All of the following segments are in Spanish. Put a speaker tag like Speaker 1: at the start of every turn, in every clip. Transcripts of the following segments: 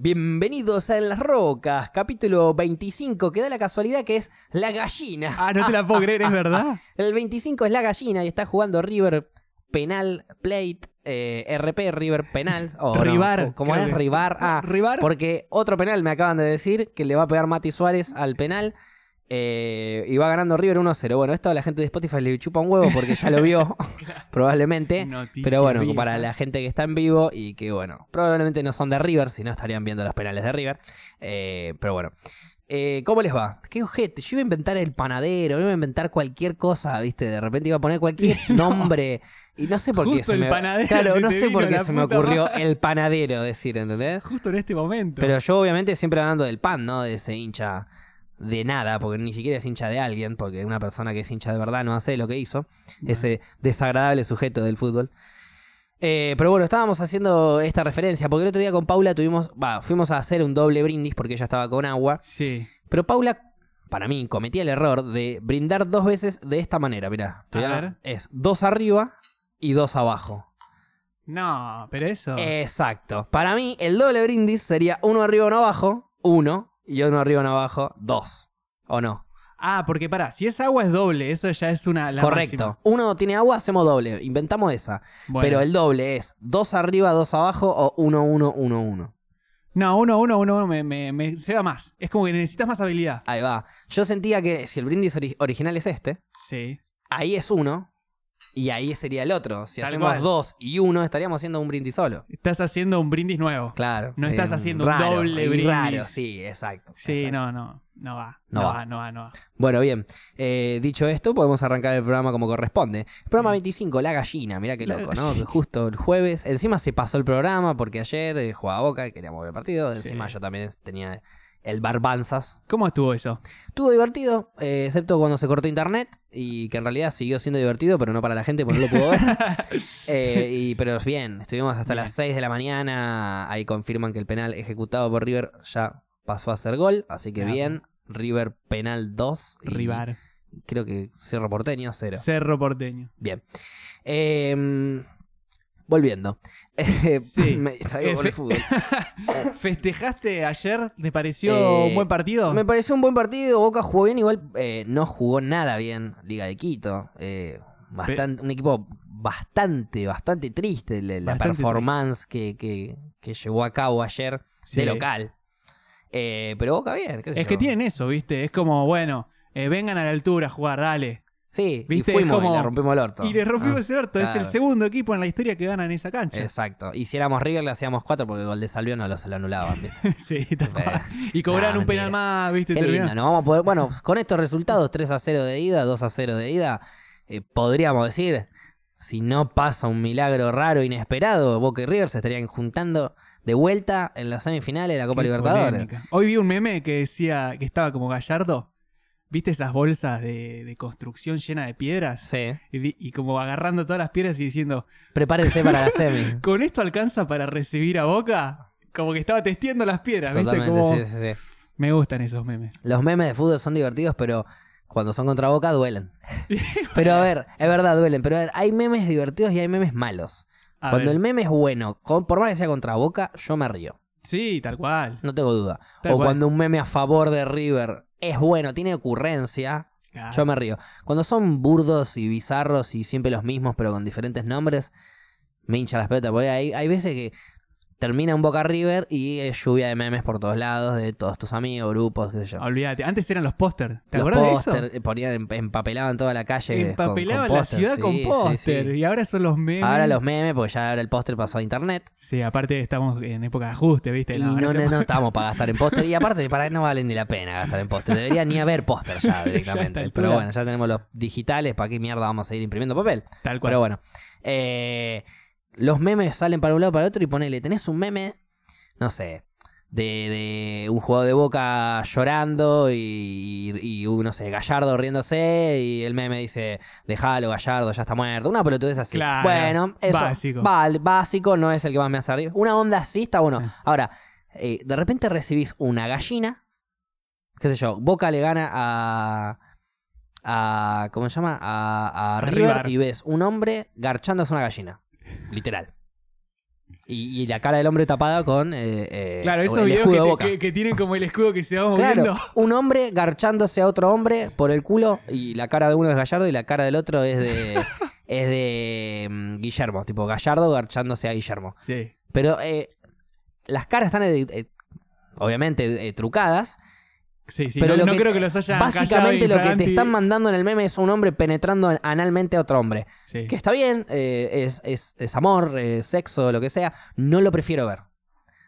Speaker 1: Bienvenidos a En las Rocas, capítulo 25, que da la casualidad que es la gallina.
Speaker 2: Ah, no te la puedo creer, es verdad.
Speaker 1: El 25 es la gallina y está jugando River Penal Plate, eh, RP River Penal. o no,
Speaker 2: Rivar,
Speaker 1: como
Speaker 2: creo
Speaker 1: es
Speaker 2: que-
Speaker 1: Rivar. Ah,
Speaker 2: Rivar.
Speaker 1: porque otro penal me acaban de decir que le va a pegar Mati Suárez al penal. eh, y va ganando River 1-0. Bueno, esto a la gente de Spotify le chupa un huevo porque ya lo vio, probablemente.
Speaker 2: Noticias
Speaker 1: Pero bueno,
Speaker 2: viejas.
Speaker 1: para la gente que está en vivo y que, bueno, probablemente no son de River, si no estarían viendo los penales de River. Eh, pero bueno, Eh, ¿cómo les va? Qué ojete, yo iba a inventar el panadero, iba a inventar cualquier cosa, ¿viste? De repente iba a poner cualquier nombre y no sé por qué se
Speaker 2: Justo el
Speaker 1: me...
Speaker 2: panadero
Speaker 1: Claro,
Speaker 2: se
Speaker 1: no
Speaker 2: te
Speaker 1: sé
Speaker 2: vino,
Speaker 1: por qué
Speaker 2: la
Speaker 1: se me
Speaker 2: puta
Speaker 1: ocurrió
Speaker 2: madre.
Speaker 1: el panadero decir, ¿entendés?
Speaker 2: Justo en este momento.
Speaker 1: Pero yo obviamente siempre hablando del pan, ¿no? De ese hincha de nada, porque ni siquiera es hincha de alguien, porque una persona que es hincha de verdad no hace lo que hizo, ese desagradable sujeto del fútbol. Eh, pero bueno, estábamos haciendo esta referencia, porque el otro día con Paula tuvimos, va, fuimos a hacer un doble brindis porque ella estaba con agua,
Speaker 2: Sí.
Speaker 1: pero Paula, para mí, cometía el error de brindar dos veces de esta manera, mirá, te voy
Speaker 2: A
Speaker 1: a-
Speaker 2: ver.
Speaker 1: es dos arriba y dos abajo.
Speaker 2: No, pero eso.
Speaker 1: Eh. Exacto. Para mí, el doble brindis sería uno arriba, uno abajo, uno, y uno arriba, uno abajo, dos. ¿O no?
Speaker 2: Ah, porque pará, si es agua es doble, eso ya es una. La
Speaker 1: Correcto.
Speaker 2: máxima.
Speaker 1: Uno tiene agua, hacemos doble. Inventamos esa.
Speaker 2: Bueno.
Speaker 1: Pero el doble es dos arriba, dos abajo o uno, uno, uno, uno.
Speaker 2: No, uno, uno, uno, uno me, me, me- se va más. Es como que necesitas más habilidad.
Speaker 1: Ahí va. Yo sentía que si el brindis ori- original es este,
Speaker 2: Sí.
Speaker 1: ahí es uno y ahí sería el otro. Si
Speaker 2: Tal
Speaker 1: hacemos
Speaker 2: cual.
Speaker 1: dos y uno, estaríamos haciendo un brindis solo.
Speaker 2: Estás haciendo un brindis nuevo.
Speaker 1: Claro.
Speaker 2: No estás
Speaker 1: Eh,
Speaker 2: haciendo un
Speaker 1: raro,
Speaker 2: doble
Speaker 1: y
Speaker 2: brindis.
Speaker 1: Raro, sí, exacto.
Speaker 2: Sí,
Speaker 1: exacto.
Speaker 2: no, no. No va.
Speaker 1: No
Speaker 2: No,
Speaker 1: va.
Speaker 2: va. no va, no va.
Speaker 1: Bueno, bien. Eh, dicho esto, podemos arrancar el programa como corresponde. Programa 25, La Gallina. Mirá qué
Speaker 2: La
Speaker 1: loco, ¿no? Que
Speaker 2: gallina.
Speaker 1: justo el jueves. Encima se pasó el programa porque ayer eh, jugaba Boca y queríamos ver el partido.
Speaker 2: Sí.
Speaker 1: Encima yo también tenía el Barbanzas.
Speaker 2: ¿Cómo estuvo eso?
Speaker 1: Estuvo divertido, eh, excepto cuando se cortó internet y que en realidad siguió siendo divertido, pero no para la gente porque no lo pudo ver. Eh, y, pero bien, estuvimos hasta
Speaker 2: Bien.
Speaker 1: las 6 de la mañana. Ahí confirman que el penal ejecutado por River ya pasó a ser gol. Así que
Speaker 2: Claro.
Speaker 1: bien. River penal 2. y-
Speaker 2: Rivar.
Speaker 1: creo que Cerro Porteño, cero.
Speaker 2: Cerro porteño.
Speaker 1: Bien. Eh, volviendo. Eh,
Speaker 2: Sí.
Speaker 1: Me distraigo con el
Speaker 2: Efe-
Speaker 1: fútbol.
Speaker 2: ¿Festejaste ayer? ¿Te pareció
Speaker 1: Eh,
Speaker 2: un buen partido?
Speaker 1: Me pareció un buen partido. Boca jugó bien, igual eh, no jugó nada bien Liga de Quito. Eh, bastante, un equipo bastante, bastante triste la, la
Speaker 2: Bastante
Speaker 1: performance que, que- que llevó a cabo ayer
Speaker 2: Sí.
Speaker 1: de local. Eh, pero Boca bien. qué sé
Speaker 2: Es
Speaker 1: yo.
Speaker 2: que tienen eso, ¿viste? Es como, bueno, eh, vengan a la altura a jugar, dale.
Speaker 1: Sí,
Speaker 2: Viste,
Speaker 1: y
Speaker 2: es
Speaker 1: fuimos y
Speaker 2: como-
Speaker 1: le rompimos el orto.
Speaker 2: Y le rompimos el orto. Es
Speaker 1: Ah, claro.
Speaker 2: el segundo equipo en la historia que gana en esa cancha.
Speaker 1: Ah, Exacto. Y si éramos River le hacíamos cuatro porque el gol de Salvio no lo, se lo anulaban, ¿viste?
Speaker 2: sí, tal cual. Y cobran
Speaker 1: No,
Speaker 2: un penal
Speaker 1: mentira.
Speaker 2: más, ¿viste?
Speaker 1: Qué
Speaker 2: Terminan-
Speaker 1: lindo, ¿no? Vamos a poder, bueno, con estos resultados, 3 a 0 de ida, 2 a 0 de ida, eh, podríamos decir, si no pasa un milagro raro, inesperado, Boca y River se estarían juntando de vuelta en las semifinales de la Copa
Speaker 2: Qué
Speaker 1: Libertadores.
Speaker 2: polémica. Hoy vi un meme que decía que estaba como Gallardo. ¿Viste esas bolsas de, de construcción llena de piedras?
Speaker 1: Sí.
Speaker 2: Y, di- y como agarrando todas las piedras y diciendo,
Speaker 1: Prepárense para la semi.
Speaker 2: ¿con esto alcanza para recibir a Boca? Como que estaba testeando las piedras, ¿viste?
Speaker 1: Totalmente,
Speaker 2: Como-
Speaker 1: sí, sí, sí.
Speaker 2: Me gustan esos memes.
Speaker 1: Los memes de fútbol son divertidos, pero cuando son contra Boca duelen. pero a ver, es verdad, duelen. Pero a ver, hay memes divertidos y hay memes malos.
Speaker 2: A
Speaker 1: cuando
Speaker 2: ver.
Speaker 1: el meme es bueno, con- por más que sea contra Boca, yo me río.
Speaker 2: Sí, tal cual.
Speaker 1: No tengo duda.
Speaker 2: Tal
Speaker 1: o
Speaker 2: cual.
Speaker 1: cuando un meme a favor de River es bueno, tiene ocurrencia,
Speaker 2: Ah,
Speaker 1: yo me río. Cuando son burdos y bizarros y siempre los mismos pero con diferentes nombres, me hincha las pelotas. Porque hay, hay veces que termina un Boca River y es lluvia de memes por todos lados, de todos tus amigos, grupos, qué sé yo.
Speaker 2: Olvídate. Antes eran los póster. Ah, ¿Te
Speaker 1: Los
Speaker 2: acordás de eso?
Speaker 1: póster, eh, ponían, emp- empapelaban toda la calle. con- con
Speaker 2: Empapelaban la
Speaker 1: póster,
Speaker 2: ciudad
Speaker 1: sí,
Speaker 2: con
Speaker 1: sí, sí.
Speaker 2: póster. Y ahora son los memes.
Speaker 1: Ahora los memes, porque ya ahora el póster pasó a internet.
Speaker 2: Sí, aparte estamos en época de ajuste, ¿viste?
Speaker 1: Y
Speaker 2: No,
Speaker 1: no,
Speaker 2: ahora
Speaker 1: no,
Speaker 2: se-
Speaker 1: no estamos para gastar en póster. Y aparte, para no valen ni la pena gastar en póster. Debería ni haber póster ya
Speaker 2: Ya a
Speaker 1: directamente.
Speaker 2: esta
Speaker 1: Pero
Speaker 2: altura.
Speaker 1: bueno, ya tenemos los digitales. ¿Para qué mierda vamos a ir imprimiendo papel?
Speaker 2: Tal cual.
Speaker 1: Pero bueno. Eh, los memes salen para un lado para otro y ponele, tenés un meme, no sé, de, de un jugador de boca llorando y, y, y un, no sé, Gallardo riéndose y el meme dice, dejalo Gallardo, ya está muerto. Una pelotudez así.
Speaker 2: Claro,
Speaker 1: bueno, eso.
Speaker 2: básico.
Speaker 1: val- básico no es el que más me hace reír. Una onda así está bueno.
Speaker 2: Ah.
Speaker 1: Ahora, eh, de repente recibís una gallina, qué sé yo, Boca le gana a... A, ¿Cómo se llama? A, a
Speaker 2: A
Speaker 1: River
Speaker 2: River.
Speaker 1: y ves un hombre garchándose una gallina. Literal. Y, y la cara del hombre tapada con eh, eh,
Speaker 2: Claro, esos
Speaker 1: el
Speaker 2: videos
Speaker 1: escudo
Speaker 2: que,
Speaker 1: de
Speaker 2: te-
Speaker 1: boca.
Speaker 2: que- que tienen como el escudo que se va moviendo.
Speaker 1: Claro, un hombre garchándose a otro hombre por el culo y la cara de uno es Gallardo y la cara del otro es de es de mm, Guillermo, tipo Gallardo garchándose a Guillermo.
Speaker 2: Sí.
Speaker 1: Pero eh, las caras están eh, eh, obviamente eh, trucadas.
Speaker 2: Sí, sí.
Speaker 1: Pero
Speaker 2: no,
Speaker 1: lo
Speaker 2: no
Speaker 1: que-
Speaker 2: creo que los hayan
Speaker 1: Básicamente lo que te están
Speaker 2: mandando.
Speaker 1: mandando en el meme es un hombre penetrando analmente a otro hombre. Que está bien, eh, es, es- es amor, eh, sexo, lo que sea. No lo prefiero ver.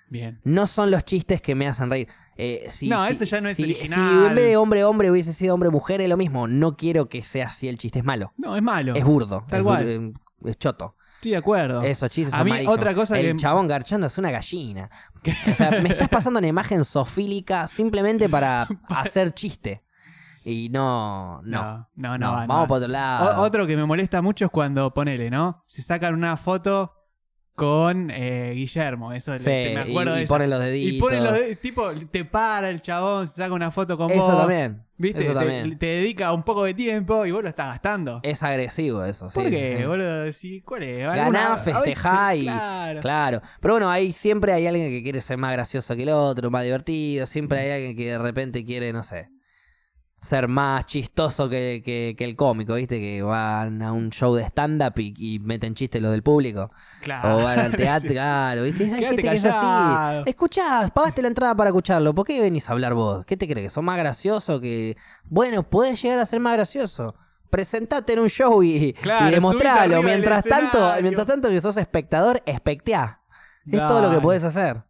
Speaker 2: Bien.
Speaker 1: No son los chistes que me hacen reír. Eh, si-
Speaker 2: No,
Speaker 1: si-
Speaker 2: eso ya no es
Speaker 1: si-
Speaker 2: original.
Speaker 1: Si en vez de hombre-hombre hubiese sido hombre-mujer, es lo mismo. No quiero que sea así el chiste, es malo.
Speaker 2: No, es malo.
Speaker 1: Es burdo.
Speaker 2: Tal
Speaker 1: es,
Speaker 2: cual.
Speaker 1: bur- eh, es choto.
Speaker 2: Estoy de acuerdo.
Speaker 1: Esos chistes
Speaker 2: A
Speaker 1: son
Speaker 2: mí,
Speaker 1: malísimos.
Speaker 2: otra cosa
Speaker 1: El
Speaker 2: que-
Speaker 1: chabón garchando es una gallina. O sea, me estás pasando una imagen sofílica simplemente para hacer chiste. Y no. No.
Speaker 2: no, no, no.
Speaker 1: no,
Speaker 2: va, no
Speaker 1: vamos
Speaker 2: va.
Speaker 1: por otro lado.
Speaker 2: O- Otro que me molesta mucho es cuando, ponele, ¿no? Se sacan una foto con eh, Guillermo. Eso
Speaker 1: Sí,
Speaker 2: te- me
Speaker 1: y-
Speaker 2: acuerdo
Speaker 1: y,
Speaker 2: de esa.
Speaker 1: ponen los deditos.
Speaker 2: Y ponen los de- tipo, te para el chabón, se saca una foto con vos.
Speaker 1: Eso también.
Speaker 2: ¿Viste?
Speaker 1: Eso
Speaker 2: Te- Te,
Speaker 1: también.
Speaker 2: dedica un poco de tiempo y vos lo estás gastando.
Speaker 1: Es agresivo eso. sí,
Speaker 2: ¿Por
Speaker 1: sí,
Speaker 2: qué,
Speaker 1: sí.
Speaker 2: boludo? Sí, ¿Cuál es?
Speaker 1: Ganá,
Speaker 2: Alguna- a veces-
Speaker 1: festejá y-
Speaker 2: Claro.
Speaker 1: Claro. Pero bueno, ahí siempre hay alguien que quiere ser más gracioso que el otro, más divertido. Siempre hay alguien que de repente quiere, no sé, ser más chistoso que, que- que el cómico, ¿viste? Que van a un show de stand-up y, y meten chistes los del público.
Speaker 2: claro.
Speaker 1: O van al teatro, claro, ¿viste? Hay
Speaker 2: Ah. Quédate
Speaker 1: gente que es así.
Speaker 2: callado.
Speaker 1: Escuchá, pagaste la entrada para escucharlo. ¿Por qué venís a hablar vos? ¿Qué te crees? ¿Que sos más gracioso? que Bueno, podés llegar a ser más gracioso. Presentate en un show y, y
Speaker 2: Claro, subite arriba
Speaker 1: demostralo.
Speaker 2: del
Speaker 1: Mientras tanto,
Speaker 2: escenario.
Speaker 1: mientras tanto que sos espectador, especteá. Es todo lo que
Speaker 2: Dale.
Speaker 1: podés hacer.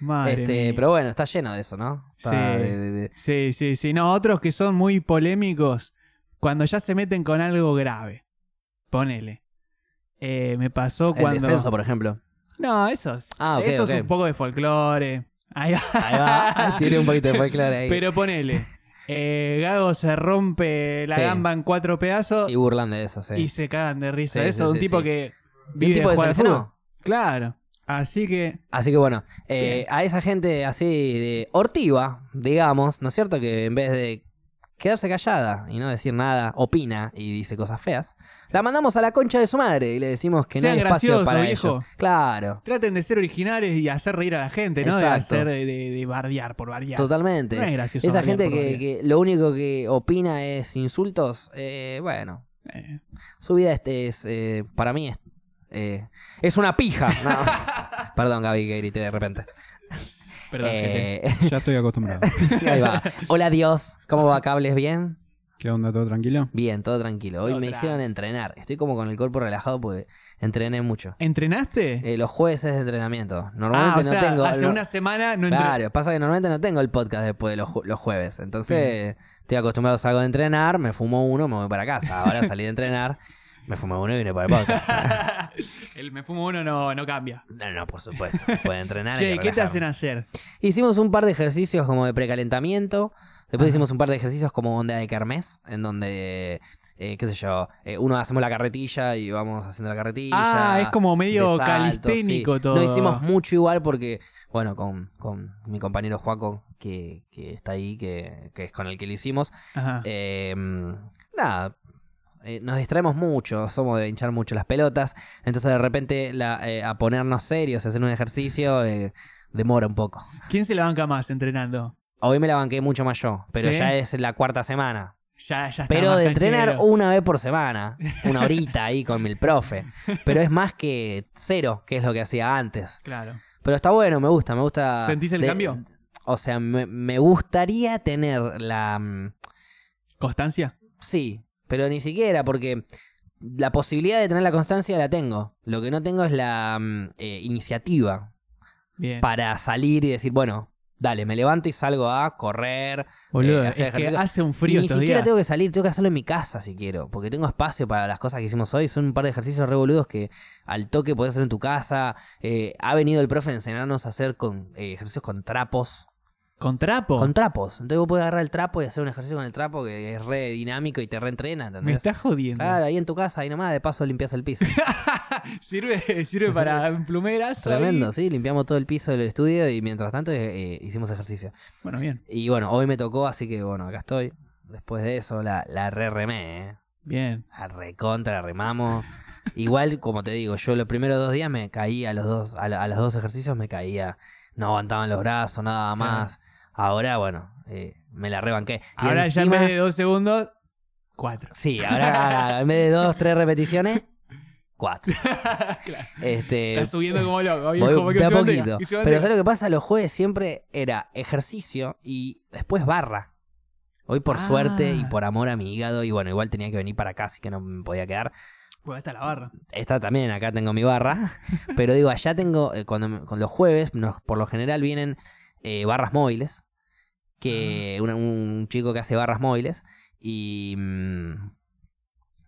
Speaker 2: Madre
Speaker 1: Este,
Speaker 2: mía.
Speaker 1: pero bueno, está lleno de eso, ¿no? Está
Speaker 2: Sí.
Speaker 1: de- de- de-
Speaker 2: Sí, sí, sí. No, otros que son muy polémicos cuando ya se meten con algo grave. Ponele. Eh, me pasó
Speaker 1: El
Speaker 2: cuando.
Speaker 1: descenso, por ejemplo.
Speaker 2: No, esos.
Speaker 1: Ah, ok,
Speaker 2: esos
Speaker 1: ok.
Speaker 2: un poco de folclore. Ahí va.
Speaker 1: Ahí va. Tiene un poquito de folclore ahí.
Speaker 2: Pero ponele. eh, Gago se rompe la
Speaker 1: Sí.
Speaker 2: gamba en cuatro pedazos
Speaker 1: Y
Speaker 2: y,
Speaker 1: burlan de eso, sí.
Speaker 2: se cagan de risa.
Speaker 1: Sí,
Speaker 2: eso,
Speaker 1: sí,
Speaker 2: un
Speaker 1: sí,
Speaker 2: tipo
Speaker 1: sí.
Speaker 2: que.
Speaker 1: Y un
Speaker 2: Vive
Speaker 1: tipo
Speaker 2: de jugar al
Speaker 1: decepcionado.
Speaker 2: fútbol. Claro. Así que.
Speaker 1: Así que bueno, eh, a esa gente así de hortiva, digamos, ¿no es cierto? Que en vez de quedarse callada y no decir nada, opina y dice cosas feas, la mandamos a la concha de su madre y le decimos que
Speaker 2: Sean
Speaker 1: no hay espacio
Speaker 2: graciosos,
Speaker 1: para
Speaker 2: viejo.
Speaker 1: ellos. Claro,
Speaker 2: Traten de ser originales y hacer reír a la gente, ¿no?
Speaker 1: Exacto.
Speaker 2: De hacer de, de- de bardear por bardear.
Speaker 1: totalmente.
Speaker 2: No es gracioso.
Speaker 1: Esa
Speaker 2: bardear
Speaker 1: gente
Speaker 2: por
Speaker 1: que,
Speaker 2: bardear.
Speaker 1: que lo único que opina es insultos, eh, bueno,
Speaker 2: Eh.
Speaker 1: su vida es, es, eh, para mí es, eh, es una pija. No. Perdón, Gaby, que grité de repente.
Speaker 2: Perdón, jefe.
Speaker 1: Eh,
Speaker 3: Ya estoy acostumbrado.
Speaker 1: ahí va. Hola, Dios. ¿Cómo va, cables? ¿Bien?
Speaker 3: ¿Qué onda? ¿Todo tranquilo?
Speaker 1: Bien, todo tranquilo. Hoy
Speaker 2: Todo
Speaker 1: me
Speaker 2: tranqui.
Speaker 1: hicieron entrenar. Estoy como con el cuerpo relajado porque entrené mucho.
Speaker 2: ¿Entrenaste?
Speaker 1: Eh, los jueves es de entrenamiento.
Speaker 2: ah,
Speaker 1: Normalmente
Speaker 2: o sea,
Speaker 1: no tengo.
Speaker 2: hace
Speaker 1: no-
Speaker 2: una semana no entré.
Speaker 1: Claro, pasa que normalmente no tengo el podcast después de los, ju- los jueves. Entonces, estoy acostumbrado, salgo de entrenar, me fumo uno, me voy para casa. Ahora salí de entrenar, me fumé uno y vine para el podcast.
Speaker 2: El me fumo uno no, no cambia.
Speaker 1: No, no, por supuesto. Puedes entrenar. hay
Speaker 2: Che,
Speaker 1: que
Speaker 2: ¿qué te
Speaker 1: relajarme.
Speaker 2: hacen hacer?
Speaker 1: Hicimos un par de ejercicios como de precalentamiento. Después hicimos un par de ejercicios como onda de kermés, en donde, eh, qué sé yo, eh, uno hacemos la carretilla y vamos haciendo la carretilla.
Speaker 2: Ah, es como
Speaker 1: de
Speaker 2: medio
Speaker 1: saltos,
Speaker 2: calisténico
Speaker 1: sí.
Speaker 2: todo.
Speaker 1: No hicimos mucho igual porque, bueno, con, con mi compañero Juaco, que, que está ahí, que, que es con el que lo hicimos,
Speaker 2: Ajá.
Speaker 1: eh, nada, eh, nos distraemos mucho, somos de hinchar mucho las pelotas, entonces de repente la, eh, a ponernos serios, a hacer un ejercicio, eh, demora un poco.
Speaker 2: ¿Quién se la banca más entrenando?
Speaker 1: Hoy me la banqué mucho más yo, pero
Speaker 2: ¿Sí?
Speaker 1: ya es la cuarta semana.
Speaker 2: Ya, ya está
Speaker 1: Pero
Speaker 2: más
Speaker 1: de entrenar
Speaker 2: canchero.
Speaker 1: una vez por semana, una horita ahí con el profe. Pero es más que cero, que es lo que hacía antes.
Speaker 2: Claro.
Speaker 1: Pero está bueno, me gusta, me gusta.
Speaker 2: ¿Sentís
Speaker 1: Ah,
Speaker 2: el
Speaker 1: de-
Speaker 2: cambio?
Speaker 1: O sea, me, me gustaría tener la. mm,
Speaker 2: ¿Constancia?
Speaker 1: Sí, pero ni siquiera, porque la posibilidad de tener la constancia la tengo. Lo que no tengo es la mm, eh, iniciativa
Speaker 2: Bien.
Speaker 1: para salir y decir, bueno, dale, me levanto y salgo a correr,
Speaker 2: Boludo,
Speaker 1: eh,
Speaker 2: es
Speaker 1: hacer
Speaker 2: que
Speaker 1: ejercicio.
Speaker 2: hace un frío
Speaker 1: Ni
Speaker 2: estos
Speaker 1: siquiera
Speaker 2: días.
Speaker 1: tengo que salir, tengo que hacerlo en mi casa si quiero, porque tengo espacio para las cosas que hicimos hoy. Son un par de ejercicios revoludos que al toque podés hacer en tu casa. Eh, ha venido el profe a enseñarnos a hacer con, eh, ejercicios con trapos.
Speaker 2: ¿Con trapo?
Speaker 1: Con trapos. Entonces vos podés agarrar el trapo y hacer un ejercicio con el trapo que es re dinámico y te reentrena,
Speaker 2: Me
Speaker 1: ¿entendés?
Speaker 2: estás jodiendo.
Speaker 1: Claro, ahí en tu casa, ahí nomás, de paso limpias el piso.
Speaker 2: sirve, sirve para un plumerazo. ahí.
Speaker 1: Tremendo, sí, limpiamos todo el piso del estudio y mientras tanto eh, eh, hicimos ejercicio.
Speaker 2: Bueno, bien.
Speaker 1: Y bueno, hoy me tocó, así que bueno, acá estoy. Después de eso, la, la re remé, ¿eh?
Speaker 2: Bien.
Speaker 1: La recontra remamos. Igual, como te digo, yo los primeros dos días me caía a los dos, a, la- a los dos ejercicios me caía, no aguantaban los brazos, nada más. Ahora, bueno, eh, me la rebanqué. Y
Speaker 2: Ahora ya en
Speaker 1: encima-
Speaker 2: vez de dos segundos, cuatro.
Speaker 1: Sí, ahora en vez de dos, tres repeticiones, cuatro. Este,
Speaker 2: Está subiendo como loco.
Speaker 1: Voy
Speaker 2: viejo, porque
Speaker 1: de a
Speaker 2: se mantenga,
Speaker 1: poquito.
Speaker 2: que se
Speaker 1: Pero
Speaker 2: mantenga.
Speaker 1: ¿sabes lo que pasa? Los jueves siempre era ejercicio y después barra. Hoy por
Speaker 2: Ah.
Speaker 1: suerte y por amor a mi hígado, y bueno, igual tenía que venir para acá, así que no me podía quedar.
Speaker 2: Bueno, está la barra.
Speaker 1: Esta también, acá tengo mi barra. Pero digo, allá tengo, eh, cuando me- con los jueves, nos- por lo general vienen eh, barras móviles. Que
Speaker 2: Ah.
Speaker 1: una- un chico que hace barras móviles. Y mm,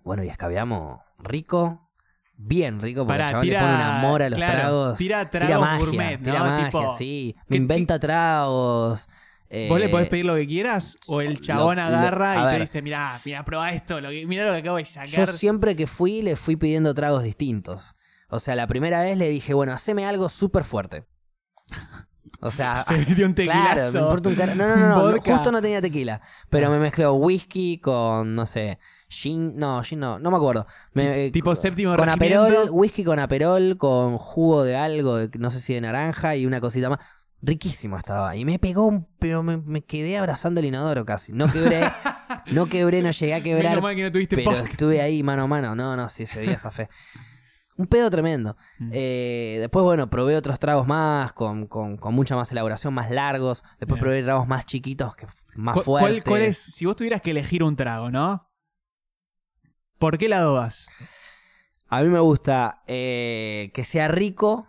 Speaker 1: bueno, y escabeamos rico, bien rico, porque
Speaker 2: Pará,
Speaker 1: el chabón le pone un amor a los
Speaker 2: claro,
Speaker 1: tragos.
Speaker 2: Tira tragos
Speaker 1: Tira magia,
Speaker 2: gourmet, ¿no?
Speaker 1: tira magia,
Speaker 2: Tipo,
Speaker 1: sí. Me
Speaker 2: ¿qué-
Speaker 1: inventa tragos. eh,
Speaker 2: Vos le podés pedir lo que quieras o el chabón
Speaker 1: lo-
Speaker 2: agarra
Speaker 1: a
Speaker 2: y
Speaker 1: ver.
Speaker 2: te dice, mirá, mirá, prueba esto, lo que, mirá lo que acabo de sacar.
Speaker 1: Yo siempre que fui, le fui pidiendo tragos distintos. O sea, la primera vez le dije, bueno, haceme algo súper fuerte. O sea, ah,
Speaker 2: Te metió
Speaker 1: claro,
Speaker 2: un tequilazo.
Speaker 1: me importa un cara. No, no, no, no,
Speaker 2: Vodka. Ah.
Speaker 1: justo no tenía tequila. Pero me mezcló whisky con, no sé, gin. No, gin no, no me acuerdo. Me- eh,
Speaker 2: Tipo
Speaker 1: con-
Speaker 2: séptimo
Speaker 1: con
Speaker 2: regimiento.
Speaker 1: aperol, whisky con aperol, con jugo de algo, de- no sé si de naranja y una cosita más. Riquísimo estaba. Y me pegó un. Pero me, me quedé abrazando el inodoro casi. No quebré. no quebré, no llegué a quebrar.
Speaker 2: Menos mal que no tuviste
Speaker 1: Pero
Speaker 2: podcast.
Speaker 1: estuve ahí mano a mano. No, no, sí, ese día zafé. Un pedo tremendo.
Speaker 2: Mm.
Speaker 1: Eh, después, bueno, probé otros tragos más, con, con- con mucha más elaboración, más largos. Después
Speaker 2: Bien.
Speaker 1: probé tragos más chiquitos, que, más
Speaker 2: ¿Cu- cuál-
Speaker 1: fuertes.
Speaker 2: ¿Cuál, es, si vos tuvieras que elegir un trago, ¿no? ¿Por qué lado vas?
Speaker 1: A mí me gusta eh, que sea rico,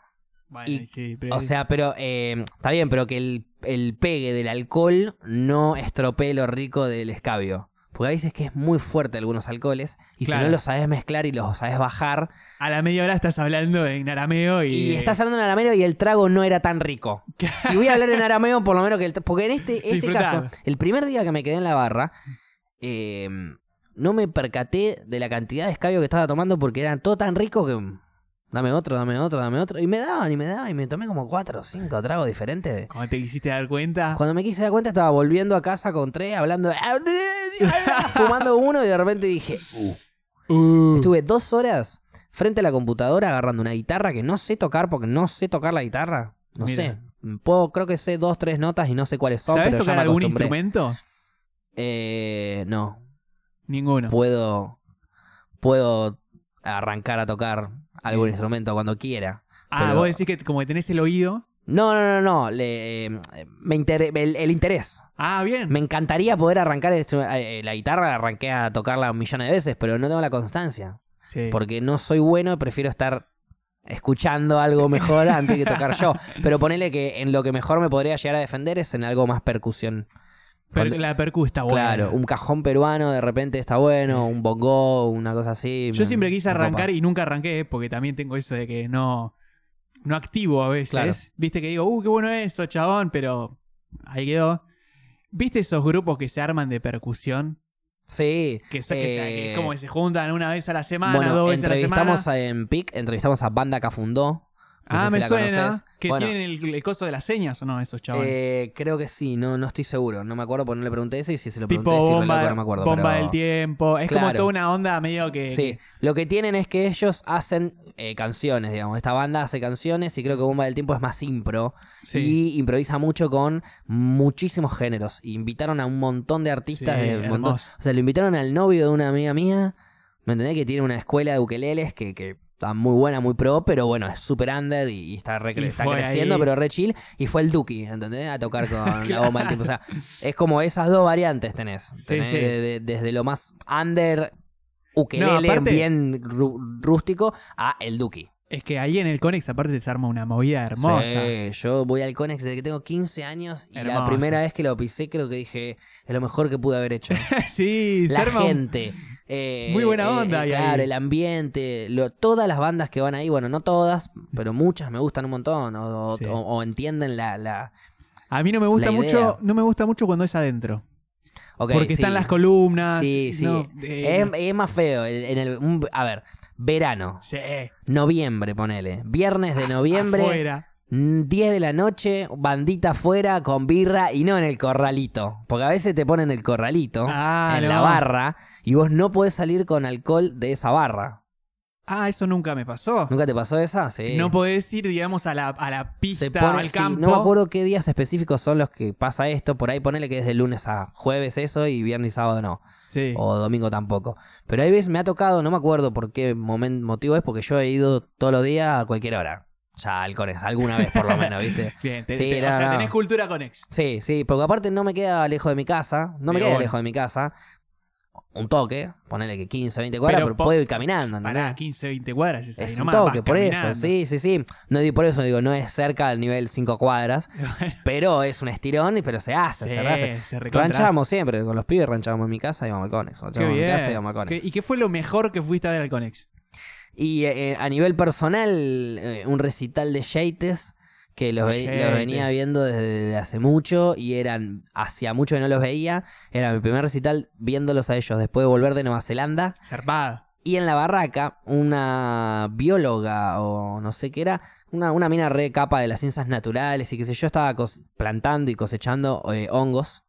Speaker 2: Bueno,
Speaker 1: Y-
Speaker 2: sí,
Speaker 1: O sea, pero eh, está bien, pero que el, el pegue del alcohol no estropee lo rico del escabio. Porque a veces que es muy fuerte algunos alcoholes y si
Speaker 2: Claro.
Speaker 1: no los sabes mezclar y los sabes bajar.
Speaker 2: a la media hora estás hablando en arameo y... eh,
Speaker 1: Y, estás hablando en arameo y el trago no era tan rico. Si voy a hablar en arameo, por lo menos que el tra- Porque en este, este
Speaker 2: Disfrutar.
Speaker 1: caso, el primer día que me quedé en la barra, eh, no me percaté de la cantidad de escabio que estaba tomando porque era todo tan rico que... mm, Dame otro, dame otro, dame otro. Y me daban y me daban y me tomé como cuatro o cinco tragos diferentes.
Speaker 2: Cuando te quisiste dar cuenta...
Speaker 1: Cuando me quise dar cuenta estaba volviendo a casa con tres, hablando, "Ah, fumando uno y de repente dije, "Uh".
Speaker 2: Uh,
Speaker 1: estuve dos horas frente a la computadora agarrando una guitarra que no sé tocar porque no sé tocar la guitarra, no
Speaker 2: Mira.
Speaker 1: sé, puedo creo que sé dos tres notas y no sé cuáles son,
Speaker 2: ¿Sabés
Speaker 1: pero ya
Speaker 2: tocar
Speaker 1: me
Speaker 2: algún
Speaker 1: acostumbré.
Speaker 2: instrumento?
Speaker 1: Eh, no,
Speaker 2: Ninguno.
Speaker 1: puedo, puedo arrancar a tocar algún instrumento cuando quiera.
Speaker 2: ah,
Speaker 1: pero-
Speaker 2: vos decís que como que tenés el oído...
Speaker 1: No, no, no, no, le- eh, me inter- el- el interés.
Speaker 2: Ah, bien.
Speaker 1: Me encantaría poder arrancar el instru- eh, la guitarra, la arranqué a tocarla millones de veces, pero no tengo la constancia.
Speaker 2: Sí.
Speaker 1: Porque no soy bueno, prefiero estar escuchando algo mejor antes que tocar yo. Pero ponele que en lo que mejor me podría llegar a defender es en algo más percusión.
Speaker 2: Per-
Speaker 1: Cuando-
Speaker 2: la percu está buena.
Speaker 1: Claro, un cajón peruano de repente está bueno, un bongo, una cosa así.
Speaker 2: Yo
Speaker 1: me-
Speaker 2: siempre quise
Speaker 1: me copa.
Speaker 2: arrancar y nunca arranqué, porque también tengo eso de que no, no activo a veces.
Speaker 1: Claro.
Speaker 2: Viste que digo, uh, qué bueno eso, chabón, pero ahí quedó. ¿Viste esos grupos que se arman de percusión?
Speaker 1: Sí.
Speaker 2: Que, son- que se- que
Speaker 1: eh,
Speaker 2: es como que se juntan una vez a la semana,
Speaker 1: Bueno,
Speaker 2: dos veces a la semana.
Speaker 1: entrevistamos a, en PIC, entrevistamos a Banda Cafundó. no
Speaker 2: ah,
Speaker 1: sé si
Speaker 2: me
Speaker 1: la
Speaker 2: suena.
Speaker 1: conoces.
Speaker 2: Que
Speaker 1: Bueno.
Speaker 2: tienen el, el coso de las señas o no, esos chabones.
Speaker 1: Eh, creo que sí, no, no estoy seguro. No me acuerdo porque no le pregunté eso y si se lo pregunté
Speaker 2: tipo
Speaker 1: estoy re
Speaker 2: bomba,
Speaker 1: loco, no me acuerdo.
Speaker 2: bomba
Speaker 1: pero-
Speaker 2: del tiempo. Es como
Speaker 1: Claro.
Speaker 2: toda una onda medio que.
Speaker 1: Sí, lo que tienen es que ellos hacen eh, canciones, digamos. Esta banda hace canciones y creo que Bomba del Tiempo es más impro.
Speaker 2: que- sí.
Speaker 1: Y improvisa mucho con muchísimos géneros. Invitaron a un montón de artistas.
Speaker 2: Sí,
Speaker 1: de un montón-
Speaker 2: hermoso.
Speaker 1: o sea, lo invitaron al novio de una amiga mía. ¿Me entendés? Que tiene una escuela de ukeleles que, que está muy buena, muy pro, pero bueno, es super under y, y está, re-
Speaker 2: Y
Speaker 1: está
Speaker 2: fue
Speaker 1: creciendo,
Speaker 2: ahí.
Speaker 1: pero re chill. Y fue el Duki, ¿entendés? A tocar con la bomba del tiempo. O sea, es como esas dos variantes tenés.
Speaker 2: Sí,
Speaker 1: tenés
Speaker 2: sí.
Speaker 1: de- de- desde lo más under, ukelele,
Speaker 2: aparte-
Speaker 1: bien ru- rústico, a el Duki.
Speaker 2: Es que ahí en el Conex, aparte, se arma una movida hermosa.
Speaker 1: Sí, yo voy al Conex desde que tengo 15 años y
Speaker 2: Hermoso.
Speaker 1: la primera vez que lo pisé creo que dije, es lo mejor que pude haber hecho.
Speaker 2: sí, se
Speaker 1: la
Speaker 2: arma un-
Speaker 1: gente. eh,
Speaker 2: Muy buena
Speaker 1: eh,
Speaker 2: onda
Speaker 1: eh,
Speaker 2: hay
Speaker 1: claro,
Speaker 2: ahí.
Speaker 1: el ambiente, lo- todas las bandas que van ahí, bueno, no todas, pero muchas me gustan un montón o, o-
Speaker 2: Sí.
Speaker 1: o- o entienden la... la...
Speaker 2: A mí no me gusta
Speaker 1: La idea.
Speaker 2: mucho, no me gusta mucho cuando es adentro,
Speaker 1: Ok,
Speaker 2: porque están
Speaker 1: sí.
Speaker 2: las columnas.
Speaker 1: Sí, sí.
Speaker 2: no, eh,
Speaker 1: Es, es más feo. el- En el, un- a ver, verano,
Speaker 2: sí,
Speaker 1: noviembre, ponele. Viernes de noviembre,
Speaker 2: Ah, afuera.
Speaker 1: Mm, 10 de la noche, bandita afuera con birra y no en el corralito. Porque a veces te ponen el corralito
Speaker 2: Ah,
Speaker 1: en
Speaker 2: no.
Speaker 1: la barra y vos no podés salir con alcohol de esa barra.
Speaker 2: Ah, eso nunca me pasó.
Speaker 1: ¿Nunca te pasó esa? Sí.
Speaker 2: No podés ir, digamos, a la, a la pista,
Speaker 1: Se pone-
Speaker 2: al
Speaker 1: sí,
Speaker 2: campo.
Speaker 1: no me acuerdo qué días específicos son los que pasa esto. Por ahí ponele que es de lunes a jueves eso y viernes y sábado no.
Speaker 2: Sí.
Speaker 1: O domingo tampoco. Pero hay veces me ha tocado, no me acuerdo por qué momen- motivo es, porque yo he ido todos los días a cualquier hora. Ya al Conex, alguna vez por lo menos, ¿viste?
Speaker 2: Bien, te-
Speaker 1: Sí,
Speaker 2: te-
Speaker 1: no,
Speaker 2: o sea,
Speaker 1: no.
Speaker 2: tenés cultura con ex.
Speaker 1: Sí, sí, porque aparte no me queda lejos de mi casa. No me
Speaker 2: Pero
Speaker 1: queda
Speaker 2: bueno.
Speaker 1: lejos de mi casa. Un toque, ponele que 15, 20 cuadras,
Speaker 2: Pero
Speaker 1: pero,
Speaker 2: po-
Speaker 1: puedo ir caminando, ¿entendés?
Speaker 2: Pará, 15, 20 cuadras. Es, ahí
Speaker 1: Es un
Speaker 2: nomás,
Speaker 1: toque,
Speaker 2: vas
Speaker 1: por eso,
Speaker 2: caminando.
Speaker 1: sí, sí, sí. No digo por eso, digo, no es cerca del nivel 5 cuadras, pero es un estirón, y- pero se hace, se
Speaker 2: Sí,
Speaker 1: hace.
Speaker 2: se recontra
Speaker 1: Ranchamos siempre, con los pibes ranchábamos en mi casa y vamos al Conex.
Speaker 2: hace.
Speaker 1: ranchábamos
Speaker 2: Qué
Speaker 1: en mi casa y
Speaker 2: bien.
Speaker 1: vamos al Conex.
Speaker 2: ¿Qué- ¿Y qué fue lo mejor que fuiste a ver al Conex?
Speaker 1: Y eh, a nivel personal, eh, un recital de Yates que los, ve-
Speaker 2: Yates.
Speaker 1: los venía viendo desde, desde hace mucho y eran, hacía mucho que no los veía. Era mi primer recital viéndolos a ellos después de volver de Nueva Zelanda.
Speaker 2: Zarpado.
Speaker 1: Y en la barraca, una bióloga o no sé qué era, una, una mina re capa de las ciencias naturales y qué sé yo, estaba cos- plantando y cosechando eh, hongos,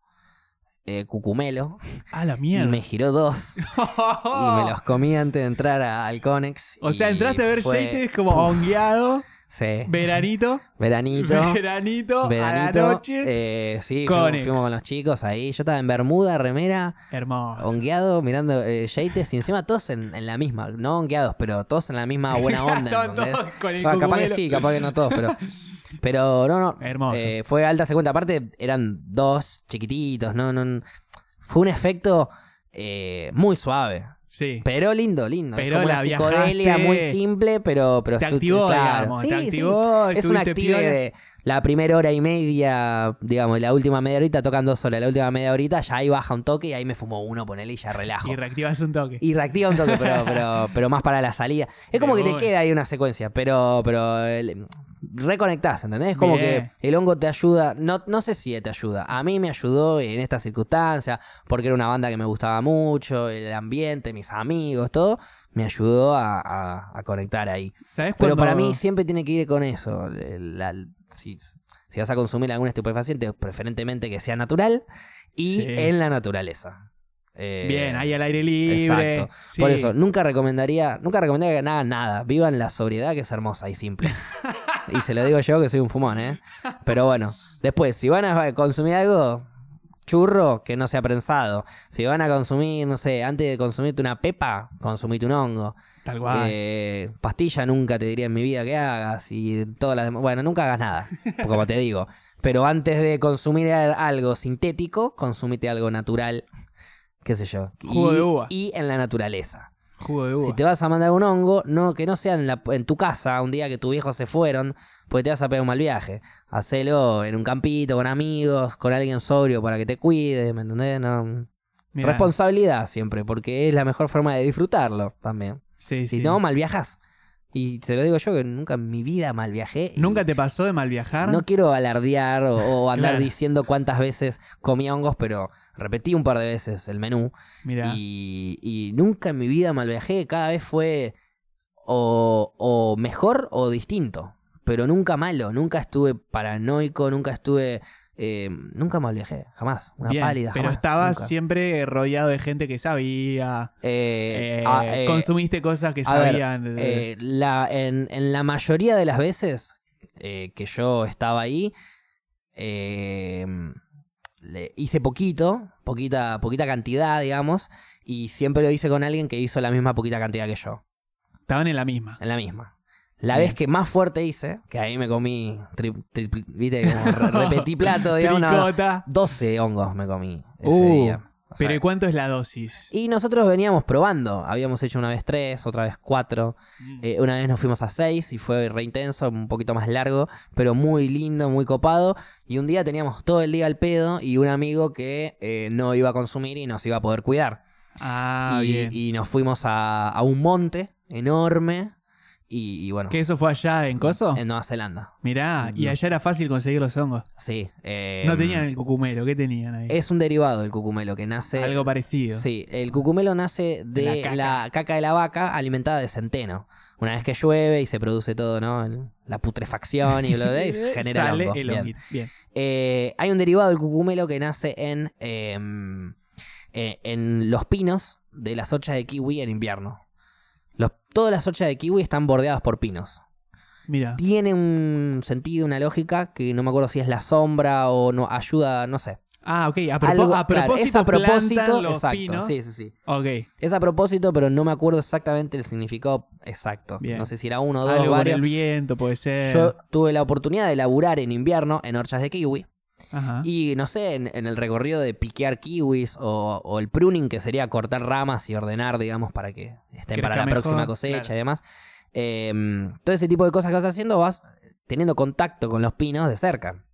Speaker 1: eh, cucumelo,
Speaker 2: Ah, la
Speaker 1: y
Speaker 2: mierda. Oh.
Speaker 1: me giró dos. Y me los comí antes de entrar a- al Conex.
Speaker 2: O sea,
Speaker 1: y
Speaker 2: entraste a ver
Speaker 1: fue-
Speaker 2: Yates como
Speaker 1: puf,
Speaker 2: hongueado,
Speaker 1: Sí.
Speaker 2: veranito,
Speaker 1: Veranito.
Speaker 2: veranito,
Speaker 1: Veranito.
Speaker 2: a la noche.
Speaker 1: eh, sí,
Speaker 2: Conex.
Speaker 1: fuimos, fuimos con los chicos ahí. Yo estaba en Bermuda, remera,
Speaker 2: Hermoso.
Speaker 1: hongueado, mirando eh, Yates y encima todos en, en la misma. No hongueados, pero todos en la misma buena onda.
Speaker 2: Estaban
Speaker 1: ¿entendés?
Speaker 2: todos con el
Speaker 1: Ah, capaz que
Speaker 2: cucumelo.
Speaker 1: sí, capaz que no todos, pero. Pero no, no.
Speaker 2: Hermoso.
Speaker 1: eh, fue alta segunda. Aparte, eran dos chiquititos, no, no. Fue un efecto eh, muy suave.
Speaker 2: Sí.
Speaker 1: Pero lindo, lindo.
Speaker 2: Pero
Speaker 1: es como
Speaker 2: la
Speaker 1: una psicodelia
Speaker 2: viajaste.
Speaker 1: muy simple, pero. pero
Speaker 2: Te
Speaker 1: estu-
Speaker 2: activó,
Speaker 1: claro.
Speaker 2: digamos.
Speaker 1: Sí,
Speaker 2: te
Speaker 1: sí. Es
Speaker 2: activó.
Speaker 1: un
Speaker 2: estuviste
Speaker 1: active
Speaker 2: piola.
Speaker 1: de la primera hora y media, digamos, y la última media horita tocan dos horas. La última media horita ya ahí baja un toque y ahí me fumo uno, ponele y ya relajo.
Speaker 2: Y reactivas un toque.
Speaker 1: Y reactiva un toque, pero, pero, pero más para la salida. Es como
Speaker 2: De
Speaker 1: que te
Speaker 2: una.
Speaker 1: queda ahí una secuencia, pero, pero el- reconectás, ¿entendés? Es como
Speaker 2: Bien.
Speaker 1: que el hongo te ayuda, no, no sé si te ayuda, a mí me ayudó en estas circunstancias, porque era una banda que me gustaba mucho, el ambiente, mis amigos, todo, me ayudó a, a- a conectar ahí.
Speaker 2: ¿Sabes
Speaker 1: Pero para
Speaker 2: cuando-
Speaker 1: mí siempre tiene que ir con eso. el- la- si, si vas a consumir algún estupefaciente, preferentemente que sea natural y
Speaker 2: Sí.
Speaker 1: en la naturaleza. Eh,
Speaker 2: Bien, ahí al aire libre.
Speaker 1: Exacto.
Speaker 2: Sí.
Speaker 1: Por eso, nunca recomendaría, nunca recomendaría que nada, nada. Vivan la sobriedad que es hermosa y simple. y se lo digo yo que soy un fumón, ¿eh? Pero bueno, después, si van a consumir algo, churro, que no sea prensado. Si van a consumir, no sé, antes de consumirte una pepa, consumite un hongo.
Speaker 2: Tal cual.
Speaker 1: Eh, pastilla nunca te diría en mi vida que hagas y todas las demás. Bueno, nunca hagas nada, como te digo. Pero antes de consumir algo sintético, consumite algo natural, qué sé yo.
Speaker 2: Jugo
Speaker 1: y,
Speaker 2: de uva.
Speaker 1: Y en la naturaleza.
Speaker 2: Jugo de uva.
Speaker 1: Si te vas a mandar un hongo, no, que no sea en, la- en tu casa un día que tus viejos se fueron, porque te vas a pegar un mal viaje. Hacelo en un campito, con amigos, con alguien sobrio para que te cuide, ¿me entendés? No.
Speaker 2: Mirá.
Speaker 1: Responsabilidad siempre, porque es la mejor forma de disfrutarlo también.
Speaker 2: Sí,
Speaker 1: Si
Speaker 2: sí.
Speaker 1: no, mal viajas. Y se lo digo yo que nunca en mi vida mal viajé. y
Speaker 2: ¿Nunca te pasó de mal viajar?
Speaker 1: No quiero alardear o, o andar
Speaker 2: Claro.
Speaker 1: diciendo cuántas veces comí hongos, pero repetí un par de veces el menú.
Speaker 2: Mira.
Speaker 1: Y, y nunca en mi vida mal viajé. Cada vez fue o, o mejor o distinto. Pero nunca malo. Nunca estuve paranoico. Nunca estuve. eh, nunca mal viajé. Jamás. Una
Speaker 2: Bien,
Speaker 1: pálida.
Speaker 2: pero
Speaker 1: jamás,
Speaker 2: estabas
Speaker 1: nunca.
Speaker 2: siempre rodeado de gente que sabía.
Speaker 1: Eh,
Speaker 2: eh,
Speaker 1: ah, eh,
Speaker 2: consumiste cosas que
Speaker 1: a ver,
Speaker 2: sabían. eh,
Speaker 1: Eh, la, en, en la mayoría de las veces eh, que yo estaba ahí, eh, le hice poquito, poquita, poquita cantidad, digamos, y siempre lo hice con alguien que hizo la misma poquita cantidad que yo,
Speaker 2: estaban en la misma.
Speaker 1: en la misma. La
Speaker 2: Bien.
Speaker 1: vez que más fuerte hice, que ahí me comí, tri- tri- tri- viste, como re- repetí plato, digamos, no, no,
Speaker 2: Tricota.
Speaker 1: 12 hongos me comí ese
Speaker 2: Uh,
Speaker 1: día. O sea,
Speaker 2: Pero ¿y cuánto es la dosis?
Speaker 1: y nosotros veníamos probando, habíamos hecho una vez tres, otra vez cuatro,
Speaker 2: Mm.
Speaker 1: eh, una vez nos fuimos a seis y fue re intenso, un poquito más largo, pero muy lindo, muy copado. Y un día teníamos todo el día al pedo y un amigo que eh, no iba a consumir y nos iba a poder cuidar.
Speaker 2: ah,
Speaker 1: y,
Speaker 2: bien.
Speaker 1: y nos fuimos a, a un monte enorme y, y bueno,
Speaker 2: ¿Que eso fue allá en Coso?
Speaker 1: en Nueva Zelanda.
Speaker 2: Mirá, y
Speaker 1: No.
Speaker 2: allá era fácil conseguir los hongos.
Speaker 1: Sí. eh,
Speaker 2: no tenían el cucumelo, ¿qué tenían ahí?
Speaker 1: Es un derivado del cucumelo que nace...
Speaker 2: Algo parecido.
Speaker 1: este, Sí, el cucumelo nace
Speaker 2: De
Speaker 1: de
Speaker 2: la
Speaker 1: la
Speaker 2: caca.
Speaker 1: caca. de la vaca alimentada de centeno. Una vez que llueve y se produce todo, ¿no? El- La putrefacción y bla, bla, bla, y genera el
Speaker 2: Sale
Speaker 1: hongo.
Speaker 2: el
Speaker 1: Bien.
Speaker 2: honguito. Bien.
Speaker 1: Eh, hay un derivado del cucumelo que nace en, em, eh, en los pinos de las hochas de kiwi en invierno. Los, todas las ollas de kiwi están bordeadas por pinos.
Speaker 2: Mira.
Speaker 1: Tiene un sentido, una lógica que no me acuerdo si es la sombra o no ayuda, no sé.
Speaker 2: Ah, ok. A, propo-
Speaker 1: Algo-
Speaker 2: a
Speaker 1: claro,
Speaker 2: propósito,
Speaker 1: es a propósito,
Speaker 2: plantan los
Speaker 1: exacto,
Speaker 2: pinos.
Speaker 1: sí, sí, sí.
Speaker 2: Ok.
Speaker 1: Es a propósito, pero no me acuerdo exactamente el significado exacto.
Speaker 2: Bien.
Speaker 1: No sé si era uno o dos,
Speaker 2: Algo eh, por
Speaker 1: varios.
Speaker 2: el viento, puede ser.
Speaker 1: Yo tuve la oportunidad de laburar en invierno en horchas de kiwi.
Speaker 2: Ajá.
Speaker 1: Y no sé, en, en el recorrido de piquear kiwis o, o el pruning, que sería cortar ramas y ordenar, digamos, para que estén
Speaker 2: Crezca
Speaker 1: para la
Speaker 2: mejor,
Speaker 1: próxima cosecha
Speaker 2: claro.
Speaker 1: y demás. Eh, todo ese tipo de cosas que vas haciendo, vas teniendo contacto con los pinos de cerca.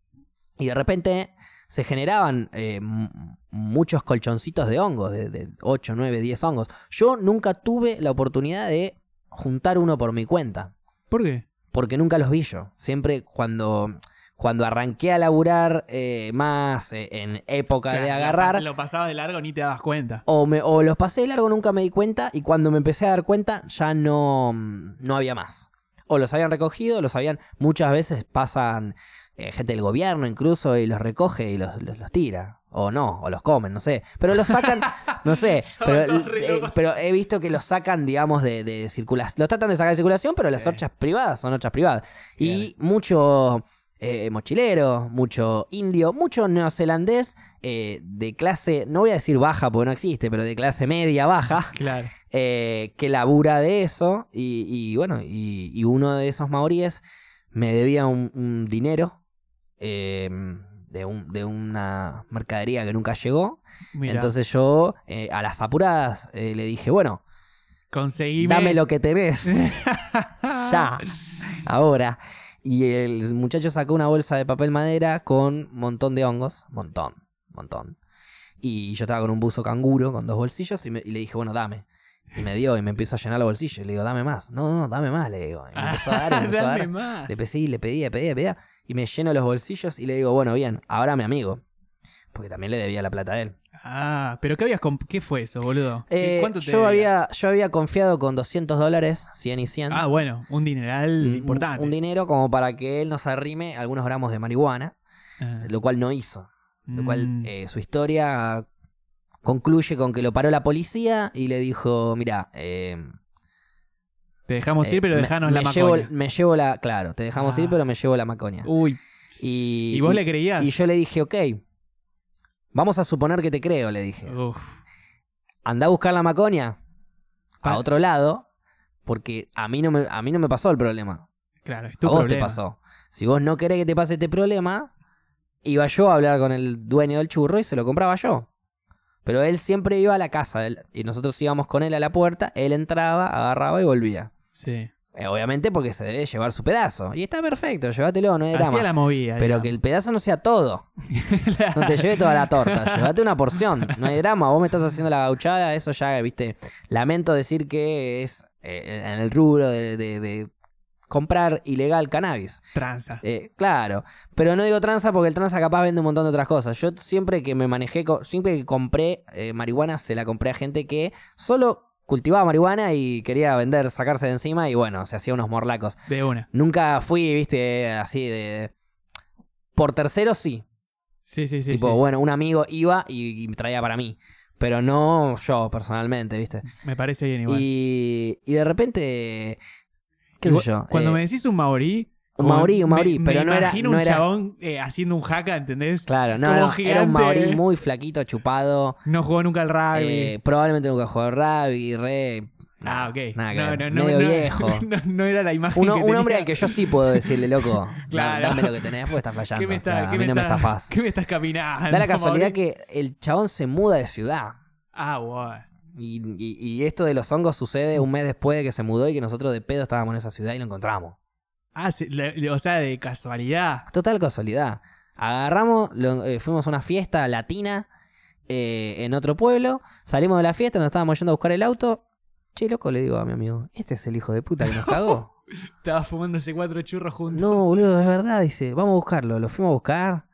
Speaker 1: Y de repente se generaban eh, m- muchos colchoncitos de hongos, de, de 8, 9, 10 hongos. Yo nunca tuve la oportunidad de juntar uno por mi cuenta
Speaker 2: ¿Por qué?
Speaker 1: porque nunca los vi yo. Siempre cuando, cuando arranqué a laburar eh, más eh, en época de
Speaker 2: Claro,
Speaker 1: agarrar,
Speaker 2: Lo pasaba de largo ni te dabas cuenta.
Speaker 1: o, me- o los pasé de largo, nunca me di cuenta, y cuando me empecé a dar cuenta ya no, no había más. O los habían recogido, los habían, muchas veces pasan eh, gente del gobierno incluso y los recoge y los, los, los tira. O no, o los comen, no sé. Pero los sacan, no sé.
Speaker 2: Estaban
Speaker 1: Pero,
Speaker 2: todos re
Speaker 1: eh,
Speaker 2: locos.
Speaker 1: pero he visto que los sacan, digamos, de, circulación. Los tratan de sacar de circulación, pero las
Speaker 2: Sí.
Speaker 1: horchas privadas son horchas privadas. Y mucho eh, mochilero, mucho indio, mucho neozelandés eh, de clase, no voy a decir baja porque no existe, pero de clase media baja,
Speaker 2: Claro.
Speaker 1: eh, que labura de eso. Y, y bueno, y, y uno de esos maoríes me debía un, un dinero eh, de, un- de una mercadería que nunca llegó.
Speaker 2: Mira,
Speaker 1: Entonces yo, eh, a las apuradas, eh, le dije, bueno,
Speaker 2: conseguime.
Speaker 1: dame lo que tenés. ya, ahora. Y el muchacho sacó una bolsa de papel madera con un montón de hongos, montón, montón. Y yo estaba con un buzo canguro, con dos bolsillos, y, me- y le dije, bueno, dame. Y me dio, y me empezó a llenar los bolsillos. Y le digo, dame más. No, no, dame más, le digo. Y me empezó a dar, y me empezó a
Speaker 2: Ah, Dame
Speaker 1: dar.
Speaker 2: más.
Speaker 1: Le pedí, le pedía, le pedía, le pedía. Y me lleno los bolsillos y le digo, bueno, bien, ahora mi amigo. Porque también le debía la plata a él.
Speaker 2: Ah, pero ¿qué habías comp- ¿Qué fue eso, boludo? ¿Qué-
Speaker 1: Eh,
Speaker 2: ¿Cuánto te
Speaker 1: yo,
Speaker 2: debía?
Speaker 1: había, yo había confiado con 200 dólares, 100 y 100.
Speaker 2: Ah, bueno, un dineral
Speaker 1: un-
Speaker 2: importante.
Speaker 1: Un dinero como para que él nos arrime algunos gramos de marihuana,
Speaker 2: Ah,
Speaker 1: lo cual no hizo. Lo cual
Speaker 2: mm,
Speaker 1: eh, su historia concluye con que lo paró la policía y le dijo, mira, eh,
Speaker 2: te dejamos
Speaker 1: eh,
Speaker 2: ir, pero
Speaker 1: me-
Speaker 2: dejanos
Speaker 1: me,
Speaker 2: la
Speaker 1: llevo,
Speaker 2: macoña.
Speaker 1: me llevo la, claro, te dejamos
Speaker 2: Ah.
Speaker 1: ir, pero me llevo la macoña.
Speaker 2: Uy,
Speaker 1: Y,
Speaker 2: y, vos
Speaker 1: y-
Speaker 2: le creías?
Speaker 1: y yo le dije, ok, vamos a suponer que te creo, le dije.
Speaker 2: Uf,
Speaker 1: Anda a buscar la macoña a
Speaker 2: Ah.
Speaker 1: otro lado, porque a mí no me, a mí no me pasó el problema.
Speaker 2: claro, es tu
Speaker 1: a vos
Speaker 2: problema.
Speaker 1: te pasó. Si vos no querés que te pase este problema, iba yo a hablar con el dueño del churro y se lo compraba yo. Pero él siempre iba a la casa él- y nosotros íbamos con él a la puerta, él entraba, agarraba y volvía.
Speaker 2: Sí.
Speaker 1: Eh, obviamente porque se debe llevar su pedazo. Y está perfecto, llévatelo, no es drama.
Speaker 2: Hacía la movida.
Speaker 1: Pero
Speaker 2: digamos.
Speaker 1: que el pedazo no sea todo. No te lleve toda la torta, llévate una porción. No hay drama, vos me estás haciendo la gauchada, eso ya, viste. Lamento decir que es eh, en el rubro de- de- de comprar ilegal cannabis.
Speaker 2: Tranza.
Speaker 1: Eh, claro, pero no digo tranza porque el tranza capaz vende un montón de otras cosas. Yo siempre que me manejé, co- siempre que compré eh, marihuana, se la compré a gente que solo cultivaba marihuana y quería vender, sacarse de encima y bueno, se hacía unos morlacos.
Speaker 2: De una.
Speaker 1: Nunca fui, viste, así de... Por tercero sí.
Speaker 2: Sí, sí, sí.
Speaker 1: tipo,
Speaker 2: sí.
Speaker 1: bueno, un amigo iba y, y me traía para mí, pero no yo personalmente, viste.
Speaker 2: Me parece bien igual.
Speaker 1: Y, y de repente... ¿Qué
Speaker 2: Igual-
Speaker 1: sé yo?
Speaker 2: Cuando
Speaker 1: eh,
Speaker 2: me decís un maorí.
Speaker 1: un
Speaker 2: como
Speaker 1: maorí, un maorí,
Speaker 2: me-
Speaker 1: pero
Speaker 2: me
Speaker 1: no era-
Speaker 2: imagino
Speaker 1: no
Speaker 2: un
Speaker 1: era-
Speaker 2: chabón eh, haciendo un jaca, ¿entendés?
Speaker 1: Claro, no,
Speaker 2: Como
Speaker 1: no, era un
Speaker 2: gigante.
Speaker 1: maorí muy flaquito, chupado,
Speaker 2: No jugó nunca al rugby.
Speaker 1: eh, probablemente nunca jugó rugby, re...
Speaker 2: ah, ok.
Speaker 1: Nada que
Speaker 2: no,
Speaker 1: ver,
Speaker 2: no, no,
Speaker 1: medio
Speaker 2: no,
Speaker 1: viejo.
Speaker 2: No, no era la imagen.
Speaker 1: Uno-
Speaker 2: que
Speaker 1: un
Speaker 2: tenía.
Speaker 1: hombre al que yo sí puedo decirle, loco, da-
Speaker 2: Claro.
Speaker 1: dame lo que tenés porque estás fallando.
Speaker 2: ¿Qué me está-
Speaker 1: claro, a
Speaker 2: qué
Speaker 1: mí
Speaker 2: me
Speaker 1: no me
Speaker 2: está-
Speaker 1: estafás.
Speaker 2: ¿Qué me estás caminando?
Speaker 1: Da la casualidad
Speaker 2: Mauri?
Speaker 1: que el chabón se muda de ciudad.
Speaker 2: Ah, bueno.
Speaker 1: Y, y- y esto de los hongos sucede un mes después de que se mudó y que nosotros de pedo estábamos en esa ciudad y lo encontramos.
Speaker 2: Ah, se- le- le- o sea, de casualidad.
Speaker 1: Total casualidad. Agarramos, lo- eh, fuimos a una fiesta latina eh, en otro pueblo, salimos de la fiesta, nos estábamos yendo a buscar el auto. Che, loco, le digo a mi amigo, este es el hijo de puta que nos cagó.
Speaker 2: Estaba fumándose cuatro churros juntos.
Speaker 1: no, boludo, es verdad, dice, vamos a buscarlo, lo fuimos a buscar.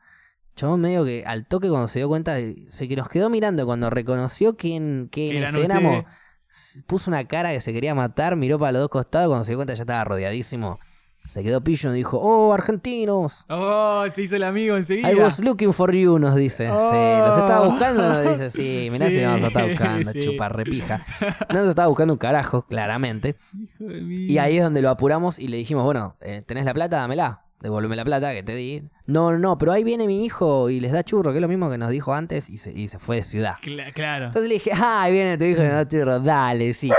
Speaker 1: Chabón medio que al toque cuando se dio cuenta, de- se que nos quedó mirando, cuando reconoció quién, quién
Speaker 2: Eran
Speaker 1: éramos,
Speaker 2: ustedes.
Speaker 1: s- puso una cara que se quería matar, miró para los dos costados, cuando se dio cuenta ya estaba rodeadísimo Se quedó pillo y dijo, oh, argentinos.
Speaker 2: Oh, se hizo el amigo enseguida.
Speaker 1: I was looking for you, nos dice. Sí, los estaba
Speaker 2: Oh.
Speaker 1: buscando, nos dice. Sí, mirá si
Speaker 2: Sí,
Speaker 1: nos estaba buscando,
Speaker 2: sí.
Speaker 1: chuparrepija. No nos estaba buscando un carajo, claramente.
Speaker 2: Hijo de mí.
Speaker 1: Y ahí es donde lo apuramos y le dijimos, bueno, eh, ¿tenés la plata? Dámela. Devolveme la plata que te di. No, no, pero ahí viene mi hijo y les da churro, que es lo mismo que nos dijo antes y se, y se fue de ciudad.
Speaker 2: Cla- claro.
Speaker 1: Entonces le dije, ah, ahí viene tu hijo y nos da churro, dale, sí.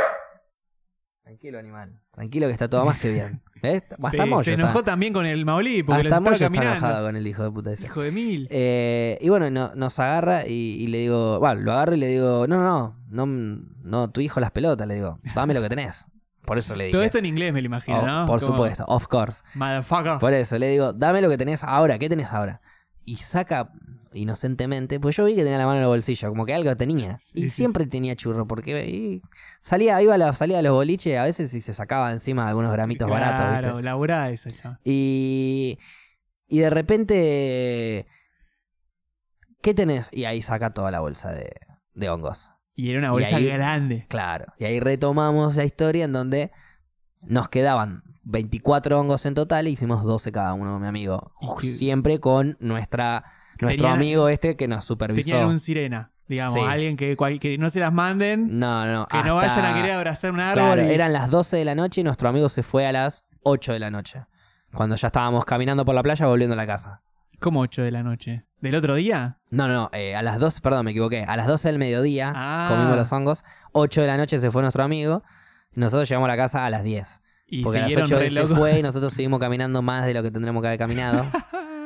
Speaker 1: Tranquilo, animal. Tranquilo que está todo más que bien. ¿Ves? Hasta
Speaker 2: se,
Speaker 1: Moyo
Speaker 2: se
Speaker 1: está-
Speaker 2: enojó también con el Maulí porque
Speaker 1: hasta
Speaker 2: lo
Speaker 1: Moyo
Speaker 2: estaba
Speaker 1: está
Speaker 2: caminando.
Speaker 1: enojado con el hijo de puta ese.
Speaker 2: Hijo de mil.
Speaker 1: Eh, y bueno, no- nos agarra y, y le digo, bueno, lo agarro y le digo, no, no, no, no, no, tu hijo las pelotas, le digo, dame lo que tenés. Por eso le digo.
Speaker 2: Todo esto en inglés me lo imagino, ¿no?
Speaker 1: eh, oh, Por
Speaker 2: Como, Ah.
Speaker 1: supuesto, of course.
Speaker 2: Motherfucker.
Speaker 1: Por eso le digo, dame lo que tenés ahora, ¿qué tenés ahora? Y saca inocentemente, pues yo vi que tenía la mano en el bolsillo, como que algo tenía.
Speaker 2: Sí,
Speaker 1: Y
Speaker 2: sí,
Speaker 1: siempre tenía churro, porque y salía, iba a la salida de los boliches a veces y se sacaba encima algunos gramitos baratos, ¿viste?
Speaker 2: Claro, laburá eso, chaval.
Speaker 1: Y, y de repente, ¿qué tenés? Y ahí saca toda la bolsa de, de hongos.
Speaker 2: Y era una
Speaker 1: Y
Speaker 2: bolsa
Speaker 1: ahí-
Speaker 2: grande.
Speaker 1: Claro. Y ahí retomamos la historia en donde nos quedaban 24 hongos en total e hicimos 12 cada uno, mi amigo.
Speaker 2: Y que-
Speaker 1: Siempre con nuestra, nuestro
Speaker 2: Tenían-
Speaker 1: amigo este que nos supervisó.
Speaker 2: Tenían un sirena, digamos.
Speaker 1: Sí.
Speaker 2: Alguien que, cual- que no se las manden,
Speaker 1: No, no.
Speaker 2: que no
Speaker 1: hasta-
Speaker 2: vayan a querer abrazar un árbol.
Speaker 1: Claro,
Speaker 2: y-
Speaker 1: eran las 12 de la noche y nuestro amigo se fue a las 8 de la noche. Cuando ya estábamos caminando por la playa volviendo a la casa.
Speaker 2: ¿Cómo 8 de la noche? ¿Del otro día?
Speaker 1: No, no, eh, a las 12, perdón, me equivoqué. A las 12 del mediodía
Speaker 2: Ah.
Speaker 1: comimos los hongos. 8 de la noche se fue nuestro amigo. y Nosotros llegamos a la casa a las 10.
Speaker 2: Y
Speaker 1: Porque a las
Speaker 2: siguieron
Speaker 1: 8
Speaker 2: re
Speaker 1: él se
Speaker 2: locos.
Speaker 1: fue y nosotros seguimos caminando más de lo que tendremos que haber caminado.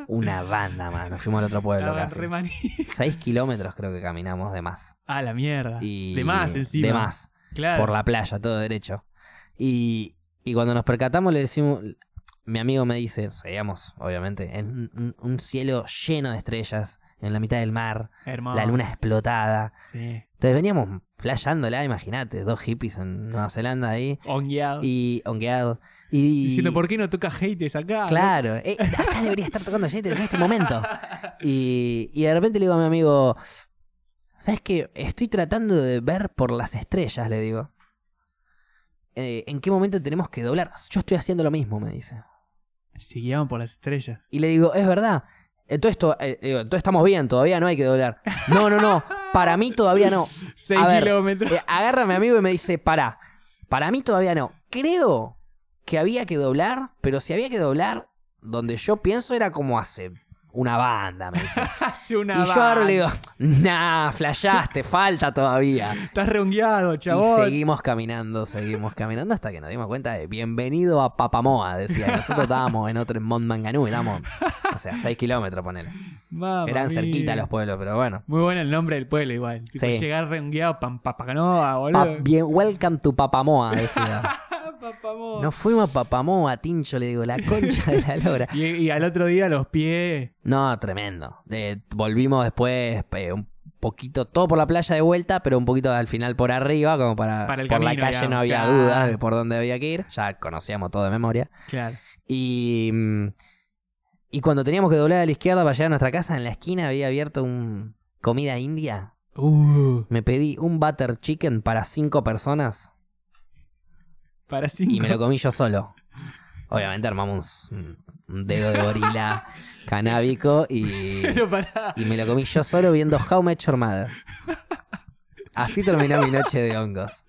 Speaker 1: Una banda más, nos fuimos al otro pueblo
Speaker 2: Estaban
Speaker 1: casi.
Speaker 2: re maní.
Speaker 1: 6 kilómetros creo que caminamos de más.
Speaker 2: Ah, la mierda.
Speaker 1: Y
Speaker 2: de más encima.
Speaker 1: De más,
Speaker 2: Claro.
Speaker 1: por la playa, todo derecho. Y, y cuando nos percatamos le decimos... Mi amigo me dice, seguíamos, obviamente, en un- un- un cielo lleno de estrellas, en la mitad del mar
Speaker 2: Hermoso.
Speaker 1: la luna explotada.
Speaker 2: Sí.
Speaker 1: Entonces veníamos flasheándola, imagínate, dos hippies en Nueva Zelanda ahí,
Speaker 2: Hongueado.
Speaker 1: y ongueados. Y,
Speaker 2: Diciendo, ¿por qué no toca haters acá?
Speaker 1: Claro, eh, acá debería estar tocando Jet en este momento. Y, y de repente le digo a mi amigo, ¿sabes qué? Estoy tratando de ver por las estrellas, le digo. "Eh, ¿En qué momento tenemos que doblar? Yo estoy haciendo lo mismo, me dice.
Speaker 2: Se guiaban por las estrellas.
Speaker 1: Y le digo, es verdad. Entonces, to- eh, digo, entonces estamos bien, todavía no hay que doblar. No, no, no. Para mí todavía no.
Speaker 2: 6
Speaker 1: A ver,
Speaker 2: kilómetros.
Speaker 1: Eh, agarra a mi amigo y me dice, pará. Para mí todavía no. Creo que había que doblar, pero si había que doblar, donde yo pienso era como hace una banda, me dice.
Speaker 2: Hace una
Speaker 1: y yo ahora
Speaker 2: banda.
Speaker 1: le digo, nah, flashaste, falta todavía.
Speaker 2: Estás reongueado,
Speaker 1: Y
Speaker 2: chabón.
Speaker 1: seguimos caminando, seguimos caminando hasta que nos dimos cuenta de bienvenido a Papamoa, decía. Y Nosotros estábamos en otro en Montmanganú, estábamos, o sea, 6 kilómetros, ponele.
Speaker 2: Mamma
Speaker 1: Eran
Speaker 2: mia.
Speaker 1: cerquita los pueblos, pero bueno.
Speaker 2: Muy bueno el nombre del pueblo, igual. Tipo,
Speaker 1: Sí.
Speaker 2: Llegar reongueado, pam, papacanoa,
Speaker 1: Pa-
Speaker 2: ah, boludo.
Speaker 1: bien, welcome to Papamoa, decía.
Speaker 2: Ah, papamó.
Speaker 1: Nos fuimos a Papamoa, Tincho, le digo, la concha de la lora.
Speaker 2: Y, y al otro día los pies.
Speaker 1: No, tremendo. Eh, volvimos después eh, un poquito, todo por la playa de vuelta, pero un poquito al final por arriba, como para,
Speaker 2: Para el
Speaker 1: por la
Speaker 2: camino,
Speaker 1: calle no
Speaker 2: digamos.
Speaker 1: había
Speaker 2: Claro.
Speaker 1: dudas de por dónde había que ir. Ya conocíamos todo de memoria.
Speaker 2: Claro.
Speaker 1: Y, mm, y cuando teníamos que doblar a la izquierda para llegar a nuestra casa, en la esquina había abierto un comida india.
Speaker 2: Uh,
Speaker 1: Me pedí un butter chicken para cinco personas.
Speaker 2: para cinco.
Speaker 1: y me lo comí yo solo. Obviamente armamos un, un dedo de gorila canábico y,
Speaker 2: Pero pará.
Speaker 1: y me lo comí yo solo viendo How Met Your Mother. Así terminó mi noche de hongos.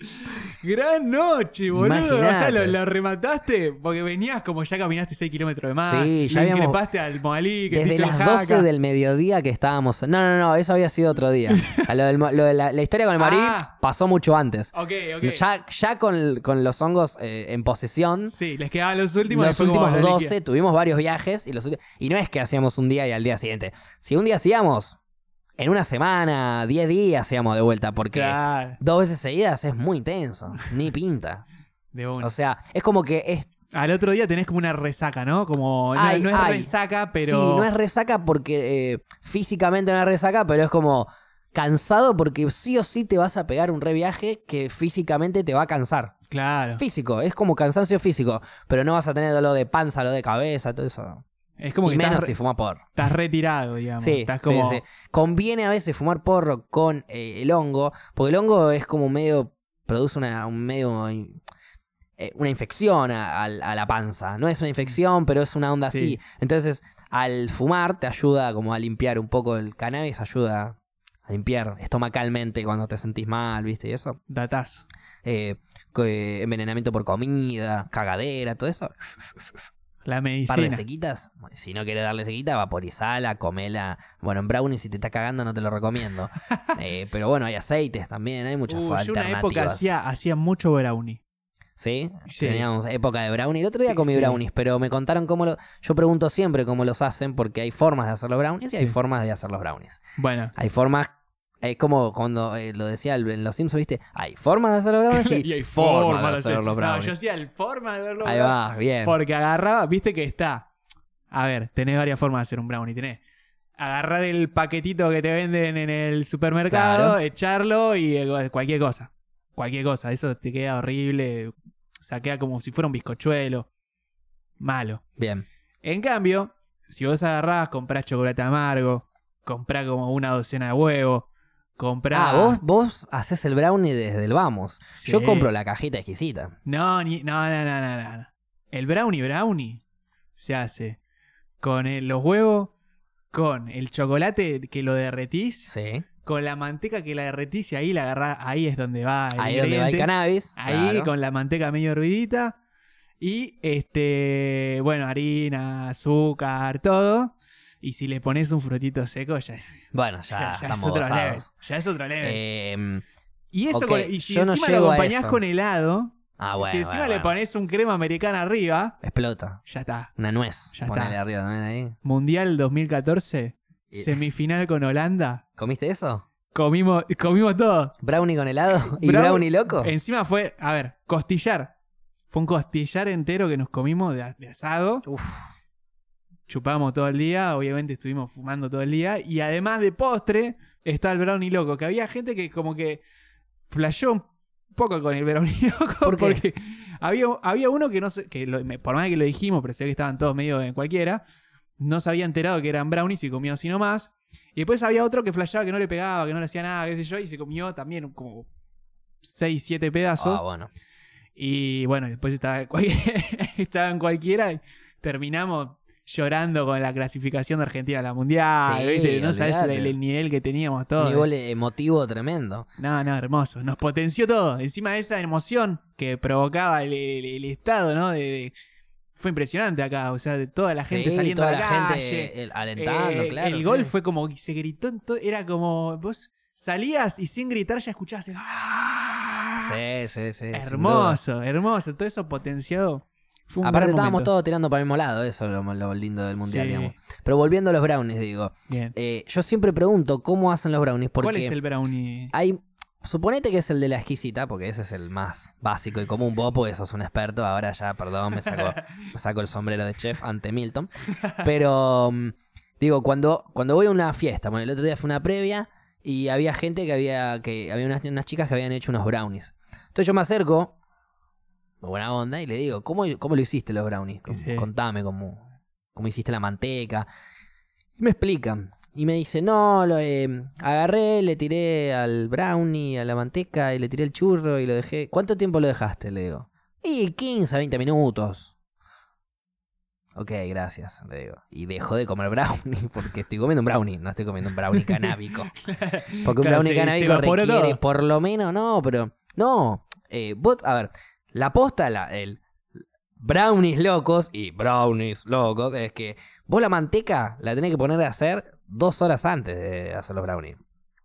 Speaker 2: Gran noche, boludo. O sea, lo,
Speaker 1: Imaginate.
Speaker 2: lo remataste porque venías como ya caminaste 6 kilómetros de más.
Speaker 1: Sí, ya
Speaker 2: le
Speaker 1: habíamos-
Speaker 2: increpaste al Moalí que te
Speaker 1: Desde
Speaker 2: hizo el
Speaker 1: las
Speaker 2: jaca.
Speaker 1: 12 del mediodía que estábamos... No, no, no, eso había sido otro día. A lo del mo- lo de la, la historia con el marí
Speaker 2: Ah.
Speaker 1: pasó mucho antes.
Speaker 2: Ok, ok.
Speaker 1: Ya, ya con, con los hongos eh, en posesión,
Speaker 2: Sí, les quedaban los últimos.
Speaker 1: los
Speaker 2: después como
Speaker 1: últimos
Speaker 2: la
Speaker 1: 12
Speaker 2: liquida.
Speaker 1: tuvimos varios viajes y los ulti- y no es que hacíamos un día y al día siguiente. Si un día hacíamos, en una semana, 10 días hacíamos de vuelta, porque
Speaker 2: Claro,
Speaker 1: dos veces seguidas es muy intenso, ni pinta.
Speaker 2: de una.
Speaker 1: O sea, es como que es,
Speaker 2: Al otro día tenés como una resaca, ¿no? Como no,
Speaker 1: Ay,
Speaker 2: no es
Speaker 1: ay.
Speaker 2: resaca, pero.
Speaker 1: sí, no es resaca porque eh, físicamente no es resaca, pero es como cansado porque sí o sí te vas a pegar un reviaje que físicamente te va a cansar.
Speaker 2: Claro.
Speaker 1: Físico, es como cansancio físico, pero no vas a tener dolor de panza, dolor de cabeza, todo eso.
Speaker 2: Es como
Speaker 1: y
Speaker 2: que
Speaker 1: menos
Speaker 2: estás,
Speaker 1: si fumas por.
Speaker 2: estás retirado, digamos.
Speaker 1: Sí,
Speaker 2: estás
Speaker 1: sí,
Speaker 2: como.
Speaker 1: sí. Conviene a veces fumar porro con eh, el hongo, porque el hongo es como medio, produce una, un medio eh, una infección a, al- a la panza. No es una infección, pero es una onda
Speaker 2: Mm. Sí.
Speaker 1: así. Entonces, al fumar te ayuda como a limpiar un poco el cannabis, ayuda a limpiar estomacalmente cuando te sentís mal, ¿viste? Y eso.
Speaker 2: Datazo.
Speaker 1: Eh, co- eh, envenenamiento por comida, cagadera, todo eso.
Speaker 2: La
Speaker 1: Un par de
Speaker 2: medicina.
Speaker 1: sequitas. Si no quieres darle sequita, vaporizala, comela. Bueno, en brownie si te está cagando no te lo recomiendo. Eh, pero bueno, hay aceites también, hay muchas
Speaker 2: Uh,
Speaker 1: fa-
Speaker 2: yo una época
Speaker 1: alternativas.
Speaker 2: hacía, hacía mucho brownie.
Speaker 1: ¿Sí?
Speaker 2: Sí.
Speaker 1: Teníamos época de brownie. El otro día
Speaker 2: Sí,
Speaker 1: comí
Speaker 2: sí.
Speaker 1: brownies, pero me contaron cómo lo... Yo pregunto siempre cómo los hacen porque hay formas de hacer los brownies y hay
Speaker 2: Sí.
Speaker 1: formas de hacer los brownies.
Speaker 2: Bueno.
Speaker 1: Hay formas... Es como cuando eh, lo decía el- en Los Simpsons, ¿viste? Hay formas de hacer los brownies y, hay formas de hacer los
Speaker 2: No, yo
Speaker 1: brownies.
Speaker 2: hacía el forma de verlo.
Speaker 1: Ahí va, bien.
Speaker 2: Porque agarraba, viste que está. A ver, tenés varias formas de hacer un brownie. Tenés agarrar el paquetito que te venden en el supermercado,
Speaker 1: Claro.
Speaker 2: echarlo y eh, cualquier cosa. Cualquier cosa. Eso te queda horrible. O sea, queda como si fuera un bizcochuelo. Malo.
Speaker 1: Bien.
Speaker 2: En cambio, si vos agarrás, comprás chocolate amargo, comprás como una docena de huevos, comprás.
Speaker 1: Ah, vos, vos haces el brownie desde el vamos. Yo
Speaker 2: Sí.
Speaker 1: compro la cajita exquisita.
Speaker 2: No, ni- no, no, no, no, no. El brownie brownie se hace con el- los huevos, con el chocolate que lo derretís,
Speaker 1: Sí.
Speaker 2: con la manteca que la derretís y ahí la agarrás, ahí es donde va el
Speaker 1: Ahí es donde va el
Speaker 2: ingrediente.
Speaker 1: cannabis.
Speaker 2: Ahí
Speaker 1: claro.
Speaker 2: con la manteca medio hervidita y este, bueno, harina, azúcar, todo. Y si le pones un frutito seco ya es,
Speaker 1: Bueno, ya,
Speaker 2: ya- ya es
Speaker 1: estamos
Speaker 2: otro level.
Speaker 1: dosados.
Speaker 2: Ya es otro level.
Speaker 1: Eh,
Speaker 2: y eso
Speaker 1: ok,
Speaker 2: con- y si
Speaker 1: yo no
Speaker 2: encima
Speaker 1: llego
Speaker 2: lo
Speaker 1: a
Speaker 2: acompañás
Speaker 1: eso.
Speaker 2: con helado,
Speaker 1: ah, bueno.
Speaker 2: si encima
Speaker 1: bueno,
Speaker 2: le
Speaker 1: bueno.
Speaker 2: pones un crema americana arriba,
Speaker 1: Explota.
Speaker 2: ya está.
Speaker 1: Una nuez.
Speaker 2: Ya
Speaker 1: Ponele
Speaker 2: está.
Speaker 1: arriba también ahí.
Speaker 2: Mundial 2014,
Speaker 1: Y-
Speaker 2: semifinal con Holanda.
Speaker 1: ¿Comiste eso?
Speaker 2: Comimos, comimos todo.
Speaker 1: ¿Brownie con helado? ¿Y
Speaker 2: Brown-
Speaker 1: brownie loco?
Speaker 2: Encima fue, a ver, costillar. Fue un costillar entero que nos comimos de, a- de asado.
Speaker 1: Uf,
Speaker 2: Chupamos todo el día, obviamente estuvimos fumando todo el día. Y además de postre, está el brownie loco. Que había gente que como que flasheó un poco con el brownie loco.
Speaker 1: ¿Por qué?
Speaker 2: Porque había, había uno que no sé, que lo- me- por más que lo dijimos, pero se ve que estaban todos medio en cualquiera. No se había enterado que eran brownies y comió así nomás. Y después había otro que flasheaba que no le pegaba, que no le hacía nada, qué sé yo, y se comió también como 6, 7 pedazos.
Speaker 1: ah, bueno.
Speaker 2: Y bueno, después estaba, estaban cualquiera y terminamos llorando con la clasificación de Argentina a la Mundial.
Speaker 1: Sí,
Speaker 2: ¿viste? No sabes
Speaker 1: olvidate.
Speaker 2: el, el nivel que teníamos
Speaker 1: Un
Speaker 2: todos.
Speaker 1: nivel emotivo tremendo.
Speaker 2: No, no, hermoso. Nos potenció todo. Encima de esa emoción que provocaba el, el- el estado, ¿no? De, de- fue impresionante acá. O sea, de toda la gente
Speaker 1: Sí,
Speaker 2: saliendo
Speaker 1: toda
Speaker 2: a la, calle.
Speaker 1: gente el- alentando,
Speaker 2: Eh,
Speaker 1: claro.
Speaker 2: El
Speaker 1: sí.
Speaker 2: gol fue como que se gritó. en to- Era como vos salías y sin gritar ya escuchabas. el-
Speaker 1: Sí, sí, sí. Ah, sin duda.
Speaker 2: hermoso, hermoso. Todo eso potenciado. Fue un
Speaker 1: Aparte
Speaker 2: gran
Speaker 1: estábamos
Speaker 2: momento.
Speaker 1: todos tirando para el mismo lado, eso es lo, lo lindo del mundial,
Speaker 2: Sí.
Speaker 1: digamos. Pero volviendo a los brownies, digo,
Speaker 2: Bien.
Speaker 1: eh, yo siempre pregunto cómo hacen los brownies, porque
Speaker 2: ¿Cuál es el brownie?
Speaker 1: hay. Suponete que es el de la exquisita, porque ese es el más básico y común. Vos, porque sos un experto, ahora ya, perdón, me saco, me saco el sombrero de chef ante Milton. Pero, mm, digo, cuando, cuando voy a una fiesta, bueno, el otro día fue una previa y había gente que había, que había unas, unas chicas que habían hecho unos brownies. Entonces yo me acerco, buena onda, y le digo, ¿cómo, cómo lo hiciste los brownies? Com-
Speaker 2: Sí.
Speaker 1: Contame cómo, cómo hiciste la manteca. Y me explican. Y me dice, no, lo eh, agarré, le tiré al brownie, a la manteca, y le tiré el churro y lo dejé. ¿Cuánto tiempo lo dejaste? Le digo. Y 15, 20 minutos. Ok, gracias, le digo. Y dejó de comer brownie, porque estoy comiendo un brownie, no estoy comiendo un brownie canábico. Porque un
Speaker 2: Claro,
Speaker 1: brownie
Speaker 2: se- se
Speaker 1: canábico
Speaker 2: evaporó
Speaker 1: requiere,
Speaker 2: todo.
Speaker 1: por lo menos, no, pero. No. eh, vos- a ver, la posta, la, el brownies locos y brownies locos es que vos la manteca la tenés que poner a hacer dos horas antes de hacer los brownies.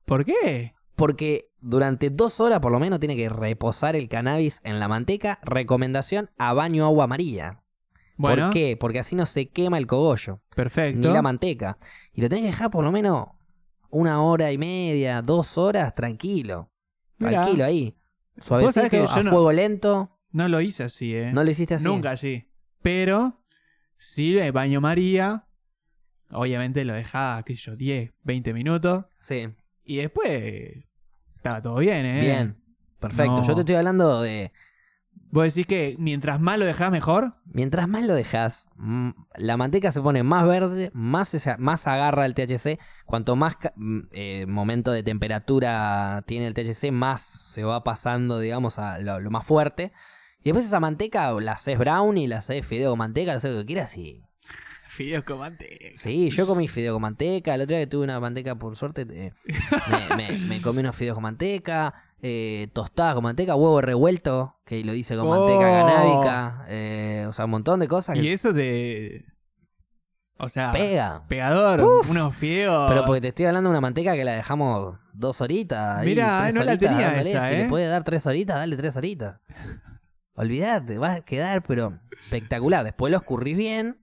Speaker 2: ¿Por qué?
Speaker 1: Porque durante dos horas por lo menos tiene que reposar el cannabis en la manteca. Recomendación a baño agua amarilla.
Speaker 2: Bueno,
Speaker 1: ¿Por qué? Porque así no se quema el cogollo,
Speaker 2: perfecto.
Speaker 1: ni la manteca. Y lo tenés que dejar por lo menos una hora y media, dos horas, tranquilo.
Speaker 2: Mirá.
Speaker 1: Tranquilo ahí. Suavecito,
Speaker 2: sabés que
Speaker 1: a
Speaker 2: yo no-
Speaker 1: fuego lento.
Speaker 2: No lo hice así, ¿eh?
Speaker 1: ¿No lo hiciste así?
Speaker 2: Nunca así. Pero, sí, de baño María. Obviamente lo dejaba, qué sé yo, 10, 20 minutos.
Speaker 1: Sí.
Speaker 2: Y después estaba todo bien, ¿eh?
Speaker 1: Bien. Perfecto.
Speaker 2: No.
Speaker 1: Yo te estoy hablando de...
Speaker 2: ¿Vos decís que mientras más lo dejás mejor?
Speaker 1: Mientras más lo dejas, mm, la manteca se pone más verde, más, se- más agarra el THC. Cuanto más ca- mm, eh, momento de temperatura tiene el THC, más se va pasando, digamos, a lo, lo más fuerte. Y después esa manteca la haces brownie, la haces fideo con manteca, la haces lo que quieras y...
Speaker 2: Fideos con manteca.
Speaker 1: Sí, yo comí fideo con manteca. El otro día que tuve una manteca, por suerte, eh, me, me- me comí unos fideos con manteca, eh, tostadas con manteca, huevo revuelto, que lo hice con manteca
Speaker 2: Oh.
Speaker 1: canábica. eh, o sea, un montón de cosas
Speaker 2: Y
Speaker 1: que
Speaker 2: eso te. O sea,
Speaker 1: pega.
Speaker 2: pegador,
Speaker 1: Uf.
Speaker 2: unos fideos.
Speaker 1: Pero porque te estoy hablando de una manteca que la dejamos dos horitas. ahí,
Speaker 2: Mirá,
Speaker 1: tres
Speaker 2: no la
Speaker 1: horitas
Speaker 2: tenía
Speaker 1: dándole.
Speaker 2: esa,
Speaker 1: Si le
Speaker 2: ¿eh?
Speaker 1: puede dar tres horitas, dale tres horitas. Olvídate, vas a quedar, pero espectacular. Después lo escurrís bien.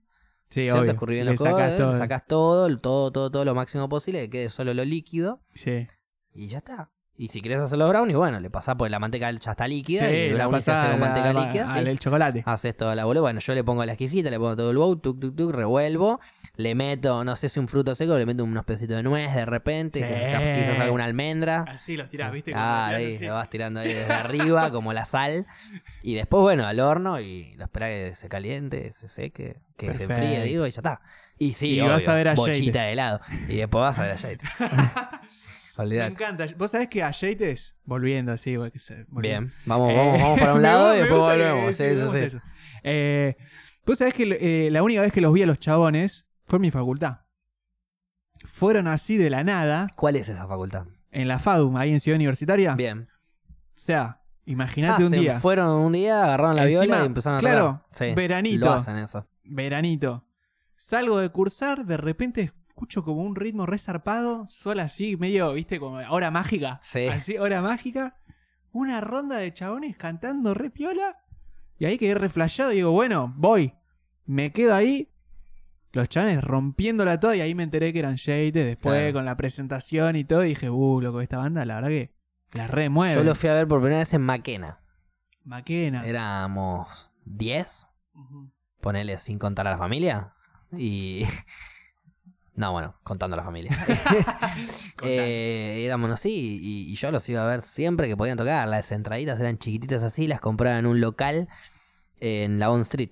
Speaker 2: Sí,
Speaker 1: ¿cierto?
Speaker 2: obvio.
Speaker 1: Escurrís bien
Speaker 2: Le
Speaker 1: los codos,
Speaker 2: sacas todo.
Speaker 1: le sacás todo, todo, todo, todo lo máximo posible, que quede solo lo líquido
Speaker 2: Sí.
Speaker 1: y ya está. Y si querés hacer los brownies, bueno, le pasás porque la manteca ya está líquida y
Speaker 2: sí,
Speaker 1: el
Speaker 2: la
Speaker 1: brownie se hace
Speaker 2: pasás
Speaker 1: con
Speaker 2: a la-
Speaker 1: manteca líquida.
Speaker 2: Al
Speaker 1: y Ah.
Speaker 2: del chocolate.
Speaker 1: Haces toda la bola. Bueno, yo le pongo la exquisita, le pongo todo el bowl, tuk, tuk, tuk, revuelvo. Le meto, no sé si un fruto seco, le meto unos pesitos de nuez de repente,
Speaker 2: Sí.
Speaker 1: que- quizás alguna almendra.
Speaker 2: Así los tirás, ¿viste? Como
Speaker 1: Ah,
Speaker 2: tirás
Speaker 1: ahí
Speaker 2: así.
Speaker 1: lo vas tirando ahí desde arriba, como la sal. Y después, bueno, al horno y lo esperás que se caliente, se seque, que
Speaker 2: Perfecto.
Speaker 1: se enfríe, digo, y ya está. Y sí,
Speaker 2: Y vas
Speaker 1: obvio,
Speaker 2: a ver a
Speaker 1: bochita
Speaker 2: Yates.
Speaker 1: de helado. Y después vas a ver a Jade.
Speaker 2: Me
Speaker 1: Olvídate.
Speaker 2: encanta. Vos sabés que a Yates, volviendo así, porque se- volviendo.
Speaker 1: Bien, vamos,
Speaker 2: Eh,
Speaker 1: vamos, vamos para un
Speaker 2: me
Speaker 1: lado
Speaker 2: gusta-
Speaker 1: y
Speaker 2: me
Speaker 1: después
Speaker 2: gusta que-
Speaker 1: volvemos. Sí,
Speaker 2: me gusta
Speaker 1: sí, sí.
Speaker 2: eso. Eh, Vos sabés que eh, la única vez que los vi a los chabones fue en mi facultad. Fueron así de la nada
Speaker 1: ¿Cuál es esa facultad?
Speaker 2: en la FADUM, ahí en Ciudad Universitaria.
Speaker 1: Bien.
Speaker 2: O sea, imagínate
Speaker 1: Ah,
Speaker 2: un
Speaker 1: se
Speaker 2: día,
Speaker 1: Fueron un día, agarraron la viola
Speaker 2: Encima,
Speaker 1: y empezaron a
Speaker 2: claro,
Speaker 1: tocar. Sí,
Speaker 2: veranito.
Speaker 1: Lo hacen eso.
Speaker 2: veranito. Salgo de cursar, de repente escucho como un ritmo resarpado, sola así, medio, viste, como hora mágica.
Speaker 1: Sí.
Speaker 2: Así, hora mágica. Una ronda de chabones cantando re piola. Y ahí quedé reflejado y digo, bueno, voy. Me quedo ahí. Los chabones rompiéndola toda y ahí me enteré que eran Shades después
Speaker 1: Claro.
Speaker 2: con la presentación y todo. Y dije, uh, loco, esta banda la verdad que la remueve.
Speaker 1: Yo lo fui a ver por primera vez en Maquena.
Speaker 2: Maquena.
Speaker 1: Éramos 10,
Speaker 2: Ujú.
Speaker 1: ponele sin contar a la familia. Y. No, bueno, contando a la familia. Eh, éramos así y, y yo los iba a ver siempre que podían tocar. Las entraditas eran chiquititas así, las compraba en un local en la Bond Street.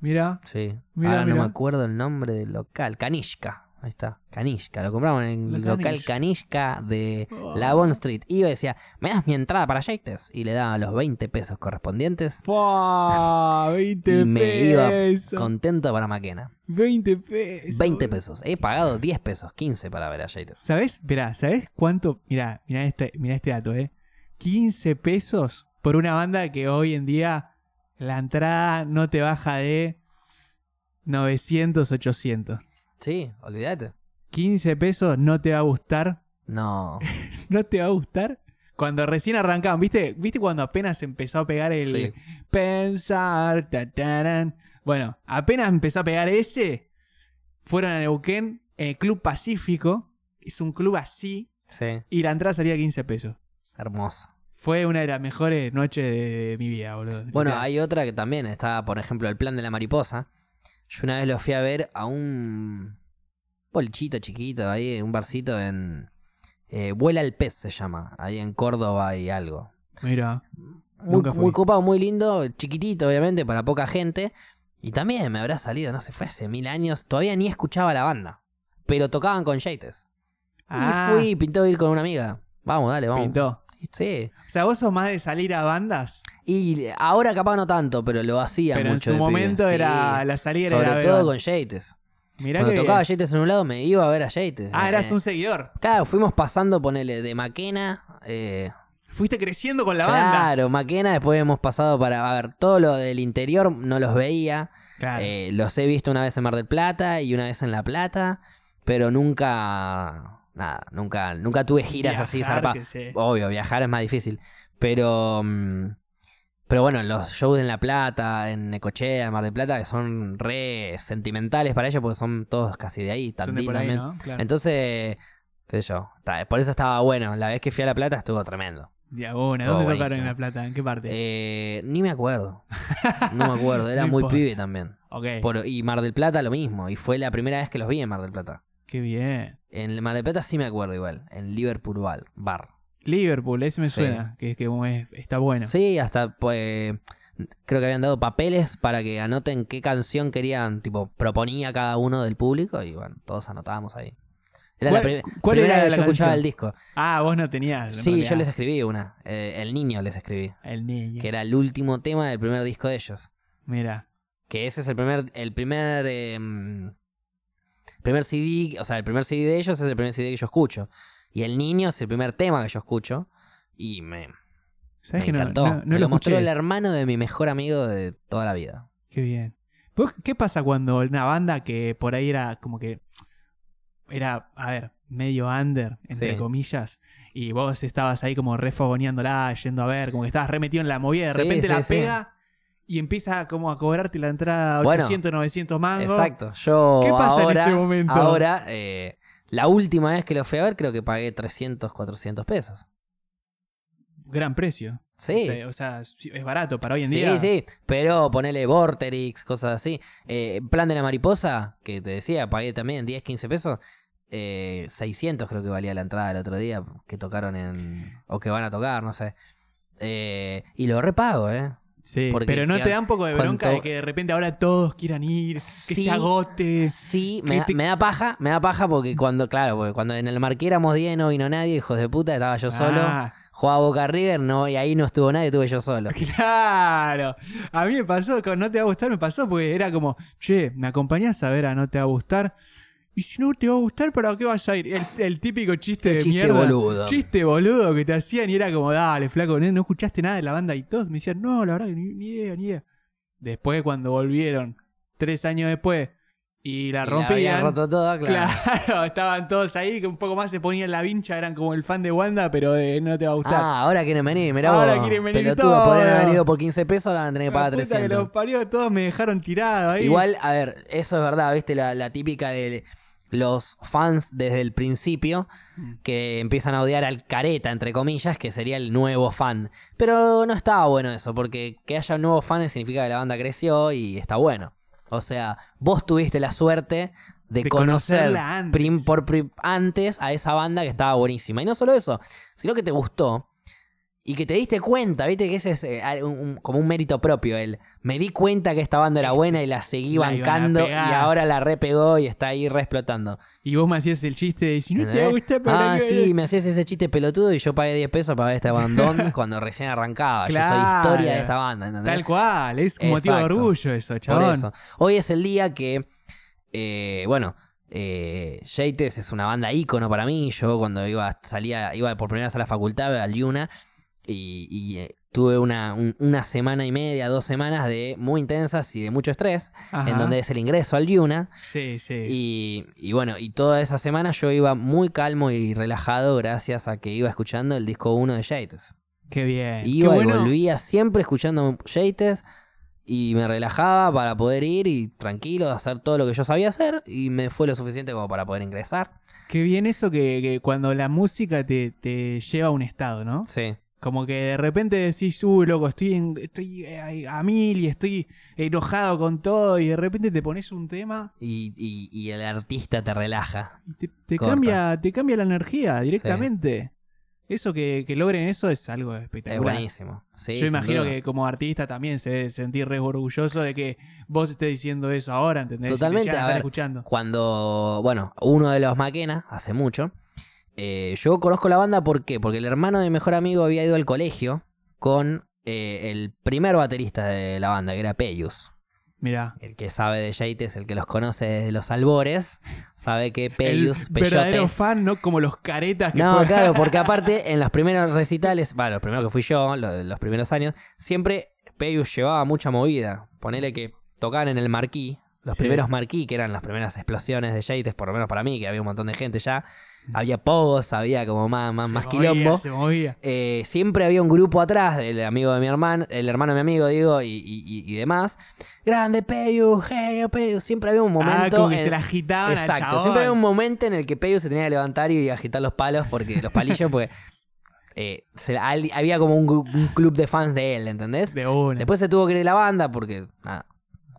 Speaker 2: Mira,
Speaker 1: Sí.
Speaker 2: Mirá,
Speaker 1: Ahora no
Speaker 2: mirá.
Speaker 1: me acuerdo el nombre del local. Canishka. Ahí está. Canishka. Lo compramos en el
Speaker 2: La
Speaker 1: local Canishka de
Speaker 2: Oh.
Speaker 1: la Bond Street. Y yo decía, ¿me das mi entrada para Shakespeare? Y le daba los 20 pesos correspondientes.
Speaker 2: ¡Fua! 20
Speaker 1: Y me iba
Speaker 2: pesos.
Speaker 1: Contento para Maquena.
Speaker 2: 20 pesos.
Speaker 1: 20 pesos. He pagado 10 pesos, 15 para ver a Shakespeare.
Speaker 2: ¿Sabes? Mirá, ¿sabes cuánto? Mirá, mirá este, mirá este dato, ¿eh? 15 pesos por una banda que hoy en día la entrada no te baja de 900, 800.
Speaker 1: Sí, olvídate.
Speaker 2: 15 pesos no te va a gustar.
Speaker 1: No.
Speaker 2: No te va a gustar. Cuando recién arrancaban, ¿viste? ¿Viste cuando apenas empezó a pegar el
Speaker 1: Sí.
Speaker 2: pensar? ta, tarán? Bueno, apenas empezó a pegar ese, fueron a Neuquén, en el Club Pacífico. Es un club así,
Speaker 1: Sí,
Speaker 2: y la entrada salía 15 pesos.
Speaker 1: hermoso.
Speaker 2: Fue una de las mejores noches de mi vida, boludo.
Speaker 1: Bueno,
Speaker 2: Literal.
Speaker 1: hay otra que también está, por ejemplo, el plan de la mariposa. Yo una vez lo fui a ver a un bolchito chiquito ahí, un barcito en. eh, Vuela el pez se llama, ahí en Córdoba y algo.
Speaker 2: Mira,
Speaker 1: Muy,
Speaker 2: Nunca fui.
Speaker 1: muy copado, muy lindo, chiquitito, obviamente, para poca gente. Y también me habrá salido, no sé, fue hace mil años. Todavía ni escuchaba la banda, pero tocaban con Yates.
Speaker 2: Ah.
Speaker 1: Y fui, pintó ir con una amiga. Vamos, dale, vamos.
Speaker 2: pintó.
Speaker 1: Sí.
Speaker 2: O sea, vos sos más de salir a bandas,
Speaker 1: Y ahora capaz no tanto, pero lo hacía
Speaker 2: pero en
Speaker 1: mucho.
Speaker 2: su
Speaker 1: de pibe,
Speaker 2: momento
Speaker 1: sí.
Speaker 2: era la salida
Speaker 1: Sobre
Speaker 2: era ver
Speaker 1: todo
Speaker 2: bandas.
Speaker 1: con Yates.
Speaker 2: Mirá
Speaker 1: Cuando
Speaker 2: que
Speaker 1: tocaba
Speaker 2: bien.
Speaker 1: Yates en un lado, me iba a ver a Yates.
Speaker 2: Ah,
Speaker 1: Eh,
Speaker 2: eras un seguidor.
Speaker 1: Claro, fuimos pasando, ponele, de Maquena. eh,
Speaker 2: Fuiste creciendo con la banda.
Speaker 1: claro, Maquena, después hemos pasado para. A ver, todo lo del interior no los veía.
Speaker 2: Claro.
Speaker 1: Eh, los he visto una vez en Mar del Plata y una vez en La Plata. Pero nunca. Nada, nunca, nunca tuve giras así
Speaker 2: Viajar,
Speaker 1: zarpadas.
Speaker 2: que sé.
Speaker 1: Obvio, viajar es más difícil. Pero. mm, Pero bueno, los shows en La Plata, en Necochea, en Mar del Plata, que son re sentimentales para ellos porque son todos casi de ahí,
Speaker 2: Son de
Speaker 1: Tandil
Speaker 2: por ahí,
Speaker 1: también.
Speaker 2: ¿no? Claro.
Speaker 1: Entonces, qué sé yo. ta- Por eso estaba bueno. La vez que fui a La Plata estuvo tremendo.
Speaker 2: Diagona,
Speaker 1: Todo
Speaker 2: ¿dónde tocaron
Speaker 1: buenísimo.
Speaker 2: en La Plata? ¿En qué parte?
Speaker 1: Eh, ni me acuerdo. No me acuerdo. Era
Speaker 2: No
Speaker 1: muy
Speaker 2: importa.
Speaker 1: pibe también.
Speaker 2: ok,
Speaker 1: Por- y Mar del Plata lo mismo. Y fue la primera vez que los vi en Mar del Plata.
Speaker 2: qué bien.
Speaker 1: En Mar del Plata sí me acuerdo igual. En Liverpool Val- Bar.
Speaker 2: Liverpool, ese me
Speaker 1: Sí.
Speaker 2: suena, que, que es- está bueno.
Speaker 1: Sí, hasta pues creo que habían dado papeles para que anoten qué canción querían, tipo, proponía cada uno del público y bueno, todos anotábamos ahí. Era la
Speaker 2: ¿Cuál-
Speaker 1: prim-
Speaker 2: cuál
Speaker 1: primera
Speaker 2: era
Speaker 1: que
Speaker 2: la
Speaker 1: yo escuchaba
Speaker 2: canción?
Speaker 1: el disco.
Speaker 2: Ah, vos no tenías. en
Speaker 1: Sí,
Speaker 2: realidad.
Speaker 1: yo les escribí una. eh, el niño les escribí.
Speaker 2: El niño.
Speaker 1: Que era el último tema del primer disco de ellos.
Speaker 2: Mira.
Speaker 1: Que ese es el primer, el primer, em, primer CD, o sea, el primer CD de ellos es el primer CD que yo escucho. Y El Niño es el primer tema que yo escucho. Y me,
Speaker 2: ¿Sabés
Speaker 1: me
Speaker 2: que no-
Speaker 1: encantó.
Speaker 2: No, no
Speaker 1: me
Speaker 2: lo
Speaker 1: lo mostró
Speaker 2: escuché
Speaker 1: el
Speaker 2: ese.
Speaker 1: hermano de mi mejor amigo de toda la vida.
Speaker 2: Qué bien. ¿Vos qué pasa cuando una banda que por ahí era como que era, a ver, medio under, entre
Speaker 1: Sí.
Speaker 2: comillas, y vos estabas ahí como refogoneándola, yendo a ver, como que estabas remetido en la movida, de
Speaker 1: Sí,
Speaker 2: repente
Speaker 1: sí,
Speaker 2: la
Speaker 1: sí.
Speaker 2: pega y empieza como a cobrarte la entrada
Speaker 1: Bueno,
Speaker 2: 800, 900 mangos.
Speaker 1: Exacto. Yo
Speaker 2: ¿Qué pasa en
Speaker 1: ahora,
Speaker 2: ese momento?
Speaker 1: ahora eh, la última vez que lo fui a ver creo que pagué 300, 400 pesos.
Speaker 2: Gran precio.
Speaker 1: Sí.
Speaker 2: O sea, sí, es barato para hoy en
Speaker 1: sí,
Speaker 2: día.
Speaker 1: sí, pero ponele Vorterix, cosas así. Eh, plan de la mariposa, que te decía, pagué también 10, 15 pesos. Eh, 600 creo que valía la entrada el otro día que tocaron en... o que van a tocar, no sé. Eh, y lo repago, ¿eh?
Speaker 2: Sí,
Speaker 1: Porque
Speaker 2: pero no
Speaker 1: quedan-
Speaker 2: te da un poco de bronca
Speaker 1: cuanto-
Speaker 2: de que de repente ahora todos quieran ir, que
Speaker 1: Sí.
Speaker 2: se agote.
Speaker 1: Sí,
Speaker 2: que
Speaker 1: me da,
Speaker 2: te-
Speaker 1: me da paja, me da paja porque cuando, claro, porque cuando en el marqué éramos 10 no vino nadie, hijos de puta, estaba yo solo.
Speaker 2: Ah.
Speaker 1: Jugaba Boca River, no, y ahí no estuvo nadie, estuve yo solo.
Speaker 2: Claro. A mí me pasó, con No Te Va a Gustar, me pasó porque era como, che, ¿me acompañás a ver a No Te Va a Gustar? Y si no te va a gustar, ¿para qué vas a ir? El, el típico chiste de
Speaker 1: Chiste
Speaker 2: mierda.
Speaker 1: boludo.
Speaker 2: Chiste boludo que te hacían y era como, dale, flaco, no, no escuchaste nada de la banda y todos me decían, no, la verdad que ni, ni idea, ni idea. Después cuando volvieron, tres años después, y la
Speaker 1: Y la habían
Speaker 2: rompían.
Speaker 1: roto todo, claro.
Speaker 2: claro. estaban todos ahí, que un poco más se ponían la vincha, eran como el fan de Wanda, pero de no te va a gustar.
Speaker 1: Ah, ahora quieren venir, mirá
Speaker 2: Ahora
Speaker 1: vos.
Speaker 2: quieren venir
Speaker 1: Pelotudo,
Speaker 2: todos.
Speaker 1: podrían haber venido por 15 pesos, ahora van a tener que
Speaker 2: La
Speaker 1: pagar
Speaker 2: puta que
Speaker 1: 300.
Speaker 2: los parió, todos me dejaron tirado ahí.
Speaker 1: Igual, a ver, eso es verdad, viste, la, la típica de los fans desde el principio
Speaker 2: Mm.
Speaker 1: que empiezan a odiar al careta, entre comillas, que sería el nuevo fan. Pero no estaba bueno eso, porque que haya nuevos fans significa que la banda creció y está bueno. O sea, vos tuviste la suerte de,
Speaker 2: De
Speaker 1: conocer
Speaker 2: conocerla antes.
Speaker 1: prim- por prim- antes a esa banda que estaba buenísima. Y no solo eso, sino que te gustó y que te diste cuenta, viste que ese es eh, al- un- un- como un mérito propio. El me di cuenta que esta banda era buena y la seguí
Speaker 2: La iban a
Speaker 1: bancando y
Speaker 2: pegar.
Speaker 1: ahora la repegó y está ahí re explotando.
Speaker 2: Y vos me hacías el chiste de si no te va a
Speaker 1: ¿Entendés?
Speaker 2: gustar, para
Speaker 1: Ah,
Speaker 2: qué
Speaker 1: sí, me hacías ese chiste pelotudo y yo pagué 10 pesos para ver este abandón cuando recién arrancaba. Yo
Speaker 2: Claro.
Speaker 1: soy historia de esta banda, ¿entendés?
Speaker 2: Tal cual, es un motivo de
Speaker 1: Exacto.
Speaker 2: orgullo eso,
Speaker 1: Por
Speaker 2: chabón.
Speaker 1: eso. Hoy es el día que, eh, bueno, eh, Yates es una banda ícono para mí. Yo cuando iba salía iba por primera vez a la facultad, al Yuna, y, y, eh, tuve una, un- una semana y media, dos semanas de muy intensas y de mucho estrés,
Speaker 2: Ajá.
Speaker 1: en donde es el ingreso al Yuna.
Speaker 2: Sí, sí.
Speaker 1: Y, y bueno, y toda esa semana yo iba muy calmo y relajado gracias a que iba escuchando el disco 1 de Yates.
Speaker 2: Qué bien. Qué
Speaker 1: Iba y
Speaker 2: bueno.
Speaker 1: volvía siempre escuchando Yates y me relajaba para poder ir y tranquilo, hacer todo lo que yo sabía hacer y me fue lo suficiente como para poder ingresar.
Speaker 2: Qué bien eso que, que cuando la música te, te lleva a un estado, ¿no?
Speaker 1: Sí.
Speaker 2: Como que de repente decís, uh, loco, estoy, en- estoy eh, a mil y estoy enojado con todo y de repente te pones un tema
Speaker 1: Y, y- y el artista te relaja.
Speaker 2: y te, te
Speaker 1: Corta.
Speaker 2: cambia, te cambia la energía directamente. Eso que, que logren eso es algo
Speaker 1: Es
Speaker 2: espectacular.
Speaker 1: buenísimo. Sí,
Speaker 2: Yo
Speaker 1: sin
Speaker 2: imagino
Speaker 1: duda.
Speaker 2: que como artista también se debe sentir re orgulloso de que vos estés diciendo eso ahora, ¿entendés? Y que
Speaker 1: Totalmente,
Speaker 2: ya la
Speaker 1: a
Speaker 2: están
Speaker 1: ver.
Speaker 2: escuchando.
Speaker 1: Cuando, bueno, uno de los Maquena, hace mucho, eh, yo conozco la banda ¿por qué? porque el hermano de mi mejor amigo había ido al colegio con eh, el primer baterista de la banda, que era Peyus.
Speaker 2: Mirá.
Speaker 1: El que sabe de Yates, el que los conoce desde los albores, sabe que Peyus,
Speaker 2: el verdadero
Speaker 1: Peyote...
Speaker 2: fan, no como los caretas que
Speaker 1: No,
Speaker 2: fue-
Speaker 1: claro, porque aparte en los primeros recitales, bueno, los primeros que fui yo, lo- los primeros años, siempre Peyus llevaba mucha movida. Ponele que tocaban en el marquí, los
Speaker 2: Sí.
Speaker 1: primeros marquí, que eran las primeras explosiones de Yates, por lo menos para mí, que había un montón de gente ya. Había pogos, había como más, más,
Speaker 2: Se
Speaker 1: más
Speaker 2: movía,
Speaker 1: quilombo.
Speaker 2: Se movía.
Speaker 1: Eh, siempre había un grupo atrás, el amigo de mi hermano, el hermano de mi amigo, digo, y, y- y- y demás. Grande Peyus, genio Peyus, siempre había un
Speaker 2: Ah,
Speaker 1: momento.
Speaker 2: como que
Speaker 1: en-
Speaker 2: se la agitaban al
Speaker 1: Exacto,
Speaker 2: chabón.
Speaker 1: siempre había un momento en el que Peyu se tenía que levantar y agitar los palos, porque los palillos, porque eh, se- al- había como un, gru- un club de fans de él, ¿entendés?
Speaker 2: De una.
Speaker 1: Después se tuvo que ir de la banda porque nada,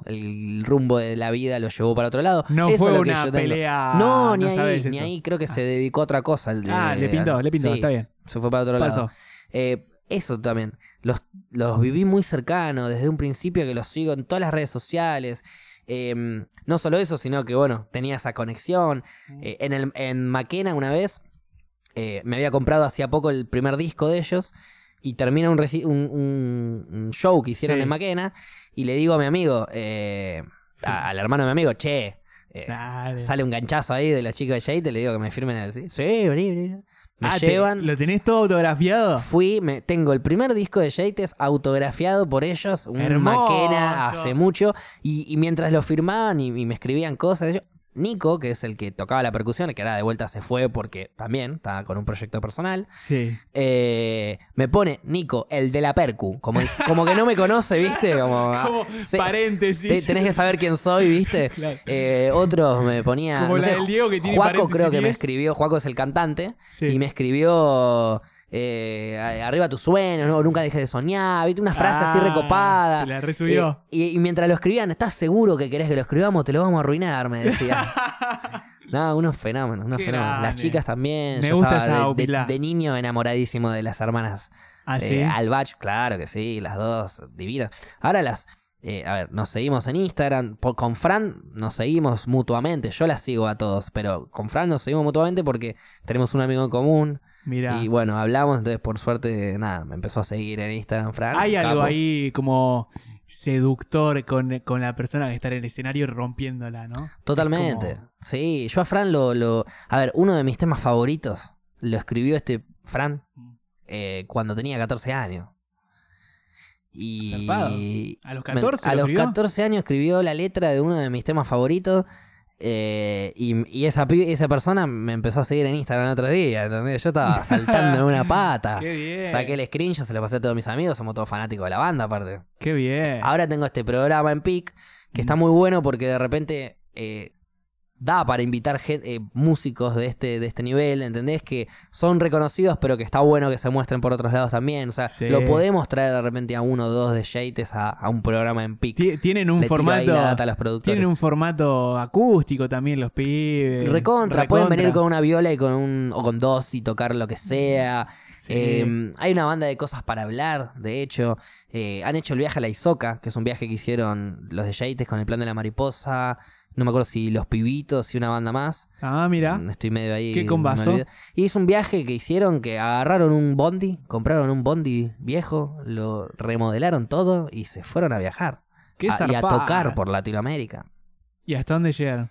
Speaker 1: el rumbo de la vida lo llevó para otro lado.
Speaker 2: no
Speaker 1: Eso es
Speaker 2: fue
Speaker 1: lo que
Speaker 2: una
Speaker 1: yo tengo.
Speaker 2: pelea.
Speaker 1: No, ni ahí,
Speaker 2: sabes
Speaker 1: ni
Speaker 2: eso.
Speaker 1: ahí creo que se dedicó a otra cosa. el de-
Speaker 2: Ah, le pintó, le pintó,
Speaker 1: Sí,
Speaker 2: está bien.
Speaker 1: Se fue para otro lado.
Speaker 2: Pasó.
Speaker 1: Eh, eso también. Los, los viví muy cercanos desde un principio que los sigo en todas las redes sociales. Eh, no solo eso, sino que, bueno, tenía esa conexión.
Speaker 2: Mm.
Speaker 1: Eh, en, el, en Maquena una vez, eh, me había comprado hacía poco el primer disco de ellos y termina un, reci- un- un- un show que hicieron
Speaker 2: Sí.
Speaker 1: en Maquena y le digo a mi amigo, eh, a- al hermano de mi amigo, che, eh,
Speaker 2: Dale.
Speaker 1: sale un ganchazo ahí de los chicos de Jade, le digo que me firmen el... Sí, sí vení, vení". Me
Speaker 2: Ah, te-
Speaker 1: llevan...
Speaker 2: ¿Lo tenés todo autografiado?
Speaker 1: Fui, me, tengo el primer disco de Yates autografiado por ellos, un
Speaker 2: Hermoso.
Speaker 1: maquena hace mucho, y, y mientras lo firmaban y, y me escribían cosas, yo- Nico, que es el que tocaba la percusión, que ahora de vuelta se fue porque también estaba con un proyecto personal,
Speaker 2: Sí.
Speaker 1: eh, me pone Nico, el de la percu, como, dic- como que no me conoce, ¿viste? Como, ah,
Speaker 2: Como
Speaker 1: se-
Speaker 2: paréntesis.
Speaker 1: te- tenés que saber quién soy, ¿viste?
Speaker 2: Claro.
Speaker 1: Eh, otros me ponía... no
Speaker 2: Como la
Speaker 1: sé,
Speaker 2: del Diego que tiene
Speaker 1: Juaco creo que me
Speaker 2: paréntesis.
Speaker 1: escribió, Juaco es el cantante,
Speaker 2: Sí.
Speaker 1: y me escribió eh, a- arriba tus sueños, ¿no? nunca dejes de soñar, viste una frase así
Speaker 2: Ah,
Speaker 1: recopada. Eh,
Speaker 2: te la resubió.
Speaker 1: Y, y- y mientras lo escribían, ¿estás seguro que querés que lo escribamos? Te lo vamos a arruinar, me decía. no, unos fenómenos, unos
Speaker 2: Qué
Speaker 1: fenómenos. Las
Speaker 2: grande.
Speaker 1: chicas también.
Speaker 2: Me
Speaker 1: Yo
Speaker 2: gusta
Speaker 1: estaba
Speaker 2: esa
Speaker 1: de- de,
Speaker 2: opilá.
Speaker 1: de niño enamoradísimo de las hermanas
Speaker 2: Ah,
Speaker 1: eh,
Speaker 2: sí.
Speaker 1: Albach, claro que sí, las dos divinas. Ahora las. eh, a ver, nos seguimos en Instagram. por- con Fran nos seguimos mutuamente. Yo las sigo a todos, pero con Fran nos seguimos mutuamente porque tenemos un amigo en común.
Speaker 2: Mirá.
Speaker 1: Y bueno, hablamos, entonces por suerte, nada, me empezó a seguir en Instagram, Fran.
Speaker 2: Hay algo
Speaker 1: capo.
Speaker 2: ahí como seductor con, con la persona que está en el escenario rompiéndola, ¿no?
Speaker 1: Totalmente.
Speaker 2: Es como-
Speaker 1: Sí, yo a Fran lo, lo. A ver, uno de mis temas favoritos lo escribió este Fran
Speaker 2: Mm.
Speaker 1: eh, cuando tenía 14 años.
Speaker 2: Zarpado.
Speaker 1: Y,
Speaker 2: A los
Speaker 1: Me-
Speaker 2: 14.
Speaker 1: a
Speaker 2: lo
Speaker 1: los
Speaker 2: escribió?
Speaker 1: 14 años escribió la letra de uno de mis temas favoritos. eh, y y esa, pi- esa persona me empezó a seguir en Instagram el otro día. ¿entendés? Yo estaba saltando en una pata.
Speaker 2: Qué bien.
Speaker 1: ah, Saqué el screenshot, se lo pasé a todos mis amigos. Somos todos fanáticos de la banda, aparte.
Speaker 2: Qué bien.
Speaker 1: Ahora tengo este programa en PIC que está muy bueno porque de repente eh, da para invitar gen- eh, músicos de este, de este nivel, ¿entendés? Que son reconocidos, pero que está bueno que se muestren por otros lados también. O sea,
Speaker 2: Sí.
Speaker 1: lo podemos traer de repente a uno o dos de Yates a, a un programa en PIC.
Speaker 2: Ti- Tienen un
Speaker 1: Le tiro ahí
Speaker 2: formato.
Speaker 1: la data a los productores.
Speaker 2: Tienen un formato acústico también los pibes.
Speaker 1: Recontra, pueden
Speaker 2: Recontra.
Speaker 1: venir con una viola y con un, o con dos y tocar lo que sea.
Speaker 2: Sí.
Speaker 1: Eh, hay una banda de cosas para hablar, de hecho. Eh, han hecho el viaje a la Isoca, que es un viaje que hicieron los de Yates con el plan de la mariposa. No me acuerdo si los pibitos y una banda más.
Speaker 2: Ah, mira.
Speaker 1: Mm, Estoy medio ahí.
Speaker 2: Qué combazo.
Speaker 1: me olvidé. Y es un viaje que hicieron que agarraron un bondi, compraron un bondi viejo, lo remodelaron todo y se fueron a viajar.
Speaker 2: Qué
Speaker 1: A- y a
Speaker 2: zarpado.
Speaker 1: tocar por Latinoamérica.
Speaker 2: ¿Y hasta dónde llegaron?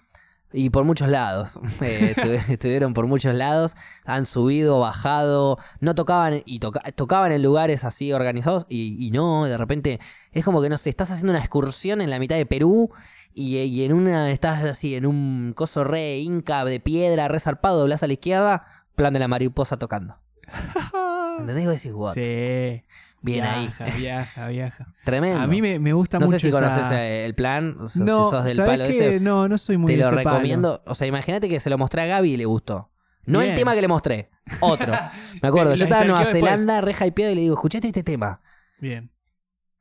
Speaker 1: Y por muchos lados. Eh, estu- estuvieron por muchos lados. Han subido, bajado. No tocaban y toca- tocaban en lugares así organizados. Y, y no, de repente. Es como que no sé, estás haciendo una excursión en la mitad de Perú. Y, y en una. Estás así, en un coso re inca de piedra, re zarpado, doblas a la izquierda. Plan de la mariposa tocando. ¿Entendés? Vos decís, what?
Speaker 2: Sí.
Speaker 1: Ah. Bien
Speaker 2: viaja,
Speaker 1: ahí.
Speaker 2: Viaja, viaja.
Speaker 1: Tremendo.
Speaker 2: A mí me, me gusta
Speaker 1: no
Speaker 2: mucho.
Speaker 1: sé si
Speaker 2: esa-
Speaker 1: conoces eh, el plan. o sea,
Speaker 2: No,
Speaker 1: si sos del
Speaker 2: ¿sabés
Speaker 1: palo
Speaker 2: qué?
Speaker 1: ese.
Speaker 2: No, no soy muy
Speaker 1: Te
Speaker 2: de
Speaker 1: lo
Speaker 2: ese palo.
Speaker 1: recomiendo. O sea, imagínate que se lo mostré a Gaby y le gustó. No el
Speaker 2: Bien.
Speaker 1: tema que le mostré, otro. Me acuerdo,
Speaker 2: Lo
Speaker 1: yo estaba en Nueva
Speaker 2: stalkeó después.
Speaker 1: Zelanda, re hypeado, y le digo, escuchate este tema.
Speaker 2: Bien.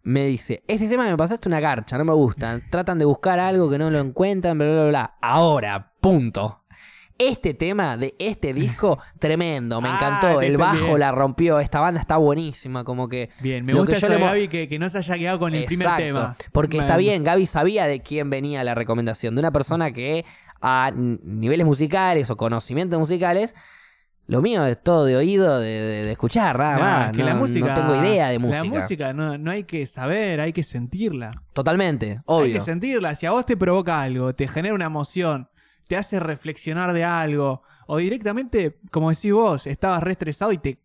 Speaker 1: Me dice, este tema me pasaste una garcha, no me gusta. Tratan de buscar algo que no lo encuentran, bla, bla, bla, bla. Ahora, punto. Este tema de este disco, tremendo, me
Speaker 2: Ah,
Speaker 1: encantó.
Speaker 2: te
Speaker 1: el
Speaker 2: entendí.
Speaker 1: bajo la rompió, esta banda está buenísima, como que...
Speaker 2: Bien, me
Speaker 1: Lo
Speaker 2: gusta
Speaker 1: que yo
Speaker 2: eso
Speaker 1: le
Speaker 2: de
Speaker 1: mo-
Speaker 2: Gaby que, que no se haya quedado con el primer
Speaker 1: Exacto,
Speaker 2: tema.
Speaker 1: Porque está
Speaker 2: Bueno.
Speaker 1: bien, Gaby sabía de quién venía la recomendación. De una persona que a n- niveles musicales o conocimientos musicales, lo mío es todo de oído, de, de- de escuchar, nada
Speaker 2: Nah,
Speaker 1: más.
Speaker 2: que
Speaker 1: no,
Speaker 2: la
Speaker 1: no
Speaker 2: música,
Speaker 1: tengo idea de música.
Speaker 2: La música no, no hay que saber, hay que sentirla.
Speaker 1: Totalmente,
Speaker 2: Hay
Speaker 1: obvio.
Speaker 2: que sentirla. Si a vos te provoca algo, te genera una emoción, te hace reflexionar de algo, o directamente, como decís vos, estabas re estresado y te,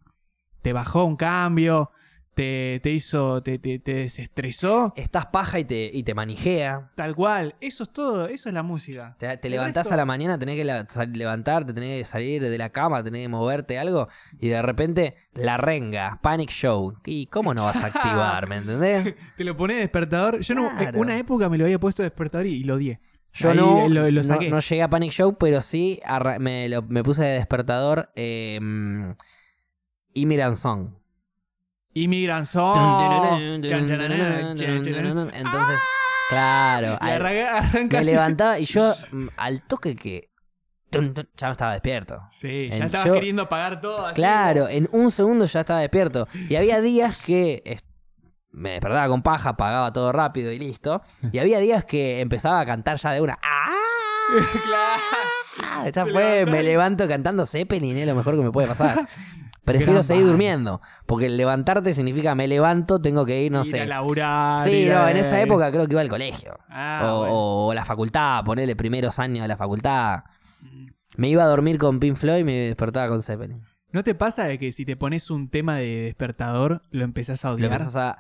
Speaker 2: te bajó un cambio, te, te hizo, te, te- te desestresó,
Speaker 1: Estás paja y te, y te manijea.
Speaker 2: tal cual. Eso es todo, eso es la música.
Speaker 1: Te, te
Speaker 2: El
Speaker 1: levantás
Speaker 2: resto-
Speaker 1: a la mañana, tenés que la- sal- levantarte, tenés que salir de la cama, tenés que moverte algo, y de repente la renga, panic show. ¿Y cómo no vas a activar, me entendés?
Speaker 2: Te lo pones despertador. Yo no,
Speaker 1: Claro.
Speaker 2: una época me lo había puesto despertador y, y lo odié.
Speaker 1: Yo
Speaker 2: Ahí
Speaker 1: no,
Speaker 2: lo- lo
Speaker 1: no-
Speaker 2: saqué.
Speaker 1: no llegué a Panic Show, pero sí arra- me, lo- me puse de despertador eh, Imiran Song.
Speaker 2: Immigrant Song.
Speaker 1: Entonces, claro,
Speaker 2: Y
Speaker 1: al-
Speaker 2: arranca- arranca
Speaker 1: me
Speaker 2: así.
Speaker 1: levantaba y yo mm, al toque que tun, tun, ya me estaba despierto.
Speaker 2: Sí,
Speaker 1: En-
Speaker 2: ya estabas
Speaker 1: yo-
Speaker 2: queriendo apagar todo. así.
Speaker 1: Claro, en un segundo ya estaba despierto. Y había días que es- me despertaba con paja, pagaba todo rápido y listo. Y había días que empezaba a cantar ya de una. ¡Ah!
Speaker 2: claro.
Speaker 1: Ya
Speaker 2: Te
Speaker 1: fue,
Speaker 2: levantás.
Speaker 1: me levanto cantando Zeppelin, es lo mejor que me puede pasar. Prefiero
Speaker 2: Gran
Speaker 1: seguir
Speaker 2: banda.
Speaker 1: durmiendo, porque el levantarte significa me levanto, tengo que ir, no
Speaker 2: ir
Speaker 1: sé.
Speaker 2: a laburar.
Speaker 1: Sí,
Speaker 2: ir
Speaker 1: no,
Speaker 2: a-
Speaker 1: en esa época creo que iba al colegio.
Speaker 2: Ah,
Speaker 1: o,
Speaker 2: bueno.
Speaker 1: o la facultad, ponerle primeros años de la facultad.
Speaker 2: Mm.
Speaker 1: Me iba a dormir con Pink Floyd y me despertaba con Zeppelin.
Speaker 2: ¿No te pasa de que si te pones un tema de despertador lo empezás a
Speaker 1: Lo
Speaker 2: odiar?
Speaker 1: empezás a...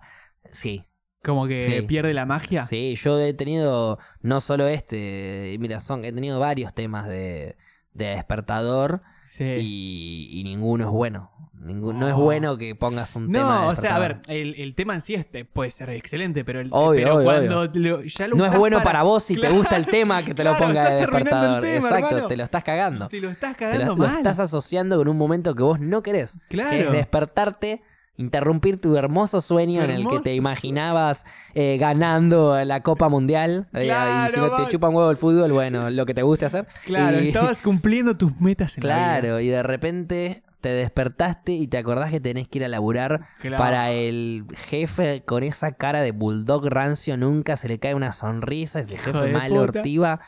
Speaker 1: Sí,
Speaker 2: Como que
Speaker 1: Sí.
Speaker 2: pierde la magia.
Speaker 1: sí, yo he tenido no solo este, y mira, son, he tenido varios temas de, de despertador
Speaker 2: Sí.
Speaker 1: y, y ninguno es bueno. Ningún- No es
Speaker 2: Oh.
Speaker 1: bueno que pongas un tema. de
Speaker 2: No, o sea, a
Speaker 1: despertador.
Speaker 2: ver, el, el tema en sí este puede ser excelente, pero, el,
Speaker 1: Obvio,
Speaker 2: pero
Speaker 1: obvio,
Speaker 2: cuando lo- ya lo
Speaker 1: No es
Speaker 2: usás
Speaker 1: bueno para, vos si
Speaker 2: Claro,
Speaker 1: te gusta el tema que te
Speaker 2: Claro,
Speaker 1: lo ponga de
Speaker 2: estás arruinando el
Speaker 1: despertador.
Speaker 2: tema,
Speaker 1: Exacto,
Speaker 2: hermano.
Speaker 1: te lo estás cagando.
Speaker 2: Te lo estás
Speaker 1: Te
Speaker 2: cagando
Speaker 1: lo, lo
Speaker 2: mal.
Speaker 1: estás asociando con un momento que vos no querés. Que es
Speaker 2: claro.
Speaker 1: despertarte, interrumpir tu hermoso sueño
Speaker 2: Tu
Speaker 1: en el que
Speaker 2: hermoso
Speaker 1: te imaginabas eh, ganando la Copa Mundial. eh,
Speaker 2: Claro,
Speaker 1: y si no
Speaker 2: vamos.
Speaker 1: te chupa un huevo el fútbol, bueno, lo que te guste hacer.
Speaker 2: Claro,
Speaker 1: y,
Speaker 2: estabas cumpliendo tus metas en la vida.
Speaker 1: Claro, y de repente te despertaste y te acordás que tenés que ir a laburar
Speaker 2: Claro.
Speaker 1: para el jefe con esa cara de bulldog rancio. Nunca se le cae una sonrisa, ese
Speaker 2: Hijo
Speaker 1: jefe
Speaker 2: de
Speaker 1: mal
Speaker 2: puta.
Speaker 1: ortiva.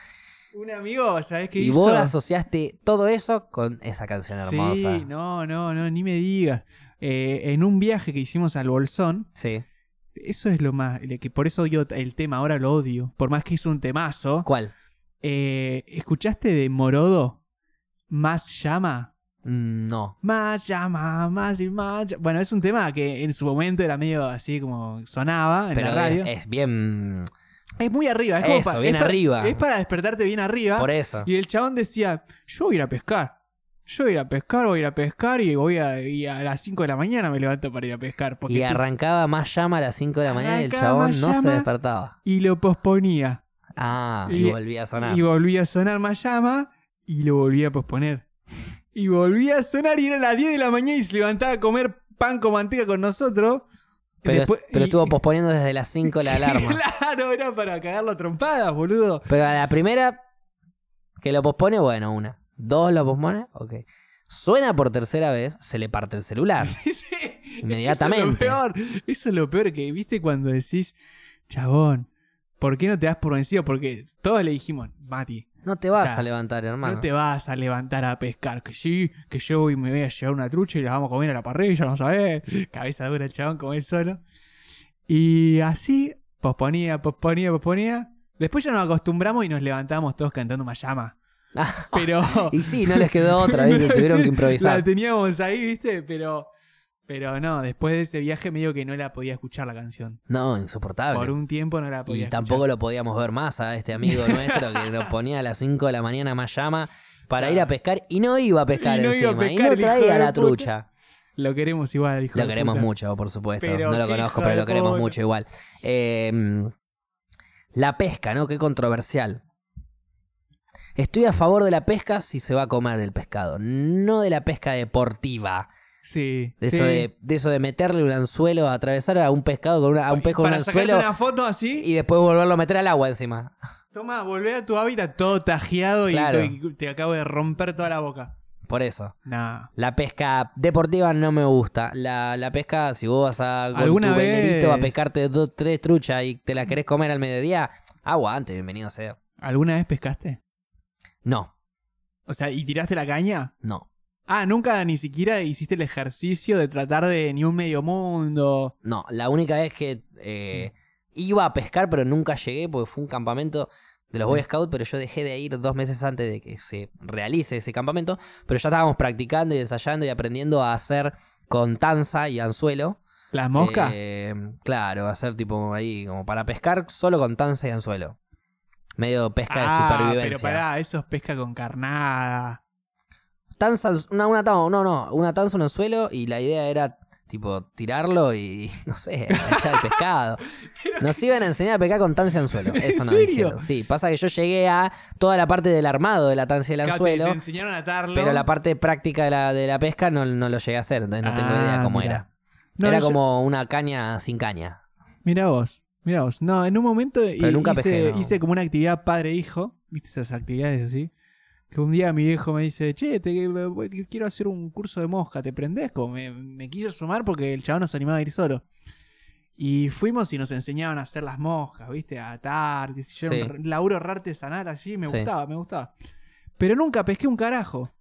Speaker 2: Un amigo, ¿sabes qué
Speaker 1: Y
Speaker 2: hizo?
Speaker 1: vos asociaste todo eso con esa canción hermosa.
Speaker 2: Sí, no, no, no, ni me digas. Eh, en un viaje que hicimos al Bolsón,
Speaker 1: Sí.
Speaker 2: eso es lo más. le- que Por eso odio el tema, ahora lo odio. Por más que es un temazo.
Speaker 1: ¿Cuál?
Speaker 2: Eh, ¿Escuchaste de Morodo? Más llama.
Speaker 1: Mm, No.
Speaker 2: Más llama, más y más. ll- Bueno, es un tema que en su momento era medio así como sonaba en
Speaker 1: Pero
Speaker 2: la
Speaker 1: es-
Speaker 2: radio. Es,
Speaker 1: Es, bien.
Speaker 2: muy arriba, es como
Speaker 1: Eso,
Speaker 2: pa-
Speaker 1: bien
Speaker 2: es pa-
Speaker 1: arriba.
Speaker 2: es para despertarte bien arriba.
Speaker 1: Por eso.
Speaker 2: Ah, Y el chabón decía, yo voy a ir a pescar. Yo voy a ir a pescar, voy a ir a pescar y voy a, y a las 5 de la mañana me levanto para ir a pescar. Porque
Speaker 1: Y arrancaba más llama a las 5 de la mañana y el
Speaker 2: Arrancaba
Speaker 1: chabón
Speaker 2: más
Speaker 1: no se
Speaker 2: llama.
Speaker 1: despertaba.
Speaker 2: y lo posponía.
Speaker 1: Ah, y,
Speaker 2: Y-
Speaker 1: volvía a sonar.
Speaker 2: Y volvía a sonar más llama y lo volvía a posponer. Y volvía a sonar y era las 10 de la mañana y se levantaba a comer pan con manteca con nosotros.
Speaker 1: pero
Speaker 2: Después-
Speaker 1: pero
Speaker 2: y-
Speaker 1: estuvo posponiendo desde las 5 la alarma.
Speaker 2: Claro, era para cagarlo a trompadas, boludo.
Speaker 1: Pero a la primera que lo pospone, bueno, una. Dos lo pospone, ok. Suena por tercera vez, se le parte el celular.
Speaker 2: Sí, sí. Es que
Speaker 1: Inmediatamente.
Speaker 2: Eso es lo peor. Eso es lo peor que viste cuando decís, chabón, ¿por qué no te das por vencido? Porque todos le dijimos, Mati,
Speaker 1: No te vas
Speaker 2: O sea,
Speaker 1: a levantar, hermano.
Speaker 2: no te vas a levantar a pescar. Que sí, que yo hoy me voy a llevar una trucha y la vamos a comer a la parrilla, no sabés. Cabeza dura el chabón, comer solo. Y así, posponía, posponía, posponía. Después ya nos acostumbramos y nos levantamos todos cantando Mayama. Pero.
Speaker 1: Y sí, no les quedó otra vez,
Speaker 2: No,
Speaker 1: tuvieron
Speaker 2: sí,
Speaker 1: que improvisar.
Speaker 2: La teníamos ahí, ¿viste? Pero, pero no, después de ese viaje medio que no la podía escuchar la canción.
Speaker 1: No,
Speaker 2: Por
Speaker 1: insoportable.
Speaker 2: un tiempo no la podía
Speaker 1: Ah, Y
Speaker 2: escuchar.
Speaker 1: tampoco lo podíamos ver más a este amigo nuestro que nos ponía a las 5 de la mañana más llama para ir a pescar y no iba a pescar
Speaker 2: Y no iba a
Speaker 1: encima. y
Speaker 2: pescar,
Speaker 1: no
Speaker 2: el hijo
Speaker 1: traía
Speaker 2: de
Speaker 1: la
Speaker 2: puta.
Speaker 1: trucha.
Speaker 2: Lo queremos igual, hijo
Speaker 1: Lo
Speaker 2: de
Speaker 1: queremos
Speaker 2: puta.
Speaker 1: mucho, por supuesto.
Speaker 2: Pero
Speaker 1: no lo
Speaker 2: qué
Speaker 1: conozco,
Speaker 2: hijo
Speaker 1: pero
Speaker 2: de
Speaker 1: lo queremos
Speaker 2: puta.
Speaker 1: mucho igual. Eh, mm, la pesca, ¿no? Qué controversial. Estoy a favor de la pesca si se va a comer el pescado, no de la pesca deportiva.
Speaker 2: Sí.
Speaker 1: De,
Speaker 2: sí.
Speaker 1: eso, de, de eso de meterle un anzuelo, atravesar a un pescado con una- a un pez con un
Speaker 2: Para sacarte
Speaker 1: anzuelo
Speaker 2: una foto así,
Speaker 1: y después volverlo a meter al agua encima.
Speaker 2: toma, volvé a tu hábitat todo tajeado y-
Speaker 1: Claro.
Speaker 2: y, te acabo de romper toda la boca.
Speaker 1: Por eso.
Speaker 2: Nah.
Speaker 1: La pesca deportiva no me gusta. La, la pesca, si vos vas a con
Speaker 2: ¿Alguna
Speaker 1: tu velerito a
Speaker 2: vez?
Speaker 1: pescarte dos, tres truchas y te las querés comer al mediodía, aguante, bienvenido sea.
Speaker 2: ¿Alguna vez pescaste?
Speaker 1: No,
Speaker 2: O sea, ¿y tiraste la caña?
Speaker 1: no,
Speaker 2: Ah, nunca ni siquiera hiciste el ejercicio de tratar de ni un medio mundo.
Speaker 1: no. La única vez que eh, iba a pescar, pero nunca llegué, porque fue un campamento de
Speaker 2: Mm.
Speaker 1: los Boy Scouts, pero yo dejé de ir dos meses antes de que se realice ese campamento. Pero ya estábamos practicando y ensayando y aprendiendo a hacer con tanza y anzuelo.
Speaker 2: ¿La mosca?
Speaker 1: Eh, claro, hacer tipo ahí, como para pescar solo con tanza y anzuelo. Medio pesca
Speaker 2: Ah,
Speaker 1: de supervivencia.
Speaker 2: Pero pará, eso es pesca con carnada.
Speaker 1: Tanza, una, una, no, no, no, una tanza, un anzuelo y la idea era tipo tirarlo y no sé, echar el pescado. Nos iban a enseñar a pescar con tanza y anzuelo. Eso nos
Speaker 2: serio?
Speaker 1: dijeron. Sí, pasa que yo llegué a toda la parte del armado de la tanza y el
Speaker 2: Claro, te-
Speaker 1: anzuelo,
Speaker 2: Te, enseñaron a atarlo.
Speaker 1: pero la parte práctica de la, de la pesca no, no lo llegué a hacer, entonces no tengo
Speaker 2: Ah,
Speaker 1: idea cómo
Speaker 2: mirá.
Speaker 1: era.
Speaker 2: No,
Speaker 1: era
Speaker 2: yo-
Speaker 1: como una caña sin caña.
Speaker 2: Mirá vos, mirá vos. No, en un momento
Speaker 1: Pero
Speaker 2: hi-
Speaker 1: nunca
Speaker 2: hice,
Speaker 1: pesqué, no.
Speaker 2: hice como una actividad padre-hijo. ¿Viste esas actividades así? Que un día mi viejo me dice, che, te, eh, voy- que quiero hacer un curso de mosca, ¿te prendés? Como me, me quiso sumar porque el chabón no se animaba a ir solo. Y fuimos y nos enseñaban a hacer las moscas, ¿viste? A atar, qué sé yo,
Speaker 1: Sí.
Speaker 2: un r- laburo re artesanal así, me
Speaker 1: Sí.
Speaker 2: gustaba, me gustaba. Pero nunca pesqué un carajo.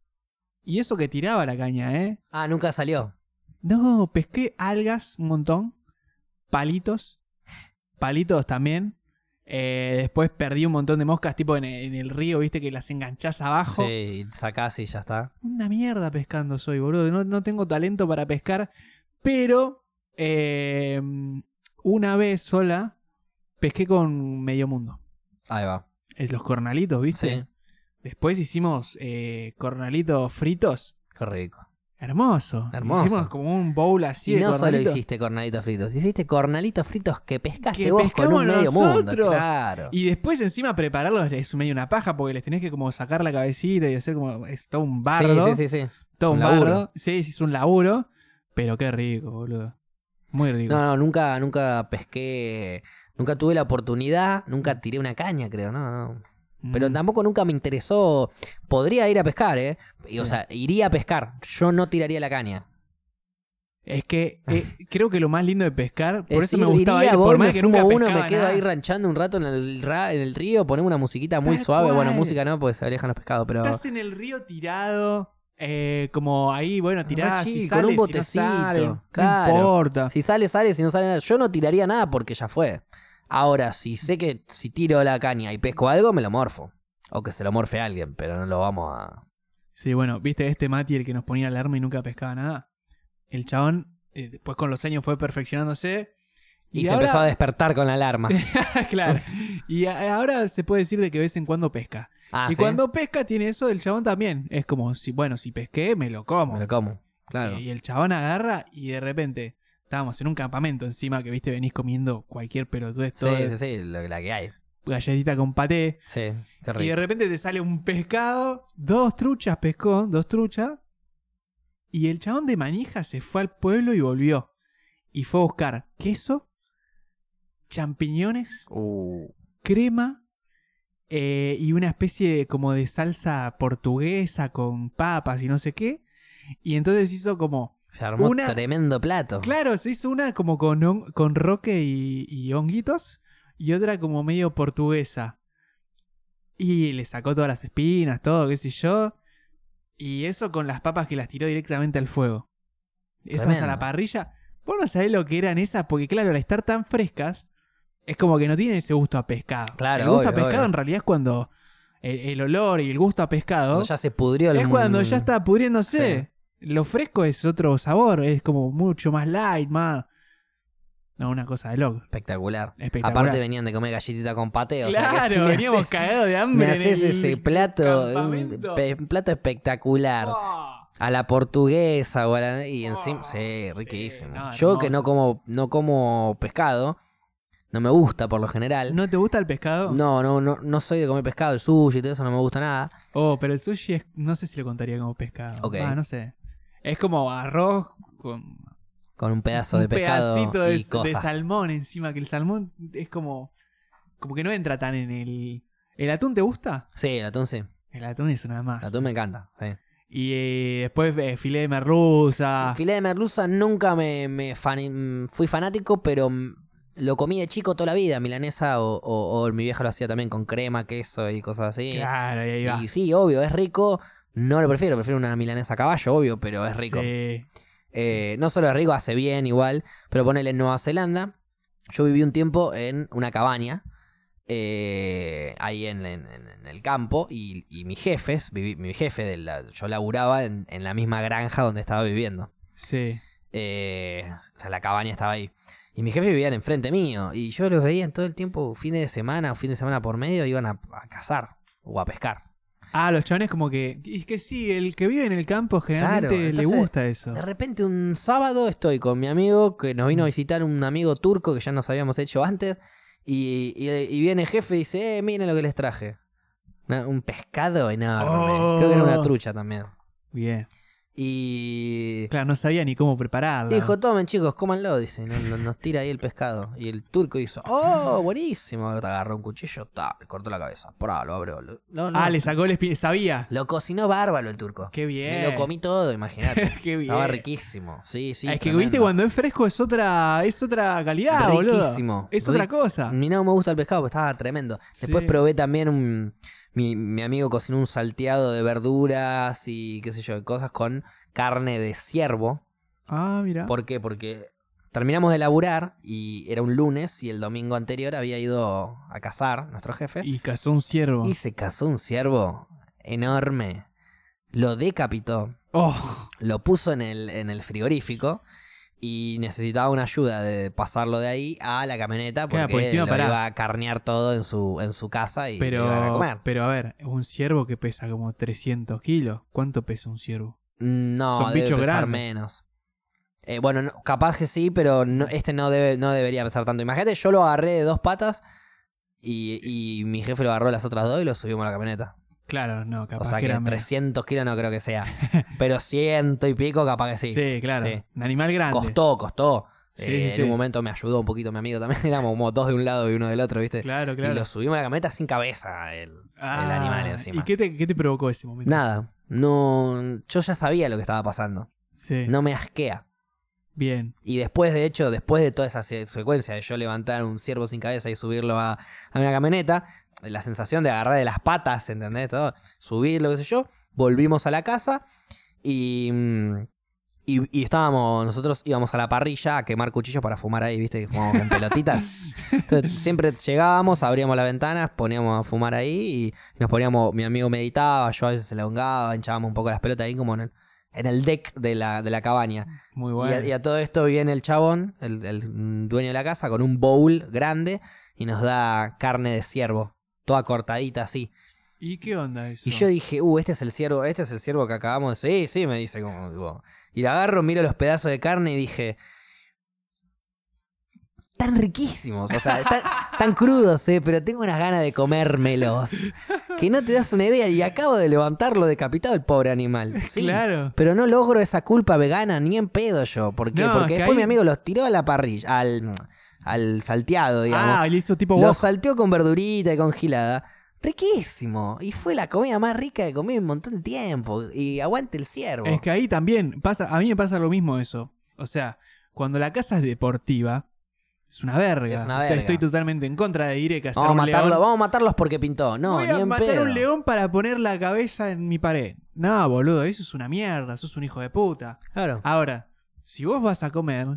Speaker 2: Y eso que tiraba la caña, ¿eh?
Speaker 1: Ah, nunca salió.
Speaker 2: No, pesqué algas un montón, palitos, palitos también. Eh, después perdí un montón de moscas, tipo en el, en el río, viste, que las enganchás abajo.
Speaker 1: Sí, sacás y ya está.
Speaker 2: Una mierda pescando soy, boludo. No, no tengo talento para pescar. Pero eh, una vez sola pesqué con medio mundo.
Speaker 1: Ahí va.
Speaker 2: Es los cornalitos,
Speaker 1: Sí.
Speaker 2: ¿viste? Después hicimos eh, cornalitos fritos.
Speaker 1: Qué rico.
Speaker 2: Hermoso.
Speaker 1: Hermoso.
Speaker 2: Hicimos como un bowl así
Speaker 1: y
Speaker 2: de
Speaker 1: no solo
Speaker 2: cornalitos.
Speaker 1: hiciste cornalitos fritos, hiciste cornalitos fritos que pescaste
Speaker 2: Que
Speaker 1: vos con un
Speaker 2: pescamos
Speaker 1: medio mundo.
Speaker 2: nosotros.
Speaker 1: Claro.
Speaker 2: Y después encima prepararlos es medio una paja porque les tenés que como sacar la cabecita y hacer como... Es todo un bardo.
Speaker 1: Sí, sí, sí, sí.
Speaker 2: todo
Speaker 1: es
Speaker 2: un
Speaker 1: un laburo.
Speaker 2: bardo. Sí, sí, es un laburo. Pero qué rico, boludo. Muy rico.
Speaker 1: No, no, nunca, nunca pesqué. Nunca tuve la oportunidad, nunca tiré una caña, creo, no, no. Pero
Speaker 2: Mm.
Speaker 1: tampoco nunca me interesó. Podría ir a pescar, ¿eh? Y, O
Speaker 2: Sí.
Speaker 1: sea, iría a pescar. Yo no tiraría la caña.
Speaker 2: Es que eh, creo que lo más lindo de pescar, por
Speaker 1: Es
Speaker 2: eso me
Speaker 1: ir,
Speaker 2: gustaba
Speaker 1: iría,
Speaker 2: ir,
Speaker 1: voy,
Speaker 2: por más
Speaker 1: me
Speaker 2: que
Speaker 1: fumo
Speaker 2: nunca
Speaker 1: uno,
Speaker 2: pescaba
Speaker 1: me quedo
Speaker 2: nada.
Speaker 1: ahí ranchando un rato en el, ra- en el río, ponemos una musiquita muy
Speaker 2: Tal
Speaker 1: suave. Bueno,
Speaker 2: cual.
Speaker 1: música no, porque se alejan los pescados, pero...
Speaker 2: Estás en el río tirado, eh, como ahí, bueno,
Speaker 1: Re
Speaker 2: tirás
Speaker 1: chill,
Speaker 2: si
Speaker 1: con
Speaker 2: sale,
Speaker 1: un
Speaker 2: si no
Speaker 1: botecito,
Speaker 2: sale,
Speaker 1: claro.
Speaker 2: No importa.
Speaker 1: Si sale, sale, si no sale nada. Yo no tiraría nada porque ya fue. Ahora, si sé que si tiro la caña y pesco algo, me lo morfo. O que se lo morfe alguien, pero no lo vamos a.
Speaker 2: Sí, bueno, viste este Mati, el que nos ponía alarma y nunca pescaba nada. El chabón, eh, después con los años fue perfeccionándose.
Speaker 1: Y, se empezó a despertar con la alarma.
Speaker 2: a... claro. Y a- ahora se puede decir de que de vez en cuando pesca.
Speaker 1: Ah,
Speaker 2: y
Speaker 1: ¿sí?
Speaker 2: cuando pesca tiene eso del chabón también. Es como, si bueno, si pesqué, me lo como.
Speaker 1: Me lo como. Claro.
Speaker 2: Eh, Y el chabón agarra y de repente estábamos en un campamento encima que viste venís comiendo cualquier pelotudez,
Speaker 1: Sí,
Speaker 2: todo,
Speaker 1: sí, sí, lo- la que hay.
Speaker 2: galletita con paté.
Speaker 1: Sí, qué
Speaker 2: Y de
Speaker 1: rico.
Speaker 2: repente te sale un pescado, dos truchas pescó, dos truchas. Y el chabón de manija se fue al pueblo y volvió. Y fue a buscar queso, champiñones,
Speaker 1: Uh,
Speaker 2: crema eh, y una especie como de salsa portuguesa con papas y no sé qué. Y entonces hizo como
Speaker 1: se armó
Speaker 2: Una-
Speaker 1: tremendo plato.
Speaker 2: Claro, se hizo una como con, hon- con roque y, y honguitos y otra como medio portuguesa. Y le sacó todas las espinas, todo, qué sé yo. Y eso con las papas que las tiró directamente al fuego. Esas a
Speaker 1: Tremendo.
Speaker 2: la parrilla. Vos no sabés lo que eran esas, porque claro, al estar tan frescas, es como que no tienen ese gusto a pescado.
Speaker 1: Claro,
Speaker 2: el gusto a
Speaker 1: obvio,
Speaker 2: pescado
Speaker 1: obvio.
Speaker 2: en realidad es cuando el, el olor y el gusto a pescado
Speaker 1: Cuando ya se pudrió el mm,
Speaker 2: es cuando ya está pudriéndose. Lo fresco es otro sabor, es como mucho más light, más. No, una cosa de loco.
Speaker 1: Espectacular.
Speaker 2: Espectacular.
Speaker 1: Aparte venían de comer galletita con pateo.
Speaker 2: claro,
Speaker 1: o sea que si me
Speaker 2: veníamos
Speaker 1: haces-
Speaker 2: cagados de hambre.
Speaker 1: me haces
Speaker 2: en el
Speaker 1: ese plato, un,
Speaker 2: campamento.
Speaker 1: pe- un plato espectacular.
Speaker 2: ¡Buah!
Speaker 1: A la portuguesa o a la- y encima,
Speaker 2: Oh,
Speaker 1: sí,
Speaker 2: sí,
Speaker 1: riquísimo.
Speaker 2: no,
Speaker 1: Yo que
Speaker 2: hermoso.
Speaker 1: no como no como pescado, no me gusta por lo general.
Speaker 2: ¿No te gusta el pescado?
Speaker 1: No, no, no, no soy de comer pescado, el sushi y todo eso no me gusta nada.
Speaker 2: Oh, pero el sushi es- no sé si lo contaría como pescado.
Speaker 1: Ok.
Speaker 2: Ah, no sé. Es como arroz con
Speaker 1: Con un pedazo de
Speaker 2: un
Speaker 1: pescado
Speaker 2: pedacito de,
Speaker 1: y cosas.
Speaker 2: de salmón encima, que el salmón es como. como que no entra tan en el. ¿El atún te gusta?
Speaker 1: Sí, el atún sí. El
Speaker 2: El atún es una más.
Speaker 1: atún me encanta. sí.
Speaker 2: Y eh, después eh, filé de merluza.
Speaker 1: Filé de merluza nunca me, me fan- fui fanático, pero mm, lo comí de chico toda la vida, milanesa o, o- o mi vieja lo hacía también con crema, queso y cosas así.
Speaker 2: Claro, y ahí va.
Speaker 1: Y sí, obvio, es rico. No lo prefiero, prefiero una milanesa a caballo, obvio, pero es rico.
Speaker 2: Sí.
Speaker 1: Eh, No solo es rico, hace bien igual, pero ponele en Nueva Zelanda. Yo viví un tiempo en una cabaña, eh, ahí en, en- en- en el campo, y, y mis jefes, viví- mi jefe, de la- yo laburaba en, en la misma granja donde estaba viviendo.
Speaker 2: Sí.
Speaker 1: Eh, o sea, la cabaña estaba ahí. Y mis jefes vivían enfrente mío, y yo los veía en todo el tiempo, fin de semana o fin de semana por medio, iban a- a cazar o a pescar.
Speaker 2: Ah, los chabones como que... Y es que sí, el que vive en el campo generalmente
Speaker 1: Claro, entonces-
Speaker 2: le gusta eso.
Speaker 1: De repente un sábado estoy con mi amigo que nos vino a visitar un amigo turco que ya nos habíamos hecho antes. Y, y- y viene el jefe y dice, eh, miren lo que les traje. Una- un pescado enorme.
Speaker 2: Oh.
Speaker 1: Creo que era una trucha también.
Speaker 2: Bien.
Speaker 1: Y Brody.
Speaker 2: Claro, no sabía ni cómo prepararla.
Speaker 1: Dijo, tomen chicos, cómanlo, dice. y Nos, nos tira ahí el pescado. Y el turco hizo, oh, buenísimo. Agarró un cuchillo, ta, le cortó la cabeza. Porá, lo abrió. Lo, lo- lo-
Speaker 2: ah, le sacó el espina. Sabía.
Speaker 1: lo cocinó bárbaro el turco.
Speaker 2: Qué bien.
Speaker 1: Me lo comí todo, imagínate.
Speaker 2: Qué bien.
Speaker 1: Estaba riquísimo. Sí, sí.
Speaker 2: es que
Speaker 1: tremendo.
Speaker 2: viste cuando es fresco es otra es otra calidad, boludo.
Speaker 1: Riquísimo. Mm.
Speaker 2: Es otra
Speaker 1: Ri-
Speaker 2: cosa.
Speaker 1: Ni no me gusta el pescado, porque estaba tremendo. Después
Speaker 2: Sí.
Speaker 1: probé también un. Mi, mi amigo cocinó un salteado de verduras y qué sé yo, cosas con carne de ciervo.
Speaker 2: Ah, mira.
Speaker 1: ¿Por qué? Porque terminamos de laburar y era un lunes y el domingo anterior había ido a cazar nuestro jefe. Y,
Speaker 2: Y cazó un ciervo.
Speaker 1: se cazó un ciervo enorme. Lo decapitó,
Speaker 2: Oh,
Speaker 1: lo puso en el, en el frigorífico y necesitaba una ayuda de pasarlo de ahí a la camioneta porque
Speaker 2: Claro, porque encima,
Speaker 1: lo
Speaker 2: pará.
Speaker 1: iba a carnear todo en su, en su casa y lo iban a
Speaker 2: pero,
Speaker 1: comer.
Speaker 2: pero a ver, es un ciervo que pesa como 300 kilos. ¿Cuánto pesa un ciervo?
Speaker 1: No,
Speaker 2: Son
Speaker 1: debe
Speaker 2: bichos
Speaker 1: pesar
Speaker 2: grandes.
Speaker 1: menos. Eh, bueno, no- capaz que sí, pero no- este no, debe, no debería pesar tanto. Imagínate, yo lo agarré de dos patas y, y mi jefe lo agarró de las otras dos y lo subimos a la camioneta.
Speaker 2: Claro, no,
Speaker 1: O
Speaker 2: capaz
Speaker 1: sea que,
Speaker 2: que era menos.
Speaker 1: 300 kilos no creo que sea. pero ciento y pico capaz que sí.
Speaker 2: Sí, claro.
Speaker 1: sí.
Speaker 2: Un animal grande.
Speaker 1: Costó, costó.
Speaker 2: Sí,
Speaker 1: Eh,
Speaker 2: sí,
Speaker 1: en
Speaker 2: sí.
Speaker 1: un momento me ayudó un poquito mi amigo también. Éramos como dos de un lado y uno del otro, ¿viste?
Speaker 2: Claro,
Speaker 1: Y
Speaker 2: claro.
Speaker 1: lo subimos a la camioneta sin cabeza. El,
Speaker 2: Ah,
Speaker 1: animal encima.
Speaker 2: ¿Y qué te, qué te provocó ese momento?
Speaker 1: Nada, no, yo ya sabía lo que estaba pasando.
Speaker 2: Sí.
Speaker 1: No me asquea.
Speaker 2: Bien.
Speaker 1: Y después, de hecho, después de toda esa se- secuencia de yo levantar un ciervo sin cabeza y subirlo a, a una camioneta, la sensación de agarrar de las patas, ¿entendés? Todo, subirlo, qué sé yo, volvimos a la casa y, mm, y, y estábamos, nosotros íbamos a la parrilla a quemar cuchillos para fumar ahí, ¿viste? Que fumábamos con pelotitas. Entonces, siempre llegábamos, abríamos las ventanas, poníamos a fumar ahí y nos poníamos, mi amigo meditaba, yo a veces se la hongaba, hinchábamos un poco las pelotas ahí como en el, en el deck de la, de la cabaña.
Speaker 2: Muy
Speaker 1: Y
Speaker 2: bueno.
Speaker 1: a, y a todo esto viene el chabón, el, el, mm, dueño de la casa, con un bowl grande y nos da carne de ciervo, toda cortadita así.
Speaker 2: ¿Y qué onda eso?
Speaker 1: Y yo dije, uh, este es el ciervo, este es el ciervo que acabamos de... Sí, sí, me dice como... tipo. Y la agarro, miro los pedazos de carne y dije... Tan riquísimos, o sea, tan, tan crudos, eh, pero tengo unas ganas de comérmelos. Que no te das una idea y acabo de levantarlo decapitado el pobre animal. Sí,
Speaker 2: Claro.
Speaker 1: pero no logro esa culpa vegana ni en pedo yo. ¿Por qué?
Speaker 2: No, es
Speaker 1: Porque
Speaker 2: que
Speaker 1: después mi
Speaker 2: ahí-
Speaker 1: amigo los tiró a la parrilla, al, al salteado, digamos.
Speaker 2: Ah, le hizo tipo
Speaker 1: los
Speaker 2: vos.
Speaker 1: salteó con verdurita y congelada. Riquísimo. Y fue la comida más rica que comí en un montón de tiempo. Y aguante el ciervo.
Speaker 2: Es que ahí también pasa, a mí me pasa lo mismo eso. O sea, cuando la casa es deportiva, es una verga.
Speaker 1: Es una
Speaker 2: Estoy-
Speaker 1: verga.
Speaker 2: Estoy totalmente en contra de ir a cazar
Speaker 1: Vamos a
Speaker 2: un
Speaker 1: matarlo,
Speaker 2: león.
Speaker 1: vamos a matarlos porque pintó. No,
Speaker 2: Voy
Speaker 1: ni
Speaker 2: a
Speaker 1: en
Speaker 2: matar
Speaker 1: pedo.
Speaker 2: un león para poner la cabeza en mi pared. No, boludo, eso es una mierda, sos un hijo de puta.
Speaker 1: Claro.
Speaker 2: Ahora, si vos vas a comer,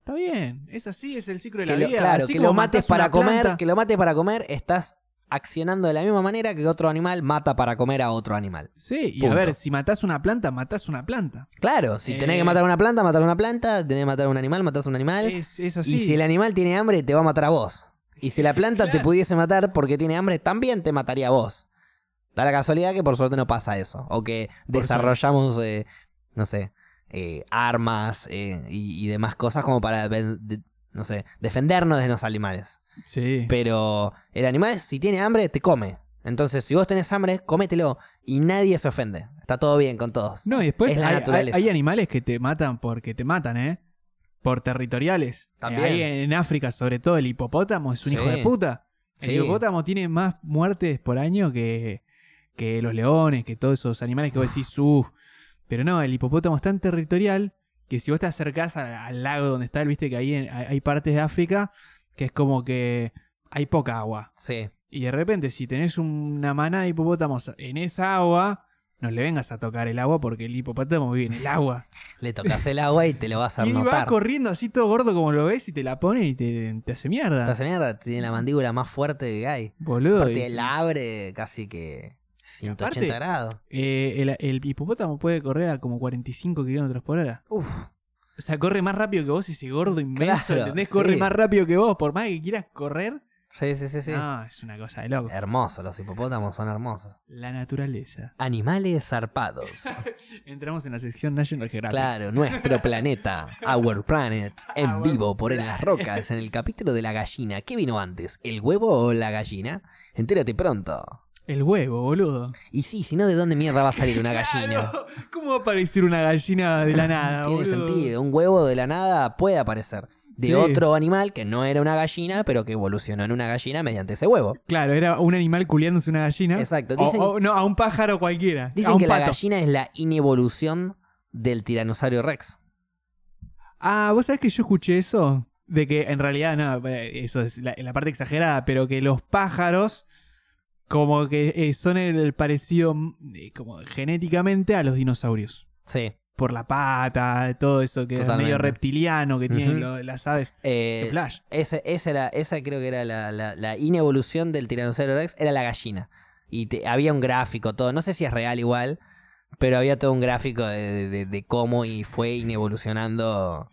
Speaker 2: está bien, es así, es el ciclo de la
Speaker 1: Que lo,
Speaker 2: vida.
Speaker 1: claro,
Speaker 2: así
Speaker 1: que
Speaker 2: como
Speaker 1: lo mates
Speaker 2: matás una
Speaker 1: para comer,
Speaker 2: planta.
Speaker 1: que lo mates para comer, estás accionando de la misma manera que otro animal mata para comer a otro animal.
Speaker 2: Sí, y
Speaker 1: Punto.
Speaker 2: a ver, si matás una planta, matás una planta.
Speaker 1: Claro, si tenés
Speaker 2: Eh.
Speaker 1: que matar a una planta, matar a una planta, tenés que matar a un animal, matás a un animal.
Speaker 2: Es, es así.
Speaker 1: Y si el animal tiene hambre, te va a matar a vos. Y si la planta te
Speaker 2: Claro.
Speaker 1: pudiese matar porque tiene hambre, también te mataría a vos. Da la casualidad que por suerte no pasa eso. O que
Speaker 2: Por
Speaker 1: desarrollamos, eh, no sé, eh, armas eh, y, y demás cosas como para, ven- de- no sé, defendernos de los animales.
Speaker 2: Sí.
Speaker 1: Pero el animal, si tiene hambre, te come. Entonces, si vos tenés hambre, comételo. Y nadie se ofende. Está todo bien con todos.
Speaker 2: No, y después
Speaker 1: Es la
Speaker 2: hay,
Speaker 1: naturaleza.
Speaker 2: hay- hay animales que te matan porque te matan, ¿eh? Por territoriales.
Speaker 1: También.
Speaker 2: Eh, ahí en África, sobre todo, el hipopótamo es un
Speaker 1: Sí.
Speaker 2: hijo de puta. El
Speaker 1: Sí.
Speaker 2: hipopótamo tiene más muertes por año que, que los leones, que todos esos animales que vos decís, uff. Pero no, el hipopótamo es tan territorial que si vos te acercás a- al lago donde está, él, viste que ahí en- hay, hay partes de África que es como que hay poca agua.
Speaker 1: Sí.
Speaker 2: Y de repente, si tenés una manada de hipopótamos en esa agua, no le vengas a tocar el agua porque el hipopótamo vive en el agua.
Speaker 1: Le tocas el agua y te lo vas a
Speaker 2: y va
Speaker 1: notar.
Speaker 2: corriendo así todo gordo como lo ves y te la pone y te, te hace mierda.
Speaker 1: Esta mierda tiene la mandíbula más fuerte que hay.
Speaker 2: Boludo.
Speaker 1: Aparte,
Speaker 2: es-
Speaker 1: la abre casi que 180
Speaker 2: aparte-
Speaker 1: grados.
Speaker 2: eh, el, el hipopótamo puede correr a como 45 kilómetros por hora.
Speaker 1: Uf,
Speaker 2: O sea, corre más rápido que vos ese gordo inmenso,
Speaker 1: Claro,
Speaker 2: ¿entendés?
Speaker 1: sí.
Speaker 2: Corre más rápido que vos, por más que quieras correr.
Speaker 1: sí, sí, Eh. sí. sí.
Speaker 2: No, es una cosa de loco.
Speaker 1: Hermosos, los hipopótamos son hermosos.
Speaker 2: La naturaleza.
Speaker 1: Animales zarpados.
Speaker 2: Entramos en la sección National Geographic.
Speaker 1: claro, nuestro planeta, Our Planet, en
Speaker 2: Our
Speaker 1: vivo por en las rocas, en el capítulo de la gallina. ¿Qué vino antes, el huevo o la gallina? Entérate pronto.
Speaker 2: El huevo, boludo.
Speaker 1: Y sí, si no, ¿de dónde mierda va a salir una gallina?
Speaker 2: Claro. ¿Cómo va a aparecer una gallina de la nada,
Speaker 1: Tiene
Speaker 2: boludo?
Speaker 1: sentido. Un huevo de la nada puede aparecer de
Speaker 2: Sí.
Speaker 1: otro animal que no era una gallina, pero que evolucionó en una gallina mediante ese huevo.
Speaker 2: Claro, era un animal culiándose una gallina.
Speaker 1: Exacto.
Speaker 2: O-
Speaker 1: Dicen,
Speaker 2: o, no, a un pájaro cualquiera.
Speaker 1: dicen
Speaker 2: a un
Speaker 1: que la
Speaker 2: pato.
Speaker 1: gallina es la inevolución del tiranosaurio Rex.
Speaker 2: Ah, vos sabés que yo escuché eso. De que en realidad, no, eh, eso es la, la parte exagerada, pero que los pájaros, como que eh, son el parecido eh, como genéticamente a los dinosaurios.
Speaker 1: Sí.
Speaker 2: Por la pata, todo eso que es
Speaker 1: Totalmente.
Speaker 2: medio reptiliano que tienen
Speaker 1: Ujú.
Speaker 2: lo- las aves.
Speaker 1: Eh,
Speaker 2: Qué flash.
Speaker 1: ese- esa, era- esa creo que era la, la- la inevolución del tiranosaurio Rex, era la gallina. Y te- había un gráfico, todo. No sé si es real igual, pero había todo un gráfico de, de- de cómo y fue inevolucionando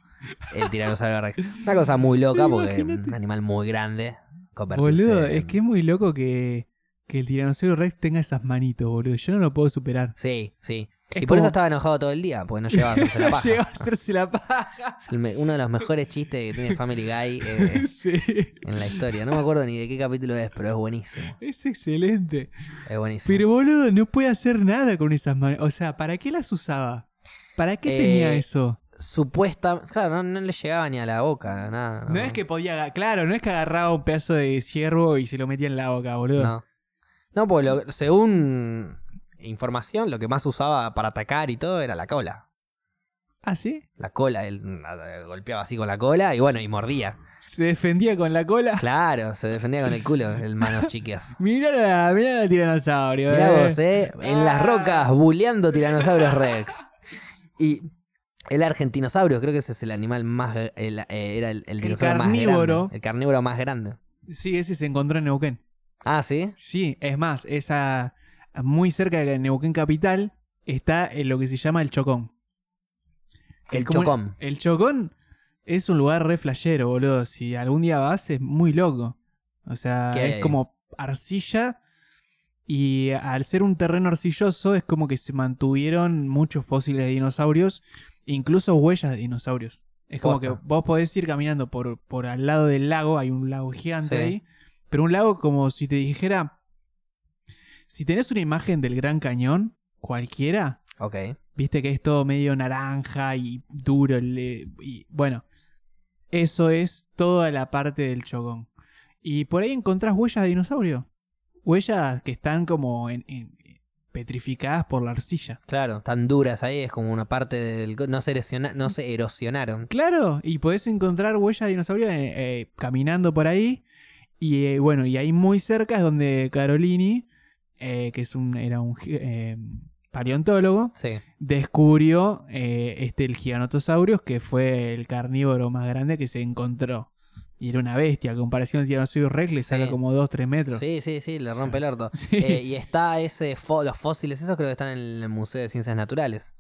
Speaker 1: el tiranosaurio Rex. Una cosa muy loca porque
Speaker 2: Imagínate.
Speaker 1: un animal muy grande. convertirse
Speaker 2: Boludo,
Speaker 1: en-
Speaker 2: es que es muy loco que, que el tiranosaurio Rex tenga esas manitos, boludo. Yo no lo puedo superar.
Speaker 1: Sí, sí.
Speaker 2: Es
Speaker 1: y por
Speaker 2: como-
Speaker 1: eso estaba enojado todo el día, porque no llevaba a hacerse la paja.
Speaker 2: Llegó a hacerse la paja.
Speaker 1: Es el me- uno de los mejores chistes que tiene Family Guy eh,
Speaker 2: Sí.
Speaker 1: en la historia. No me acuerdo ni de qué capítulo es, pero es buenísimo.
Speaker 2: Es excelente.
Speaker 1: Es buenísimo.
Speaker 2: Pero boludo, no puede hacer nada con esas manos. O sea, ¿para qué las usaba? ¿Para qué
Speaker 1: Eh,
Speaker 2: tenía eso?
Speaker 1: supuesta claro no, no le llegaba ni a la boca nada
Speaker 2: No es que podía, aga- claro, no es que agarraba un pedazo de ciervo y se lo metía en la boca, boludo.
Speaker 1: no no pues lo- según información lo que más usaba para atacar y todo era la cola
Speaker 2: ¿Ah, sí?
Speaker 1: la cola él mm, golpeaba así con la cola y bueno y mordía
Speaker 2: Se defendía con la cola.
Speaker 1: claro se defendía con el culo el manos chiquias
Speaker 2: Mirá la, mirá la tiranosaurio.
Speaker 1: Mirá
Speaker 2: eh.
Speaker 1: vos, eh, en las
Speaker 2: Ah.
Speaker 1: rocas buleando tiranosaurios rex y el argentinosaurio creo que ese es el animal más gr- el- eh, era el, el dinosaurio más grande,
Speaker 2: carnívoro.
Speaker 1: el carnívoro más grande
Speaker 2: Sí, ese se encontró en Neuquén.
Speaker 1: ah sí
Speaker 2: Sí, es más, esa muy cerca de Neuquén Capital está eh, lo que se llama el Chocón.
Speaker 1: el
Speaker 2: Como-
Speaker 1: chocón
Speaker 2: El Chocón es un lugar re flashero, boludo. Si algún día vas, es muy loco. O sea,
Speaker 1: ¿Qué hay
Speaker 2: es
Speaker 1: ahí?
Speaker 2: como arcilla. Y al ser un terreno arcilloso, es como que se mantuvieron muchos fósiles de dinosaurios, incluso huellas de dinosaurios. Es como
Speaker 1: Posta.
Speaker 2: que vos podés ir caminando por, por al lado del lago, hay un lago gigante
Speaker 1: Sí.
Speaker 2: ahí, pero un lago como si te dijera, si tenés una imagen del Gran Cañón, cualquiera,
Speaker 1: ok
Speaker 2: Viste que es todo medio naranja y duro. el, eh, y bueno, eso es toda la parte del chocón. Y por ahí encontrás huellas de dinosaurio. Huellas que están como en- en- eh, petrificadas por la arcilla.
Speaker 1: Claro, tan duras ahí, es como una parte del... co- No se, erosiona- no se erosionaron.
Speaker 2: Claro, y podés encontrar huellas de dinosaurio eh, eh, caminando por ahí. Y eh, bueno, y ahí muy cerca es donde Carolini, eh, que es un, era un gi- eh, paleontólogo,
Speaker 1: Sí.
Speaker 2: descubrió eh, este el giganotosaurus, que fue el carnívoro más grande que se encontró. Y era una bestia, a comparación al tiranosaurio rex le
Speaker 1: Sí.
Speaker 2: saca como 2, 3 metros.
Speaker 1: Sí, sí, sí, le
Speaker 2: Sí.
Speaker 1: rompe el orto.
Speaker 2: Sí.
Speaker 1: Eh, y está ese... fo- los fósiles, esos creo que están en el Museo de Ciencias Naturales.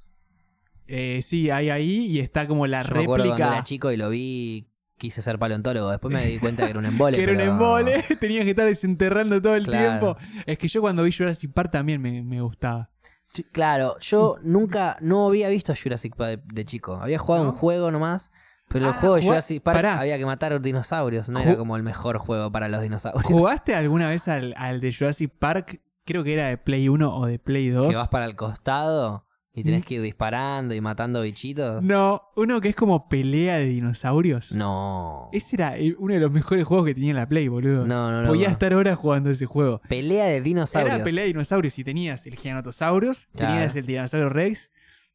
Speaker 2: Eh, sí, hay ahí y está como la
Speaker 1: Yo me acuerdo cuando
Speaker 2: réplica.
Speaker 1: era chico y lo vi, quise ser paleontólogo. Después me di cuenta que era un embole.
Speaker 2: que era un
Speaker 1: pero-
Speaker 2: embole, tenías que estar desenterrando todo el
Speaker 1: Claro.
Speaker 2: tiempo. Es que yo cuando vi Jurassic Park también me, me gustaba.
Speaker 1: Ch- Claro, yo
Speaker 2: Mm.
Speaker 1: nunca, no había visto Jurassic Park de, de chico. Había jugado
Speaker 2: ¿No?
Speaker 1: un juego nomás, pero el
Speaker 2: Ah,
Speaker 1: juego de
Speaker 2: jugá-
Speaker 1: Jurassic Park
Speaker 2: pará.
Speaker 1: había que matar a los dinosaurios. No
Speaker 2: Ju-
Speaker 1: era como el mejor juego para los dinosaurios.
Speaker 2: ¿Jugaste alguna vez al, al de Jurassic Park? Creo que era de Play 1 o de Play 2.
Speaker 1: Que vas para el costado y tenés que ir disparando y matando bichitos.
Speaker 2: Mm. No, uno que es como pelea de dinosaurios.
Speaker 1: No.
Speaker 2: Ese era el- uno de los mejores juegos que tenía en la Play, boludo.
Speaker 1: No, no, no.
Speaker 2: Podía
Speaker 1: no.
Speaker 2: estar horas jugando ese juego.
Speaker 1: Pelea de dinosaurios.
Speaker 2: Era pelea de dinosaurios y tenías el Giganotosaurus,
Speaker 1: Claro.
Speaker 2: tenías el Tiranosaurio Rex,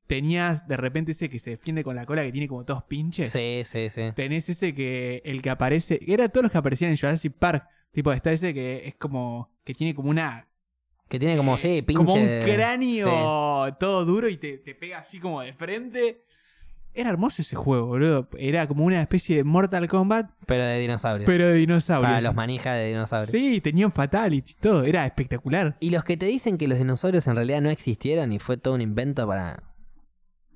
Speaker 2: tenías de repente ese que se defiende con la cola que tiene como todos pinches.
Speaker 1: Sí, sí, sí.
Speaker 2: Tenés ese que el que aparece, era todos los que aparecían en Jurassic Park. Tipo, está ese que es como que tiene como una
Speaker 1: Que tiene como, sí,
Speaker 2: eh,
Speaker 1: pinche.
Speaker 2: como un
Speaker 1: de-
Speaker 2: cráneo
Speaker 1: sí.
Speaker 2: todo duro y te, te pega así como de frente. Era hermoso ese juego, boludo. Era como una especie de Mortal Kombat,
Speaker 1: Pero de dinosaurios.
Speaker 2: pero de dinosaurios.
Speaker 1: Para los manijas de dinosaurios.
Speaker 2: Sí, tenían fatality y todo, era espectacular.
Speaker 1: Y los que te dicen que los dinosaurios en realidad no existieron y fue todo un invento para.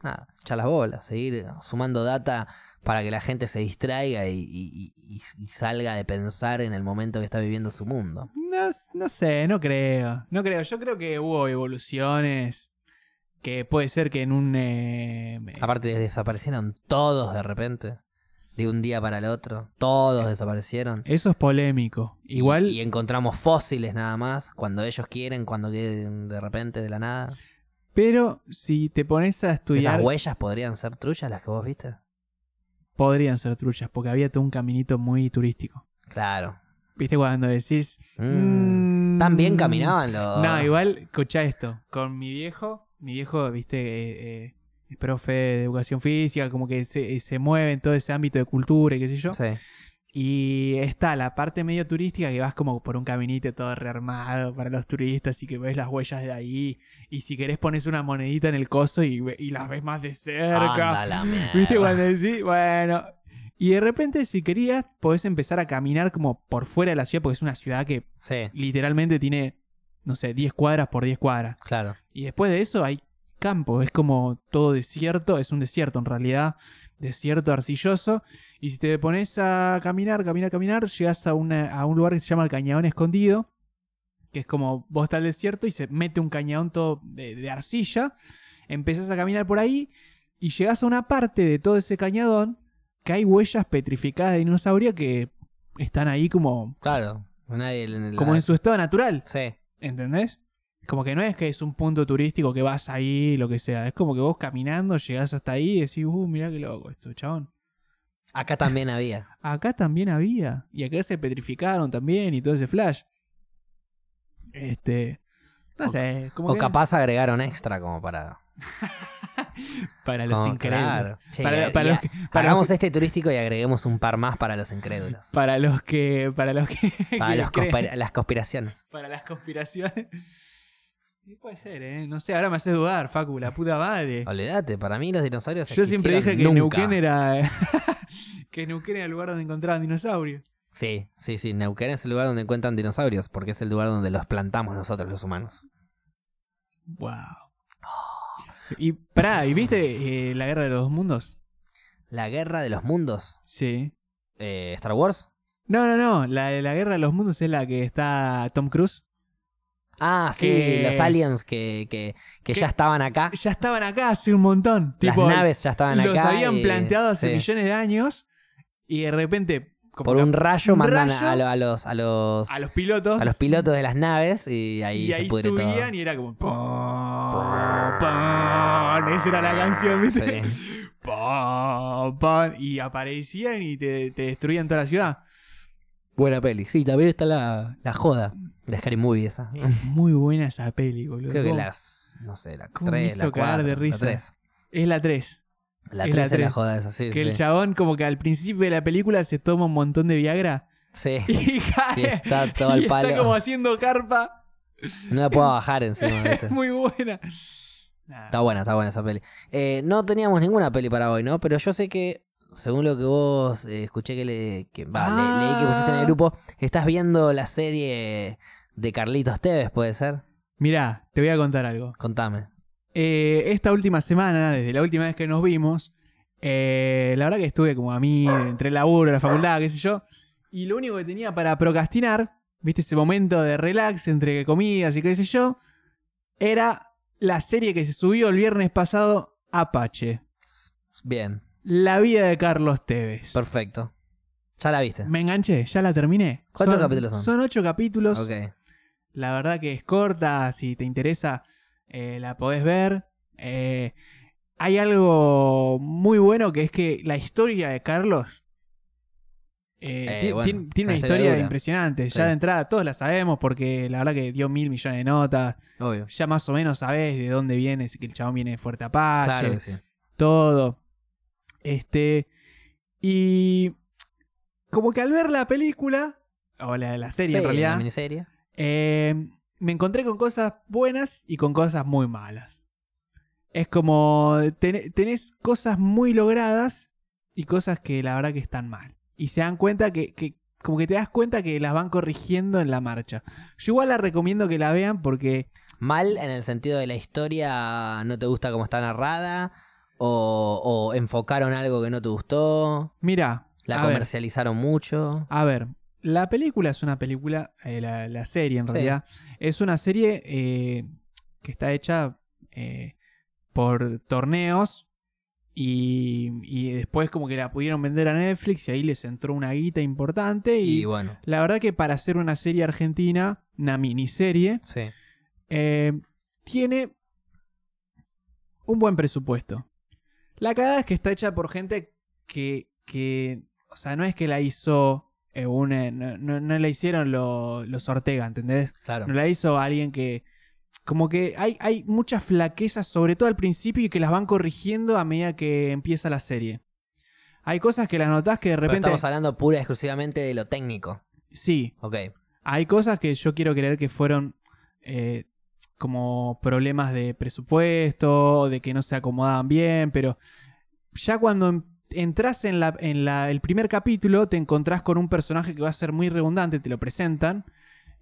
Speaker 1: Nada, echar las bolas, seguir sumando data para que la gente se distraiga y, y- y- y salga de pensar en el momento que está viviendo su mundo.
Speaker 2: No, no sé, no creo. No creo, yo creo que hubo evoluciones que puede ser que en un... eh,
Speaker 1: Aparte, desaparecieron todos de repente. de un día para el otro. Todos desaparecieron.
Speaker 2: Eso es polémico. Igual,
Speaker 1: Y, y encontramos fósiles nada más, cuando ellos quieren, cuando quieren, de repente, de la nada.
Speaker 2: pero si te pones a estudiar,
Speaker 1: Esas huellas podrían ser truchas las que vos viste.
Speaker 2: podrían ser truchas, porque había todo un caminito muy turístico.
Speaker 1: Claro.
Speaker 2: ¿Viste cuando decís...
Speaker 1: Mm. Tan bien
Speaker 2: caminaba
Speaker 1: caminaban los.
Speaker 2: No, igual, escucha esto. Con mi viejo, mi viejo, viste, eh, eh, es profe de educación física, como que se, eh, se mueve en todo ese ámbito de cultura y qué sé yo.
Speaker 1: Sí.
Speaker 2: Y está la parte medio turística que vas como por un caminito todo rearmado para los turistas y que ves las huellas de ahí. Y si querés pones una monedita en el coso y, ve- y las ves más de cerca.
Speaker 1: Anda la mierda.
Speaker 2: ¿Viste cuando decís? Bueno. Y de repente, si querías, podés empezar a caminar como por fuera de la ciudad, porque es una ciudad que
Speaker 1: Sí,
Speaker 2: literalmente tiene, no sé, 10 cuadras por 10 cuadras.
Speaker 1: claro.
Speaker 2: Y después de eso hay campo, es como todo desierto, es un desierto en realidad, desierto arcilloso. Y si te pones a caminar, caminar, caminar, llegas a, una- a un lugar que se llama el Cañadón Escondido, que es como vos estás al desierto y se mete un cañadón todo de, de arcilla. Empezás a caminar por ahí y llegás a una parte de todo ese cañadón que hay huellas petrificadas de dinosaurio que están ahí como,
Speaker 1: Claro. Nadie le-
Speaker 2: como
Speaker 1: la-
Speaker 2: en su estado natural.
Speaker 1: Sí.
Speaker 2: ¿Entendés? Como que no es que es un punto turístico que vas ahí, lo que sea. Es como que vos caminando llegás hasta ahí y decís, uh, mirá qué loco esto, chabón.
Speaker 1: Acá también había.
Speaker 2: Acá también había. Y acá se petrificaron también y todo ese flash. Este. No
Speaker 1: O-
Speaker 2: sé. Como
Speaker 1: O
Speaker 2: que
Speaker 1: capaz agregaron extra como para.
Speaker 2: Para los
Speaker 1: como-
Speaker 2: increíbles.
Speaker 1: claro. Che,
Speaker 2: Para,
Speaker 1: ya-
Speaker 2: para
Speaker 1: ya-
Speaker 2: los que, para, los
Speaker 1: Hagamos
Speaker 2: que,
Speaker 1: este turístico y agreguemos un par más para los incrédulos.
Speaker 2: para los que. Para los que.
Speaker 1: Para
Speaker 2: que
Speaker 1: los
Speaker 2: creen.
Speaker 1: conspira- las conspiraciones.
Speaker 2: para las conspiraciones. Y puede ser, ¿eh? No sé, ahora me haces dudar, Facu, la puta madre.
Speaker 1: Olvídate, para mí los dinosaurios.
Speaker 2: Yo siempre dije
Speaker 1: existieron
Speaker 2: que
Speaker 1: nunca.
Speaker 2: Neuquén era. que Neuquén era el lugar donde encontraban dinosaurios.
Speaker 1: Sí, sí, sí. Neuquén es el lugar donde encuentran dinosaurios, porque es el lugar donde los plantamos nosotros los humanos.
Speaker 2: Wow. Y pará, ¿y viste eh, la guerra de los dos mundos?
Speaker 1: La guerra de los mundos.
Speaker 2: Sí.
Speaker 1: Eh, Star Wars.
Speaker 2: No, no, no. La de la guerra de los mundos es la que está Tom Cruise.
Speaker 1: Ah, sí,
Speaker 2: Que-
Speaker 1: los aliens que, que, que
Speaker 2: que-
Speaker 1: ya estaban acá.
Speaker 2: Ya estaban acá hace un montón. Tipo,
Speaker 1: las naves ya estaban
Speaker 2: Los
Speaker 1: acá.
Speaker 2: habían
Speaker 1: y-
Speaker 2: planteado hace
Speaker 1: sí.
Speaker 2: millones de años. Y de repente. como
Speaker 1: Por
Speaker 2: que
Speaker 1: un rayo
Speaker 2: un
Speaker 1: mandan
Speaker 2: rayo
Speaker 1: a, lo- a los, a, los,
Speaker 2: a los pilotos.
Speaker 1: a los pilotos de las naves y ahí
Speaker 2: y
Speaker 1: se
Speaker 2: ahí
Speaker 1: pudre
Speaker 2: subían
Speaker 1: todo.
Speaker 2: y era como. "Pon, pon". Esa era la canción, ¿viste?
Speaker 1: Sí.
Speaker 2: Pam, pam, y aparecían y te, te destruían toda la ciudad.
Speaker 1: Buena peli. Sí, también está la, la joda. La Scary Movie esa.
Speaker 2: Es muy buena esa peli, boludo.
Speaker 1: Creo que
Speaker 2: ¿Cómo?
Speaker 1: las, no sé, la
Speaker 2: cómo me
Speaker 1: 3, la
Speaker 2: hizo cagar
Speaker 1: 4,
Speaker 2: de
Speaker 1: la
Speaker 2: risa?
Speaker 1: 3.
Speaker 2: Es la 3.
Speaker 1: La
Speaker 2: Es
Speaker 1: 3
Speaker 2: la
Speaker 1: es la
Speaker 2: tres.
Speaker 1: joda esa, sí,
Speaker 2: Que
Speaker 1: sí.
Speaker 2: el chabón, como que al principio de la película, se toma un montón de Viagra
Speaker 1: Sí,
Speaker 2: y cae.
Speaker 1: y está todo al
Speaker 2: y
Speaker 1: palo.
Speaker 2: está como haciendo carpa.
Speaker 1: No la puedo bajar encima. ¿viste?
Speaker 2: Es muy buena. Nah,
Speaker 1: Está buena, está buena esa peli. Eh, no teníamos ninguna peli para hoy, ¿no? Pero yo sé que, según lo que vos eh, escuché que, le, que va, le-
Speaker 2: Ah.
Speaker 1: leí que pusiste en el grupo, estás viendo la serie de Carlitos Tevez, ¿puede ser?
Speaker 2: Mirá, te voy a contar algo.
Speaker 1: Contame.
Speaker 2: Eh, esta última semana, desde la última vez que nos vimos, eh, la verdad que estuve como a mí, entre el laburo, la facultad, qué sé yo, y lo único que tenía para procrastinar, viste ese momento de relax entre comidas y qué sé yo, era la serie que se subió el viernes pasado, Apache,
Speaker 1: Bien,
Speaker 2: La vida de Carlos Tevez.
Speaker 1: perfecto. Ya la viste.
Speaker 2: Me enganché, ya la terminé.
Speaker 1: ¿Cuántos capítulos son?
Speaker 2: Son ocho capítulos.
Speaker 1: Ok.
Speaker 2: La verdad que es corta, si te interesa, eh, la podés ver. Eh, hay algo muy bueno que es que la historia de Carlos eh,
Speaker 1: Eh,
Speaker 2: ti-
Speaker 1: bueno,
Speaker 2: tiene, tiene
Speaker 1: una
Speaker 2: una
Speaker 1: historia
Speaker 2: historia
Speaker 1: dura.
Speaker 2: impresionante.
Speaker 1: Sí.
Speaker 2: Ya de entrada todos la sabemos porque la verdad que dio mil millones de notas.
Speaker 1: Obvio.
Speaker 2: Ya más o menos sabés de dónde viene, que el chabón viene de Fuerte Apache
Speaker 1: Claro que sí.
Speaker 2: todo. Este. Y. Como que al ver la película, o la, la serie en
Speaker 1: Sí,
Speaker 2: realidad,
Speaker 1: La miniserie.
Speaker 2: eh, me encontré con cosas buenas y con cosas muy malas. Es como ten- tenés cosas muy logradas y cosas que la verdad que están mal. Y se dan cuenta que, que- como que te das cuenta que las van corrigiendo en la marcha. Yo igual la recomiendo que la vean porque
Speaker 1: Mal en el sentido de la historia, no te gusta cómo está narrada, o, o enfocaron algo que no te gustó,
Speaker 2: mira,
Speaker 1: la
Speaker 2: a ver,
Speaker 1: comercializaron mucho.
Speaker 2: A ver, la película es una película, eh, la, la serie en realidad, es una serie eh, que está hecha eh, por torneos Y, y después como que la pudieron vender a Netflix y ahí les entró una guita importante. Y,
Speaker 1: Y bueno,
Speaker 2: la verdad que para hacer una serie argentina, una miniserie,
Speaker 1: sí.
Speaker 2: eh, tiene un buen presupuesto. La cagada es que está hecha por gente que, que o sea, no es que la hizo eh, un, eh, no, no- no la hicieron lo- los Ortega, ¿entendés?
Speaker 1: Claro.
Speaker 2: No la hizo alguien que. Como que hay, hay muchas flaquezas, sobre todo al principio, y que las van corrigiendo a medida que empieza la serie. Hay cosas que las notás que de
Speaker 1: Pero
Speaker 2: repente.
Speaker 1: estamos hablando pura y exclusivamente de lo técnico.
Speaker 2: Sí,
Speaker 1: Ok.
Speaker 2: hay cosas que yo quiero creer que fueron eh, como problemas de presupuesto, de que no se acomodaban bien, pero ya cuando en- entras en, la, en la- el primer capítulo te encontrás con un personaje que va a ser muy redundante, te lo presentan,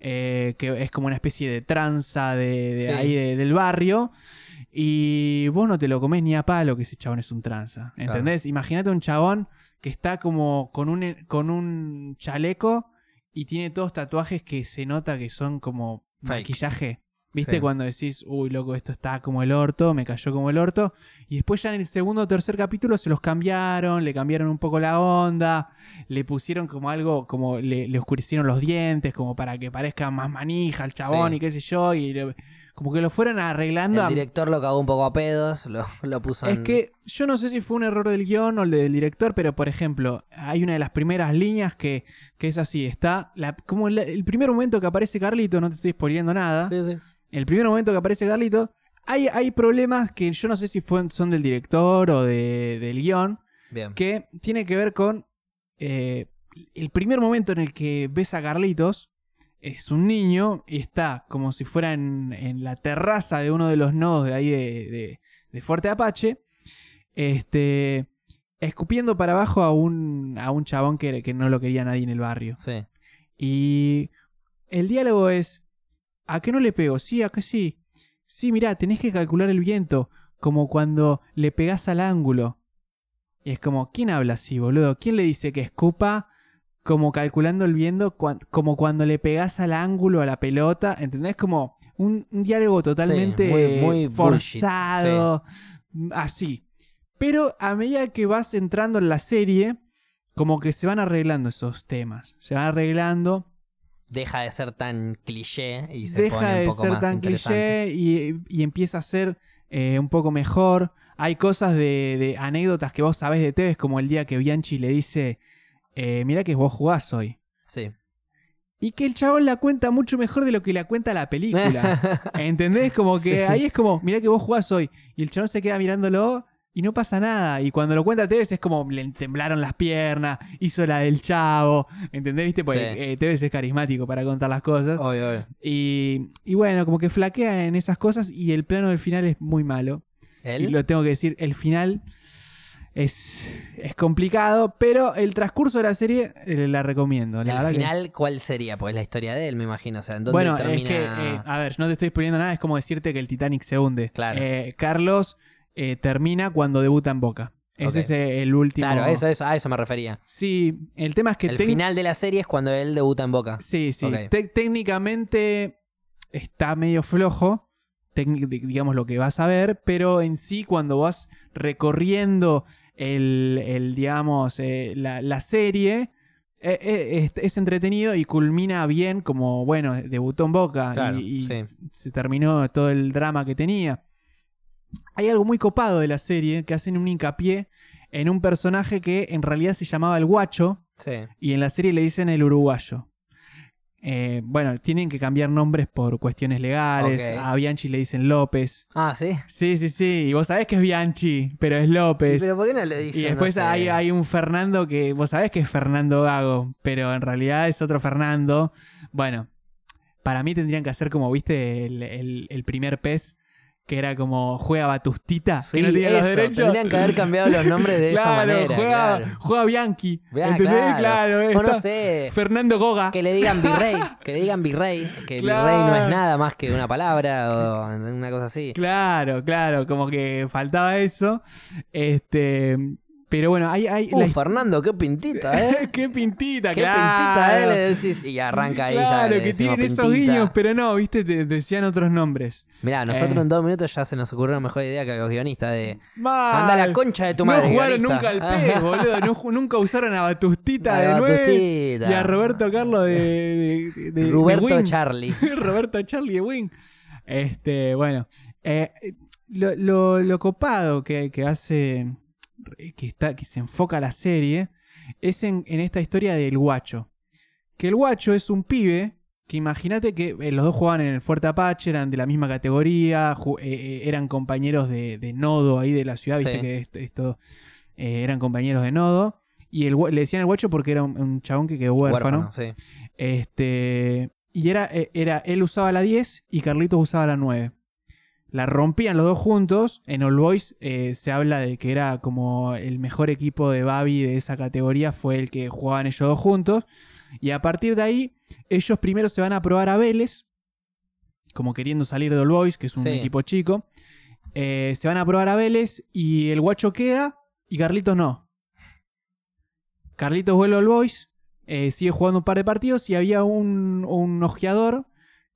Speaker 2: eh, que es como una especie de tranza de, de
Speaker 1: Sí.
Speaker 2: ahí de- del barrio. Y vos no te lo comés ni a palo que ese chabón es un tranza. ¿Entendés? Imagínate un chabón que está como con un, con un chaleco y tiene todos tatuajes que se nota que son como
Speaker 1: Fake.
Speaker 2: maquillaje. ¿Viste?
Speaker 1: Sí.
Speaker 2: Cuando decís, uy, loco, esto está como el orto, me cayó como el orto. Y después ya en el segundo o tercer capítulo se los cambiaron, le cambiaron un poco la onda, le pusieron como algo, como le, le oscurecieron los dientes, como para que parezca más manija el chabón
Speaker 1: Sí.
Speaker 2: y qué sé yo. Y le- como que lo fueron arreglando.
Speaker 1: El
Speaker 2: a-
Speaker 1: director lo cagó un poco a pedos, lo, lo puso
Speaker 2: es
Speaker 1: en...
Speaker 2: que yo no sé si fue un error del guión o el del director, pero por ejemplo, hay una de las primeras líneas que, que es así, está la- como la- el primer momento que aparece Carlito, no te estoy exponiendo nada,
Speaker 1: Sí, sí.
Speaker 2: el primer momento que aparece Carlito, hay, hay problemas que yo no sé si fue- son del director o de- del guión,
Speaker 1: Bien.
Speaker 2: que tiene que ver con eh, el primer momento en el que ves a Carlitos. Es un niño y está como si fuera en, en la terraza de uno de los nodos de ahí de, de- de Fuerte Apache. Este. Escupiendo para abajo a un, a un chabón que, que no lo quería nadie en el barrio.
Speaker 1: Sí.
Speaker 2: Y el diálogo es, ¿a qué no le pego? Sí, ¿a qué sí? Sí, mirá, tenés que calcular el viento, como cuando le pegás al ángulo. Y es como, ¿quién habla así, boludo? ¿Quién le dice que escupa como calculando el viento, cuan- como cuando le pegás al ángulo a la pelota? ¿Entendés? Como un, un diálogo totalmente
Speaker 1: muy- muy
Speaker 2: eh,
Speaker 1: bullshit,
Speaker 2: forzado, así. Pero a medida que vas entrando en la serie, como que se van arreglando esos temas. Se van arreglando
Speaker 1: Deja de ser tan cliché y se
Speaker 2: deja
Speaker 1: pone un
Speaker 2: de
Speaker 1: poco
Speaker 2: ser
Speaker 1: más
Speaker 2: tan
Speaker 1: interesante.
Speaker 2: cliché y, y empieza a ser eh, un poco mejor. Hay cosas de, de anécdotas que vos sabés de Tevez, como el día que Bianchi le dice, eh, mirá que vos jugás hoy.
Speaker 1: Sí.
Speaker 2: Y que el chabón la cuenta mucho mejor de lo que la cuenta la película. ¿Entendés? Como que
Speaker 1: Sí.
Speaker 2: ahí es como, mirá que vos jugás hoy. Y el chabón se queda mirándolo y no pasa nada. Y cuando lo cuenta Tevez es como, le temblaron las piernas, hizo la del chavo. ¿Entendés? ¿Viste? Pues
Speaker 1: Sí.
Speaker 2: eh, Tevez es carismático para contar las cosas.
Speaker 1: obvio, obvio.
Speaker 2: Y, y bueno, como que flaquea en esas cosas y el plano del final es muy malo. Y
Speaker 1: ¿Él?
Speaker 2: lo tengo que decir, el final es, es complicado, pero el transcurso de la serie eh, la recomiendo. La
Speaker 1: ¿El
Speaker 2: verdad que-
Speaker 1: final cuál sería? Pues la historia de él, me imagino. O sea, ¿en dónde
Speaker 2: bueno, es
Speaker 1: termina...?
Speaker 2: que, eh, a ver, no te estoy exponiendo nada, es como decirte que el Titanic se hunde.
Speaker 1: Claro.
Speaker 2: Eh, Carlos eh, termina cuando debuta en Boca. Ese
Speaker 1: Ok.
Speaker 2: es eh, el último.
Speaker 1: Claro, eso, eso, a eso me refería.
Speaker 2: Sí, el tema es que
Speaker 1: El
Speaker 2: técnicamente-
Speaker 1: final de la serie es cuando él debuta en Boca.
Speaker 2: Sí, sí.
Speaker 1: Ok.
Speaker 2: Tec- técnicamente está medio flojo, tecni- di- digamos lo que vas a ver, pero en sí cuando vas recorriendo el, el, digamos, eh, la, la serie, eh, eh, es, es entretenido y culmina bien como, bueno, debutó en Boca y-
Speaker 1: Claro,
Speaker 2: y,
Speaker 1: sí.
Speaker 2: se terminó todo el drama que tenía. Hay algo muy copado de la serie que hacen un hincapié en un personaje que en realidad se llamaba el guacho,
Speaker 1: Sí.
Speaker 2: y en la serie le dicen el uruguayo. Eh, bueno, tienen que cambiar nombres por cuestiones legales.
Speaker 1: Ok.
Speaker 2: A Bianchi le dicen López.
Speaker 1: Ah, ¿sí?
Speaker 2: Sí, sí, sí. Y vos sabés que es Bianchi, pero es López.
Speaker 1: ¿Pero por qué no le dicen?
Speaker 2: Pues, y
Speaker 1: no
Speaker 2: después
Speaker 1: sé?
Speaker 2: hay, hay un Fernando que vos sabés que es Fernando Gago, pero en realidad es otro Fernando. Bueno, para mí tendrían que hacer como, viste, el, el- el primer pez, que era como juega Batustita,
Speaker 1: Sí,
Speaker 2: que no tiene los
Speaker 1: eso,
Speaker 2: derechos.
Speaker 1: Tendrían que haber cambiado los nombres de
Speaker 2: claro,
Speaker 1: esa manera.
Speaker 2: juega,
Speaker 1: claro.
Speaker 2: juega Bianchi.
Speaker 1: Ah,
Speaker 2: ¿Entendés? Claro,
Speaker 1: O no
Speaker 2: está-
Speaker 1: sé,
Speaker 2: Fernando Goga.
Speaker 1: que le digan virrey, que le digan virrey, que virrey no
Speaker 2: Claro.
Speaker 1: es nada más que una palabra o una cosa así.
Speaker 2: Claro, claro, como que faltaba eso. Este, Pero bueno, hay, hay
Speaker 1: Uh,
Speaker 2: la-
Speaker 1: Fernando, qué pintita, ¿eh?
Speaker 2: qué pintita,
Speaker 1: Qué
Speaker 2: claro.
Speaker 1: pintita, ¿eh? Le decís. Y arranca ahí ya.
Speaker 2: Claro,
Speaker 1: le
Speaker 2: que
Speaker 1: decimos
Speaker 2: tienen esos
Speaker 1: pintita.
Speaker 2: guiños, pero no, viste, te decían otros nombres.
Speaker 1: Mirá, nosotros
Speaker 2: Eh.
Speaker 1: en dos minutos ya se nos ocurrió una mejor idea que los guionistas de.
Speaker 2: Mal.
Speaker 1: Anda la concha de tu madre.
Speaker 2: No jugaron
Speaker 1: guionista. Ah.
Speaker 2: nunca al pez, boludo. No ju- nunca usaron a Batustita
Speaker 1: A
Speaker 2: de nueve
Speaker 1: Batustita.
Speaker 2: y a Roberto Carlos de, de- de- de
Speaker 1: Roberto
Speaker 2: Wing.
Speaker 1: Charlie.
Speaker 2: Roberto Charlie de Wing. Este, bueno. eh, lo, lo- lo copado que, que hace. Que, está, que se enfoca la serie. Es en, en esta historia del guacho. Que el guacho es un pibe. Que imagínate que eh, los dos jugaban en el Fuerte Apache, eran de la misma categoría, ju- eh, eh, eran compañeros de, de nodo ahí de la ciudad, viste
Speaker 1: Sí.
Speaker 2: que esto, esto, eh, eran compañeros de nodo. Y el, gua- le decían el guacho porque era un, un chabón que quedó huérfano.
Speaker 1: Huérfano, sí.
Speaker 2: Este. Y era, eh, era. Él usaba la 10 y Carlitos usaba la 9. La rompían los dos juntos. En All Boys eh, se habla de que era como el mejor equipo de Babi de esa categoría. Fue el que jugaban ellos dos juntos. Y a partir de ahí, ellos primero se van a probar a Vélez. Como queriendo salir de All Boys, que es un
Speaker 1: Sí.
Speaker 2: equipo chico. Eh, se van a probar a Vélez y el guacho queda y Carlitos no. Carlitos vuelve al Boys, eh, sigue jugando un par de partidos y había un, un ojeador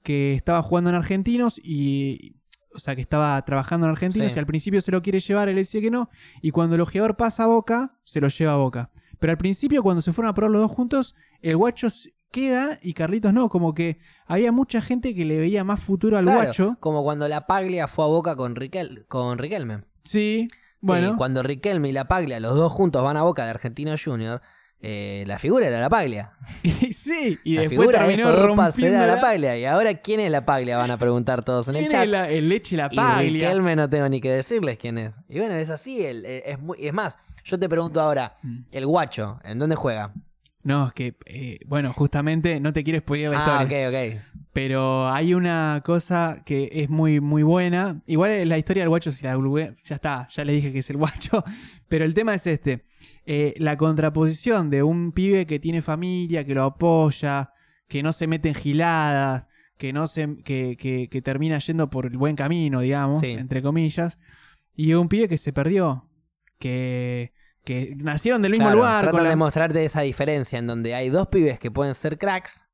Speaker 2: que estaba jugando en Argentinos y. O sea, que estaba trabajando en Argentinos
Speaker 1: Sí.
Speaker 2: y al principio se lo quiere llevar, él decía que no. Y cuando el ojeador pasa a Boca, se lo lleva a Boca. Pero al principio, cuando se fueron a probar los dos juntos, el guacho s- queda y Carlitos no. Como que había mucha gente que le veía más futuro al
Speaker 1: Claro,
Speaker 2: guacho.
Speaker 1: Como cuando la Paglia fue a boca con, Riquel, con Riquelme.
Speaker 2: Sí,
Speaker 1: Y
Speaker 2: bueno.
Speaker 1: Eh, cuando Riquelme y la Paglia, los dos juntos, van a boca de Argentino Junior, eh, la figura era la Paglia.
Speaker 2: Y sí, y
Speaker 1: la
Speaker 2: después
Speaker 1: figura de
Speaker 2: terminó
Speaker 1: esos dos pasos
Speaker 2: rompiendo
Speaker 1: era la Paglia. Y ahora, ¿quién es la Paglia? Van a preguntar todos en el
Speaker 2: ¿Quién
Speaker 1: chat.
Speaker 2: es la- el leche y la
Speaker 1: Y
Speaker 2: paglia.
Speaker 1: Riquelme no tengo ni que decirles quién es. Y bueno, es así. el- eh, es, muy, es más, yo te pregunto ahora,
Speaker 2: Mm.
Speaker 1: el guacho, ¿en dónde juega?
Speaker 2: No, es que, eh, bueno, justamente no te quiero spoiler la
Speaker 1: Ah,
Speaker 2: historia.
Speaker 1: ok, ok.
Speaker 2: Pero hay una cosa que es muy, muy buena. Igual la historia del guacho, si la googleé- ya está, ya le dije que es el guacho. Pero el tema es este: Eh, la contraposición de un pibe que tiene familia, que lo apoya, que no se mete en giladas, que, no se, que, que- que termina yendo por el buen camino, digamos,
Speaker 1: Sí.
Speaker 2: entre comillas, y un pibe que se perdió, que, que nacieron del mismo
Speaker 1: Claro,
Speaker 2: lugar. con
Speaker 1: tratan
Speaker 2: la-
Speaker 1: de mostrarte esa diferencia en donde hay dos pibes que pueden ser cracks,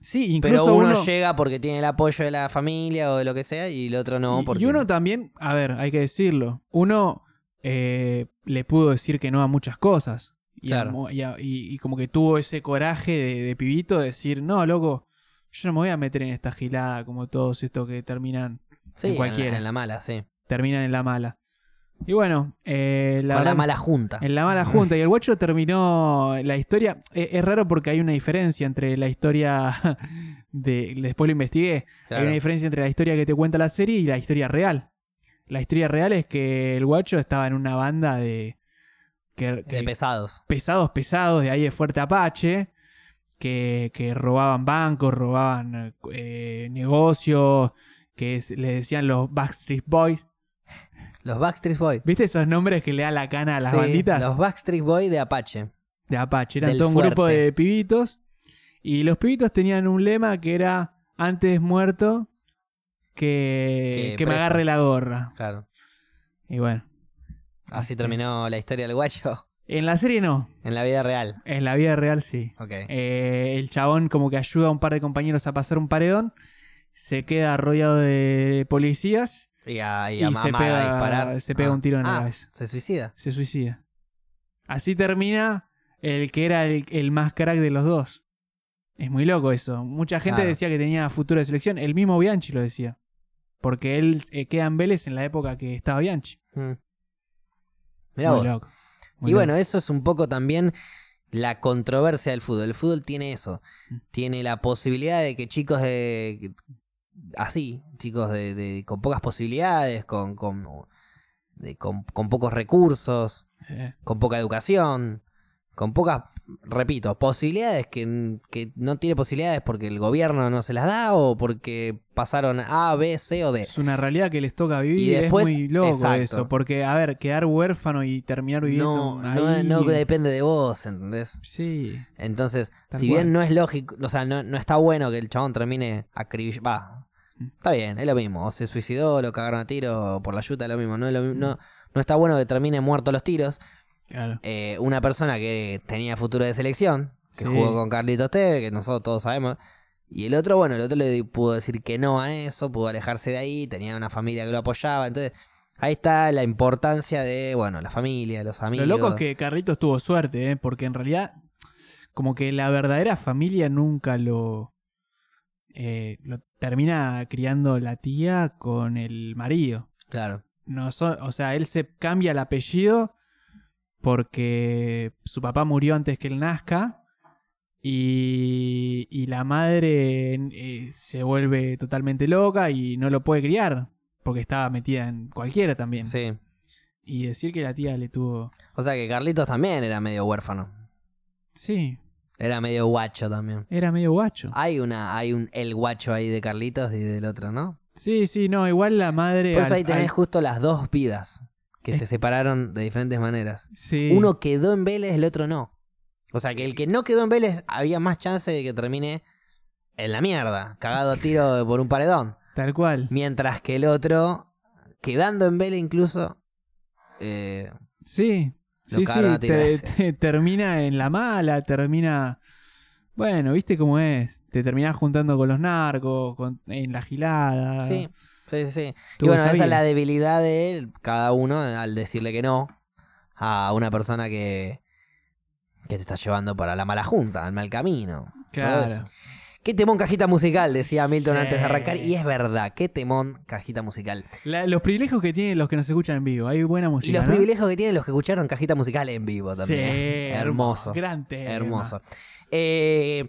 Speaker 2: Sí, incluso
Speaker 1: pero uno,
Speaker 2: uno
Speaker 1: llega porque tiene el apoyo de la familia o de lo que sea y el otro no.
Speaker 2: Y-
Speaker 1: Porque...
Speaker 2: Y uno también, a ver, hay que decirlo. Uno eh, le pudo decir que no a muchas cosas. Y, a
Speaker 1: Claro.
Speaker 2: mo- y a- y- y como que tuvo ese coraje de, de pibito de decir, no, loco, yo no me voy a meter en esta gilada como todos estos que terminan,
Speaker 1: Sí, en la- En
Speaker 2: cualquiera.
Speaker 1: la, mala, sí.
Speaker 2: terminan en la mala. Y bueno, eh, la
Speaker 1: Con la
Speaker 2: verdad-
Speaker 1: mala junta.
Speaker 2: en la mala junta. Y el guacho terminó la historia. e- Es, raro porque hay una diferencia entre la historia de. Después lo investigué.
Speaker 1: Claro.
Speaker 2: Hay una diferencia entre la historia que te cuenta la serie y la historia real. La historia real es que el guacho estaba en una banda de. que- que-
Speaker 1: De pesados.
Speaker 2: pesados, pesados, de ahí de Fuerte Apache. Que, que robaban bancos, robaban eh, negocios, que es- le decían los Backstreet Boys.
Speaker 1: Los Backstreet Boys.
Speaker 2: ¿Viste esos nombres que le da la cana a Ah, las
Speaker 1: Sí,
Speaker 2: banditas?
Speaker 1: Los Backstreet Boys de Apache.
Speaker 2: de Apache. Eran
Speaker 1: Del
Speaker 2: todo un grupo
Speaker 1: fuerte.
Speaker 2: de pibitos. Y los pibitos tenían un lema que era antes muerto que,
Speaker 1: Que
Speaker 2: que me
Speaker 1: preso.
Speaker 2: agarre la gorra.
Speaker 1: Claro.
Speaker 2: Y bueno.
Speaker 1: Así terminó la historia del guacho
Speaker 2: En la serie no.
Speaker 1: en la vida real.
Speaker 2: En la vida real sí.
Speaker 1: Ok.
Speaker 2: Eh, el chabón como que ayuda a un par de compañeros a pasar un paredón. Se queda rodeado de policías.
Speaker 1: Y a, y
Speaker 2: Y,
Speaker 1: a
Speaker 2: se
Speaker 1: mamá
Speaker 2: pega,
Speaker 1: a disparar.
Speaker 2: se pega
Speaker 1: Ah.
Speaker 2: un tiro en la
Speaker 1: Ah,
Speaker 2: cabeza.
Speaker 1: Se suicida.
Speaker 2: Se suicida. Así termina el que era el, el más crack de los dos. Es muy loco eso. Mucha gente
Speaker 1: Claro.
Speaker 2: decía que tenía futuro de selección. El mismo Bianchi lo decía. Porque él eh, queda en Vélez en la época que estaba Bianchi.
Speaker 1: Mm. Mirá
Speaker 2: Muy
Speaker 1: vos.
Speaker 2: loco. Muy
Speaker 1: Y
Speaker 2: loco.
Speaker 1: bueno, eso es un poco también la controversia del fútbol. El fútbol tiene eso.
Speaker 2: Mm.
Speaker 1: Tiene la posibilidad de que chicos de. Así, chicos de, de- con pocas posibilidades, con, con, de- con- con pocos recursos,
Speaker 2: Eh,
Speaker 1: con poca educación, con pocas, repito, posibilidades que, que no tiene posibilidades porque el gobierno no se las da o porque pasaron A, B, C o D.
Speaker 2: es una realidad que les toca vivir.
Speaker 1: Y después-
Speaker 2: es muy loco
Speaker 1: exacto.
Speaker 2: eso. Porque, a ver, quedar huérfano y terminar viviendo.
Speaker 1: No, no,
Speaker 2: ahí-
Speaker 1: no depende de vos, ¿entendés?
Speaker 2: Sí.
Speaker 1: Entonces,
Speaker 2: Tal
Speaker 1: si
Speaker 2: cual.
Speaker 1: bien no es lógico, o sea, no, no está bueno que el chabón termine acribillado. Va,
Speaker 2: Mm.
Speaker 1: está bien, es lo mismo. O se
Speaker 2: Mm.
Speaker 1: suicidó, lo cagaron a tiro por la yuta, es lo mismo. No, es lo mi- no, no está bueno que termine muerto a los tiros.
Speaker 2: Claro.
Speaker 1: eh, una persona que tenía futuro de selección, que
Speaker 2: Sí.
Speaker 1: jugó con Carlitos Tevez, que nosotros todos sabemos. Y el otro, bueno, el otro le di- pudo decir que no a eso, pudo alejarse de ahí, tenía una familia que lo apoyaba. Entonces, ahí está la importancia de, bueno, la familia, los amigos.
Speaker 2: Lo loco es que Carlitos tuvo suerte, ¿eh? porque en realidad, como que la verdadera familia nunca lo. eh, lo termina criando la tía con el marido.
Speaker 1: Claro,
Speaker 2: No so- o sea, él se cambia el apellido porque su papá murió antes que él nazca. Y, y la madre eh, se vuelve totalmente loca y no lo puede criar porque estaba metida en cualquiera también.
Speaker 1: sí.
Speaker 2: Y decir que la tía le tuvo.
Speaker 1: O sea que Carlitos también era medio huérfano.
Speaker 2: Sí,
Speaker 1: Era medio guacho también.
Speaker 2: Era medio guacho.
Speaker 1: Hay una, hay un el guacho ahí de Carlitos y del otro, ¿no?
Speaker 2: Sí, sí, no, igual la madre.
Speaker 1: Por eso
Speaker 2: al-
Speaker 1: ahí tenés
Speaker 2: al-
Speaker 1: justo las dos vidas que
Speaker 2: Es-
Speaker 1: se separaron de diferentes maneras.
Speaker 2: sí,
Speaker 1: Uno quedó en Vélez, el otro no. O sea que el que no quedó en Vélez había más chance de que termine en la mierda, cagado a tiro por un paredón.
Speaker 2: tal cual.
Speaker 1: Mientras que el otro, quedando en Vélez incluso, eh,
Speaker 2: Sí,
Speaker 1: Lo
Speaker 2: sí, sí.
Speaker 1: cagaron a
Speaker 2: te-
Speaker 1: tiros.
Speaker 2: te- termina en la mala, termina. Bueno, viste cómo es. Te terminás juntando con los narcos, con- en la gilada.
Speaker 1: sí, sí, sí, sí. Y
Speaker 2: Tuvo
Speaker 1: bueno, esa
Speaker 2: vida.
Speaker 1: es la debilidad de él, cada uno al decirle que no a una persona que, que te está llevando para la mala junta, al mal camino. todo eso.
Speaker 2: Claro.
Speaker 1: Qué temón cajita musical, decía Milton
Speaker 2: Sí.
Speaker 1: antes de arrancar. Y es verdad, qué temón cajita musical.
Speaker 2: La- los privilegios que tienen los que nos escuchan en vivo. Hay buena música.
Speaker 1: Y los
Speaker 2: ¿no?
Speaker 1: privilegios que tienen los que escucharon cajita musical en vivo también.
Speaker 2: Sí,
Speaker 1: hermoso.
Speaker 2: Gran tema.
Speaker 1: Hermoso. Eh,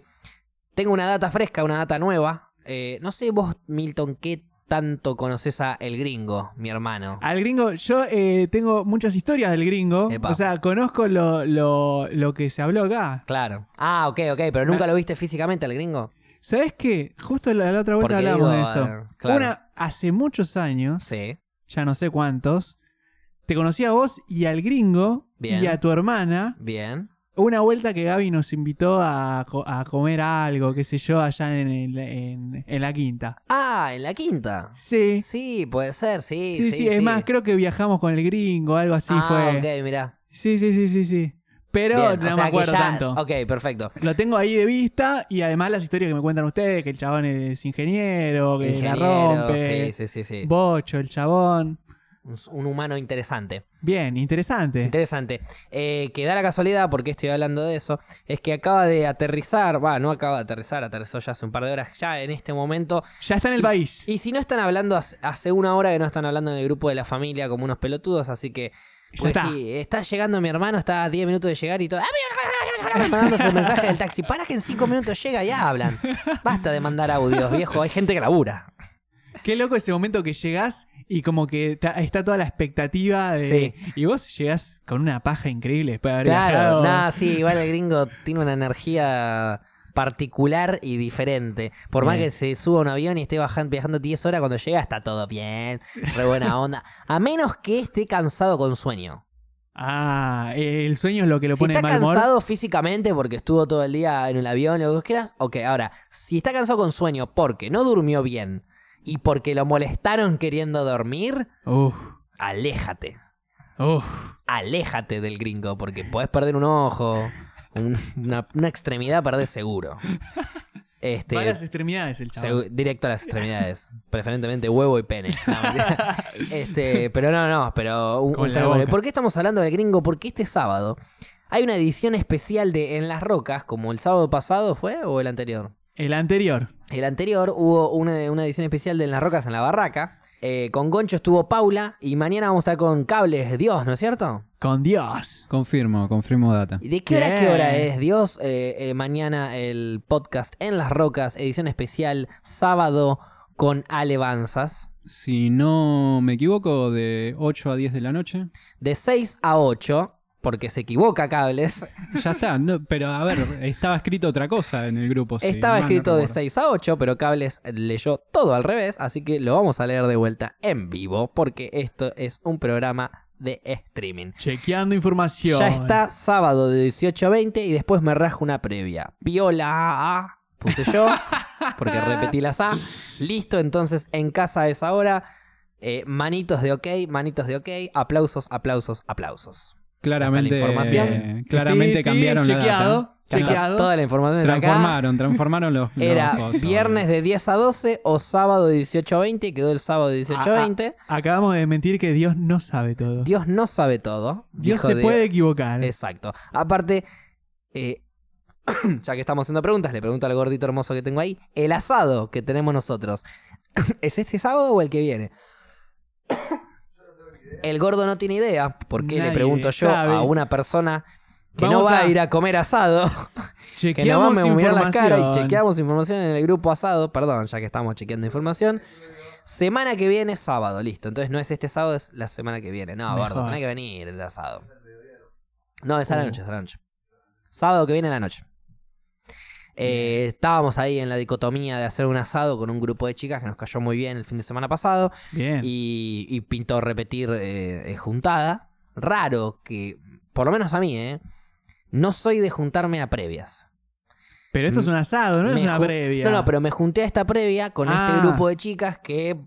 Speaker 1: tengo una data fresca, una data nueva. Eh, no sé vos, Milton, qué tanto conoces a El Gringo, mi hermano.
Speaker 2: Al gringo, yo eh, tengo muchas historias del gringo.
Speaker 1: Epa.
Speaker 2: O sea, conozco lo, lo, lo que se habló acá.
Speaker 1: Claro. Ah, ok, ok, pero nunca lo viste físicamente al gringo.
Speaker 2: ¿Sabes qué? Justo la, la otra vuelta
Speaker 1: Porque
Speaker 2: hablamos de
Speaker 1: digo,
Speaker 2: eso.
Speaker 1: eh, claro.
Speaker 2: Una, hace muchos años,
Speaker 1: Sí.
Speaker 2: ya no sé cuántos, te conocí a vos y al gringo
Speaker 1: Bien.
Speaker 2: y a tu hermana.
Speaker 1: Bien.
Speaker 2: Una vuelta que Gaby nos invitó a, co- a comer algo, qué sé yo, allá en, el- en- en la quinta.
Speaker 1: Ah, en la quinta.
Speaker 2: Sí. Sí,
Speaker 1: Sí, puede ser, sí.
Speaker 2: sí, es más, creo que viajamos con el gringo, algo así
Speaker 1: ah,
Speaker 2: fue.
Speaker 1: ok, mirá.
Speaker 2: Sí, sí, sí, sí, sí. Pero
Speaker 1: Bien, o
Speaker 2: no
Speaker 1: sea
Speaker 2: me
Speaker 1: que
Speaker 2: acuerdo
Speaker 1: ya-
Speaker 2: tanto.
Speaker 1: Ok, perfecto.
Speaker 2: Lo tengo ahí de vista y además las historias que me cuentan ustedes, que el chabón es ingeniero, que la
Speaker 1: Ingeniero,
Speaker 2: rompe.
Speaker 1: sí, sí, sí, sí.
Speaker 2: Bocho, el chabón.
Speaker 1: Un- un humano interesante.
Speaker 2: Bien, interesante.
Speaker 1: Interesante. Eh, que da la casualidad, porque estoy hablando de eso, es que acaba de aterrizar, va, no acaba de aterrizar, aterrizó ya hace un par de horas, ya en este momento.
Speaker 2: Ya está en el
Speaker 1: Sí.
Speaker 2: país.
Speaker 1: Y si no están hablando, hace hace una hora que no están hablando en el grupo de la familia como unos pelotudos, así que...
Speaker 2: Ya
Speaker 1: Pues
Speaker 2: está.
Speaker 1: sí, está llegando mi hermano, está a 10 minutos de llegar y todo... "Ah, Mandándose el mensaje del taxi, para que en 5 minutos llega, ya hablan. Basta de mandar audios, viejo, hay gente que labura.
Speaker 2: Qué loco ese momento que llegás y como que ta- está toda la expectativa de. Y vos llegás con una paja increíble después de haber
Speaker 1: Claro,
Speaker 2: viajado.
Speaker 1: nada, sí, igual el gringo tiene una energía particular y diferente. Por más
Speaker 2: Bien.
Speaker 1: que se suba a un avión y esté bajan- viajando 10 horas, cuando llega está todo bien, re buena onda. A menos que esté cansado con sueño.
Speaker 2: Ah, eh, el sueño es lo que lo
Speaker 1: si
Speaker 2: pone
Speaker 1: está
Speaker 2: de mal humor.
Speaker 1: cansado físicamente porque estuvo todo el día en el avión, lo que vos quieras, ok, ahora, si está cansado con sueño porque no durmió bien y porque lo molestaron queriendo dormir,
Speaker 2: Uf,
Speaker 1: aléjate.
Speaker 2: uf.
Speaker 1: aléjate del gringo porque podés perder un ojo, un- una, una extremidad perdés seguro. Este,
Speaker 2: Va a las extremidades el chabón.
Speaker 1: segu- directo a las extremidades, preferentemente huevo y pene. No, mentira. este, pero no, no, pero un,
Speaker 2: Con
Speaker 1: un
Speaker 2: la
Speaker 1: fenómeno.
Speaker 2: boca.
Speaker 1: ¿Por qué estamos hablando del gringo? Porque este sábado hay una edición especial de En las Rocas, como el sábado pasado fue o el anterior.
Speaker 2: El anterior.
Speaker 1: El anterior hubo una, una edición especial de En las Rocas en la Barraca. Eh, con Goncho estuvo Paula y mañana vamos a estar con Cables Dios, ¿no es cierto?
Speaker 2: Con Dios.
Speaker 3: Confirmo, confirmo data.
Speaker 1: ¿Y ¿De qué hora a qué hora
Speaker 2: Bien.
Speaker 1: es, Dios? Eh, eh, mañana el podcast En las Rocas, edición especial, sábado con Alevanzas.
Speaker 3: Si no me equivoco, de 8 a 10 de la noche.
Speaker 1: De 6 a 8, porque se equivoca cables.
Speaker 3: Ya está, no, pero a ver, estaba escrito otra cosa en el grupo. sí,
Speaker 1: Estaba
Speaker 3: mal no
Speaker 1: escrito de
Speaker 3: recuerdo.
Speaker 1: 6 a 8, pero cables leyó todo al revés, así que lo vamos a leer de vuelta en vivo, porque esto es un programa de streaming.
Speaker 2: Chequeando información.
Speaker 1: Ya está sábado de 18 a 20 y después me rajo una previa. Viola A, A, puse yo, porque repetí las A. Listo, entonces en casa a esa hora. Eh, manitos de ok, manitos de ok, aplausos, aplausos, aplausos.
Speaker 3: Claramente,
Speaker 1: información.
Speaker 3: eh, claramente
Speaker 2: Sí, sí,
Speaker 3: cambiaron
Speaker 2: chequeado,
Speaker 3: la data.
Speaker 2: Chequeado.
Speaker 1: Toda la información está acá.
Speaker 3: Transformaron, transformaron los. los
Speaker 1: Era
Speaker 3: cosos.
Speaker 1: viernes de 10 a 12 o sábado de 18 a 20. Quedó el sábado de 18
Speaker 2: Ah,
Speaker 1: a 20.
Speaker 2: Acabamos de mentir que Dios no sabe todo. Dios,
Speaker 1: Dios no sabe todo. dijo
Speaker 2: se
Speaker 1: Dios.
Speaker 2: puede equivocar.
Speaker 1: Exacto. Aparte, eh, ya que estamos haciendo preguntas, le pregunto al gordito hermoso que tengo ahí. El asado que tenemos nosotros, ¿es este sábado o el que viene? El gordo no tiene idea. ¿Por qué le
Speaker 2: Nadie
Speaker 1: pregunto yo
Speaker 2: sabe.
Speaker 1: a una persona que no
Speaker 2: Vamos
Speaker 1: va a...
Speaker 2: a-
Speaker 1: ir a comer asado? Que nos
Speaker 2: Chequeamos
Speaker 1: vamos a mirar la cara y
Speaker 2: información.
Speaker 1: chequeamos información en el grupo asado. Perdón, ya que estamos chequeando información. Semana que viene, sábado, listo. Entonces no es este sábado, es la semana que viene. No,
Speaker 2: Mejor.
Speaker 1: gordo, tenés que venir el asado. No, es a la
Speaker 2: Uh.
Speaker 1: noche, es a la noche. Sábado que viene a la noche. Eh, estábamos ahí en la dicotomía de hacer un asado con un grupo de chicas que nos cayó muy bien el fin de semana pasado
Speaker 2: Bien.
Speaker 1: y, y pintó repetir eh, eh, juntada. Raro que, por lo menos a mí, eh, no soy de juntarme a previas.
Speaker 2: Pero esto es un asado, no
Speaker 1: Me
Speaker 2: es una
Speaker 1: ju-
Speaker 2: previa.
Speaker 1: No, no, pero me junté a esta previa con
Speaker 2: Ah.
Speaker 1: este grupo de chicas que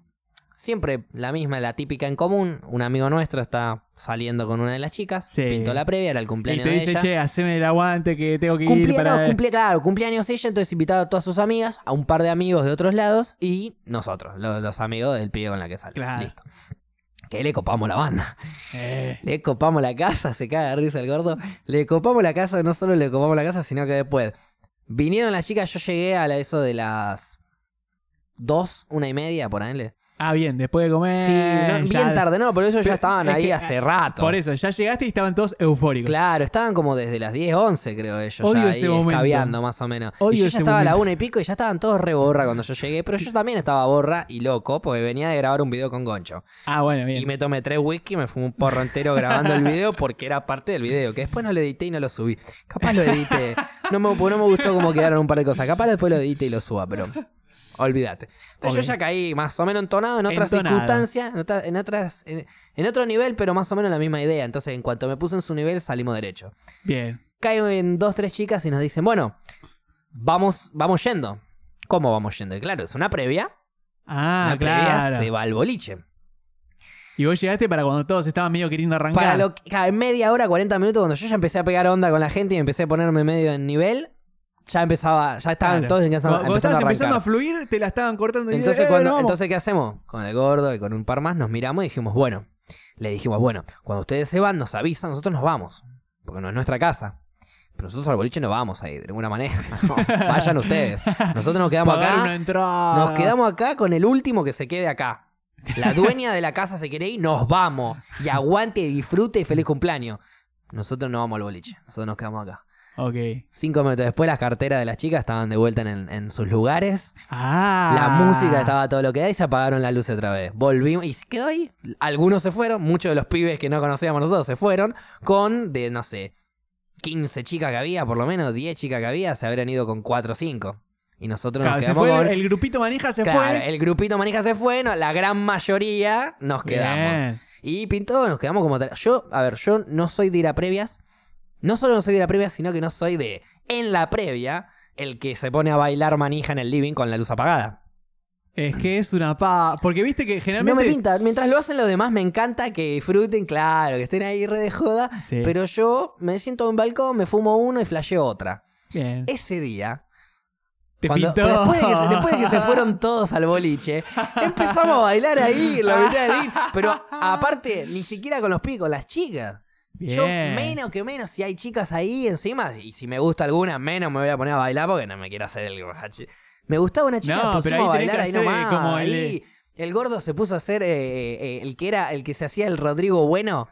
Speaker 1: siempre la misma, la típica en común. Un amigo nuestro está saliendo con una de las chicas,
Speaker 2: Sí.
Speaker 1: pintó la previa, era el
Speaker 2: Y
Speaker 1: cumpleaños
Speaker 2: te
Speaker 1: de
Speaker 2: dice,
Speaker 1: ella.
Speaker 2: che, eh". haceme el aguante que tengo que ir
Speaker 1: Cumplía-
Speaker 2: para...
Speaker 1: ¿eh? no, cumplía- claro, cumpleaños ella, entonces invitaba a todas sus amigas, a un par de amigos de otros lados y nosotros, lo- los, amigos del pibe con la que sale.
Speaker 2: Claro.
Speaker 1: Listo. Que le copamos la banda.
Speaker 2: Eh,
Speaker 1: Le copamos la casa, se caga de risa el gordo. Le copamos la casa, no solo le copamos la casa, sino que después vinieron las chicas, yo llegué a la- eso de las dos, una y media, por ahí.
Speaker 2: Ah, bien, después de comer...
Speaker 1: Sí, no, bien
Speaker 2: Eh, ya-
Speaker 1: tarde, no, pero ellos
Speaker 2: Pero
Speaker 1: ya estaban
Speaker 2: es
Speaker 1: ahí
Speaker 2: que, ah,
Speaker 1: hace rato.
Speaker 2: Por eso, ya llegaste y estaban todos eufóricos.
Speaker 1: Claro, estaban como desde las 10, 11, creo ellos.
Speaker 2: Odio
Speaker 1: ya
Speaker 2: ese
Speaker 1: ahí
Speaker 2: momento.
Speaker 1: escabeando, más o menos.
Speaker 2: Odio
Speaker 1: y yo
Speaker 2: ese
Speaker 1: ya estaba a la
Speaker 2: momento.
Speaker 1: una y pico y ya estaban todos re borra cuando yo llegué. Pero yo también estaba borra y loco porque venía de grabar un video con Goncho.
Speaker 2: Ah, bueno,
Speaker 1: Y
Speaker 2: bien.
Speaker 1: me tomé tres whisky y me fumé un porro entero grabando el video porque era parte del video. Que después no lo edité y no lo subí. Capaz lo edité. No me, no me gustó cómo quedaron un par de cosas. Capaz después lo edité y lo suba, pero olvídate. Entonces
Speaker 2: Ok.
Speaker 1: yo ya caí más o menos entonado en otras
Speaker 2: Entonado.
Speaker 1: circunstancias, en, otra- en otras, en, en otro nivel, pero más o menos la misma idea. Entonces en cuanto me puse en su nivel salimos derecho.
Speaker 2: Bien.
Speaker 1: Caigo en dos, tres chicas y nos dicen, bueno, vamos, vamos yendo. ¿Cómo vamos yendo? Y claro, es una previa.
Speaker 2: Ah,
Speaker 1: una
Speaker 2: claro.
Speaker 1: previa se va al boliche.
Speaker 2: Y vos llegaste para cuando todos estaban medio queriendo arrancar.
Speaker 1: Para lo que, cada media hora, 40 minutos, cuando yo ya empecé a pegar onda con la gente y empecé a ponerme medio en nivel, ya empezaba, ya estaban
Speaker 2: Claro.
Speaker 1: todos
Speaker 2: Cuando-
Speaker 1: empezando,
Speaker 2: cuando
Speaker 1: empezando a
Speaker 2: estabas empezando a
Speaker 1: arrancar.
Speaker 2: fluir, te la estaban cortando. y,
Speaker 1: Entonces,
Speaker 2: "Eh,
Speaker 1: cuando-
Speaker 2: no, vamos".
Speaker 1: entonces, ¿qué hacemos? Con el gordo y con un par más nos miramos y dijimos, bueno, le dijimos, bueno, cuando ustedes se van, nos avisan, nosotros nos vamos, porque no es nuestra casa. Pero nosotros al boliche no vamos ahí, de ninguna manera. No, vayan ustedes. Nosotros nos quedamos
Speaker 2: Pagar
Speaker 1: acá.
Speaker 2: una entrada.
Speaker 1: Nos quedamos acá con el último que se quede acá. La dueña de la casa se quiere ir, nos vamos. Y aguante, disfrute y feliz cumpleaños. Nosotros no vamos al boliche, nosotros nos quedamos acá.
Speaker 2: Ok.
Speaker 1: Cinco minutos después las carteras de las chicas estaban de vuelta en, en sus lugares.
Speaker 2: Ah.
Speaker 1: La música estaba todo lo que da y se apagaron las luces otra vez. Volvimos y se quedó ahí. Algunos se fueron, muchos de los pibes que no conocíamos nosotros se fueron con de, no sé, 15 chicas que había, por lo menos 10 chicas que había, se habrían ido con 4 o 5. Y nosotros
Speaker 2: Claro,
Speaker 1: nos
Speaker 2: se
Speaker 1: quedamos
Speaker 2: fue,
Speaker 1: con...
Speaker 2: El grupito manija se
Speaker 1: Claro,
Speaker 2: fue.
Speaker 1: el grupito manija se fue, no, la gran mayoría nos quedamos.
Speaker 2: Bien.
Speaker 1: Y pintó, nos quedamos como tal. Yo, a ver, yo no soy de ir a previas. No solo no soy de ir a previas, sino que no soy de en la previa el que se pone a bailar manija en el living con la luz apagada.
Speaker 2: Es que es una pa. Porque viste que
Speaker 1: No me
Speaker 2: generalmente.
Speaker 1: pinta. Mientras lo hacen los demás, me encanta que disfruten, claro, que estén ahí re de joda.
Speaker 2: Sí.
Speaker 1: Pero yo me siento en un balcón, me fumo uno y flasheo otra.
Speaker 2: Bien.
Speaker 1: Ese día,
Speaker 2: Te
Speaker 1: Cuando-
Speaker 2: pintó.
Speaker 1: Después, de que se, después de que se fueron todos al boliche, empezamos a bailar ahí en la mitad del ir. Pero aparte, ni siquiera con los picos, las chicas.
Speaker 2: Bien.
Speaker 1: Yo menos que menos, si hay chicas ahí encima, y si me gusta alguna, menos me voy a poner a bailar porque no me quiero hacer el guajachi. Me gustaba una chica,
Speaker 2: No,
Speaker 1: nos
Speaker 2: pero
Speaker 1: pusimos a
Speaker 2: ahí tenés
Speaker 1: bailar ahí
Speaker 2: que hacer,
Speaker 1: nomás.
Speaker 2: eh, como el-
Speaker 1: ahí. El gordo se puso a hacer eh, eh, eh, el que era el que se hacía el Rodrigo Bueno.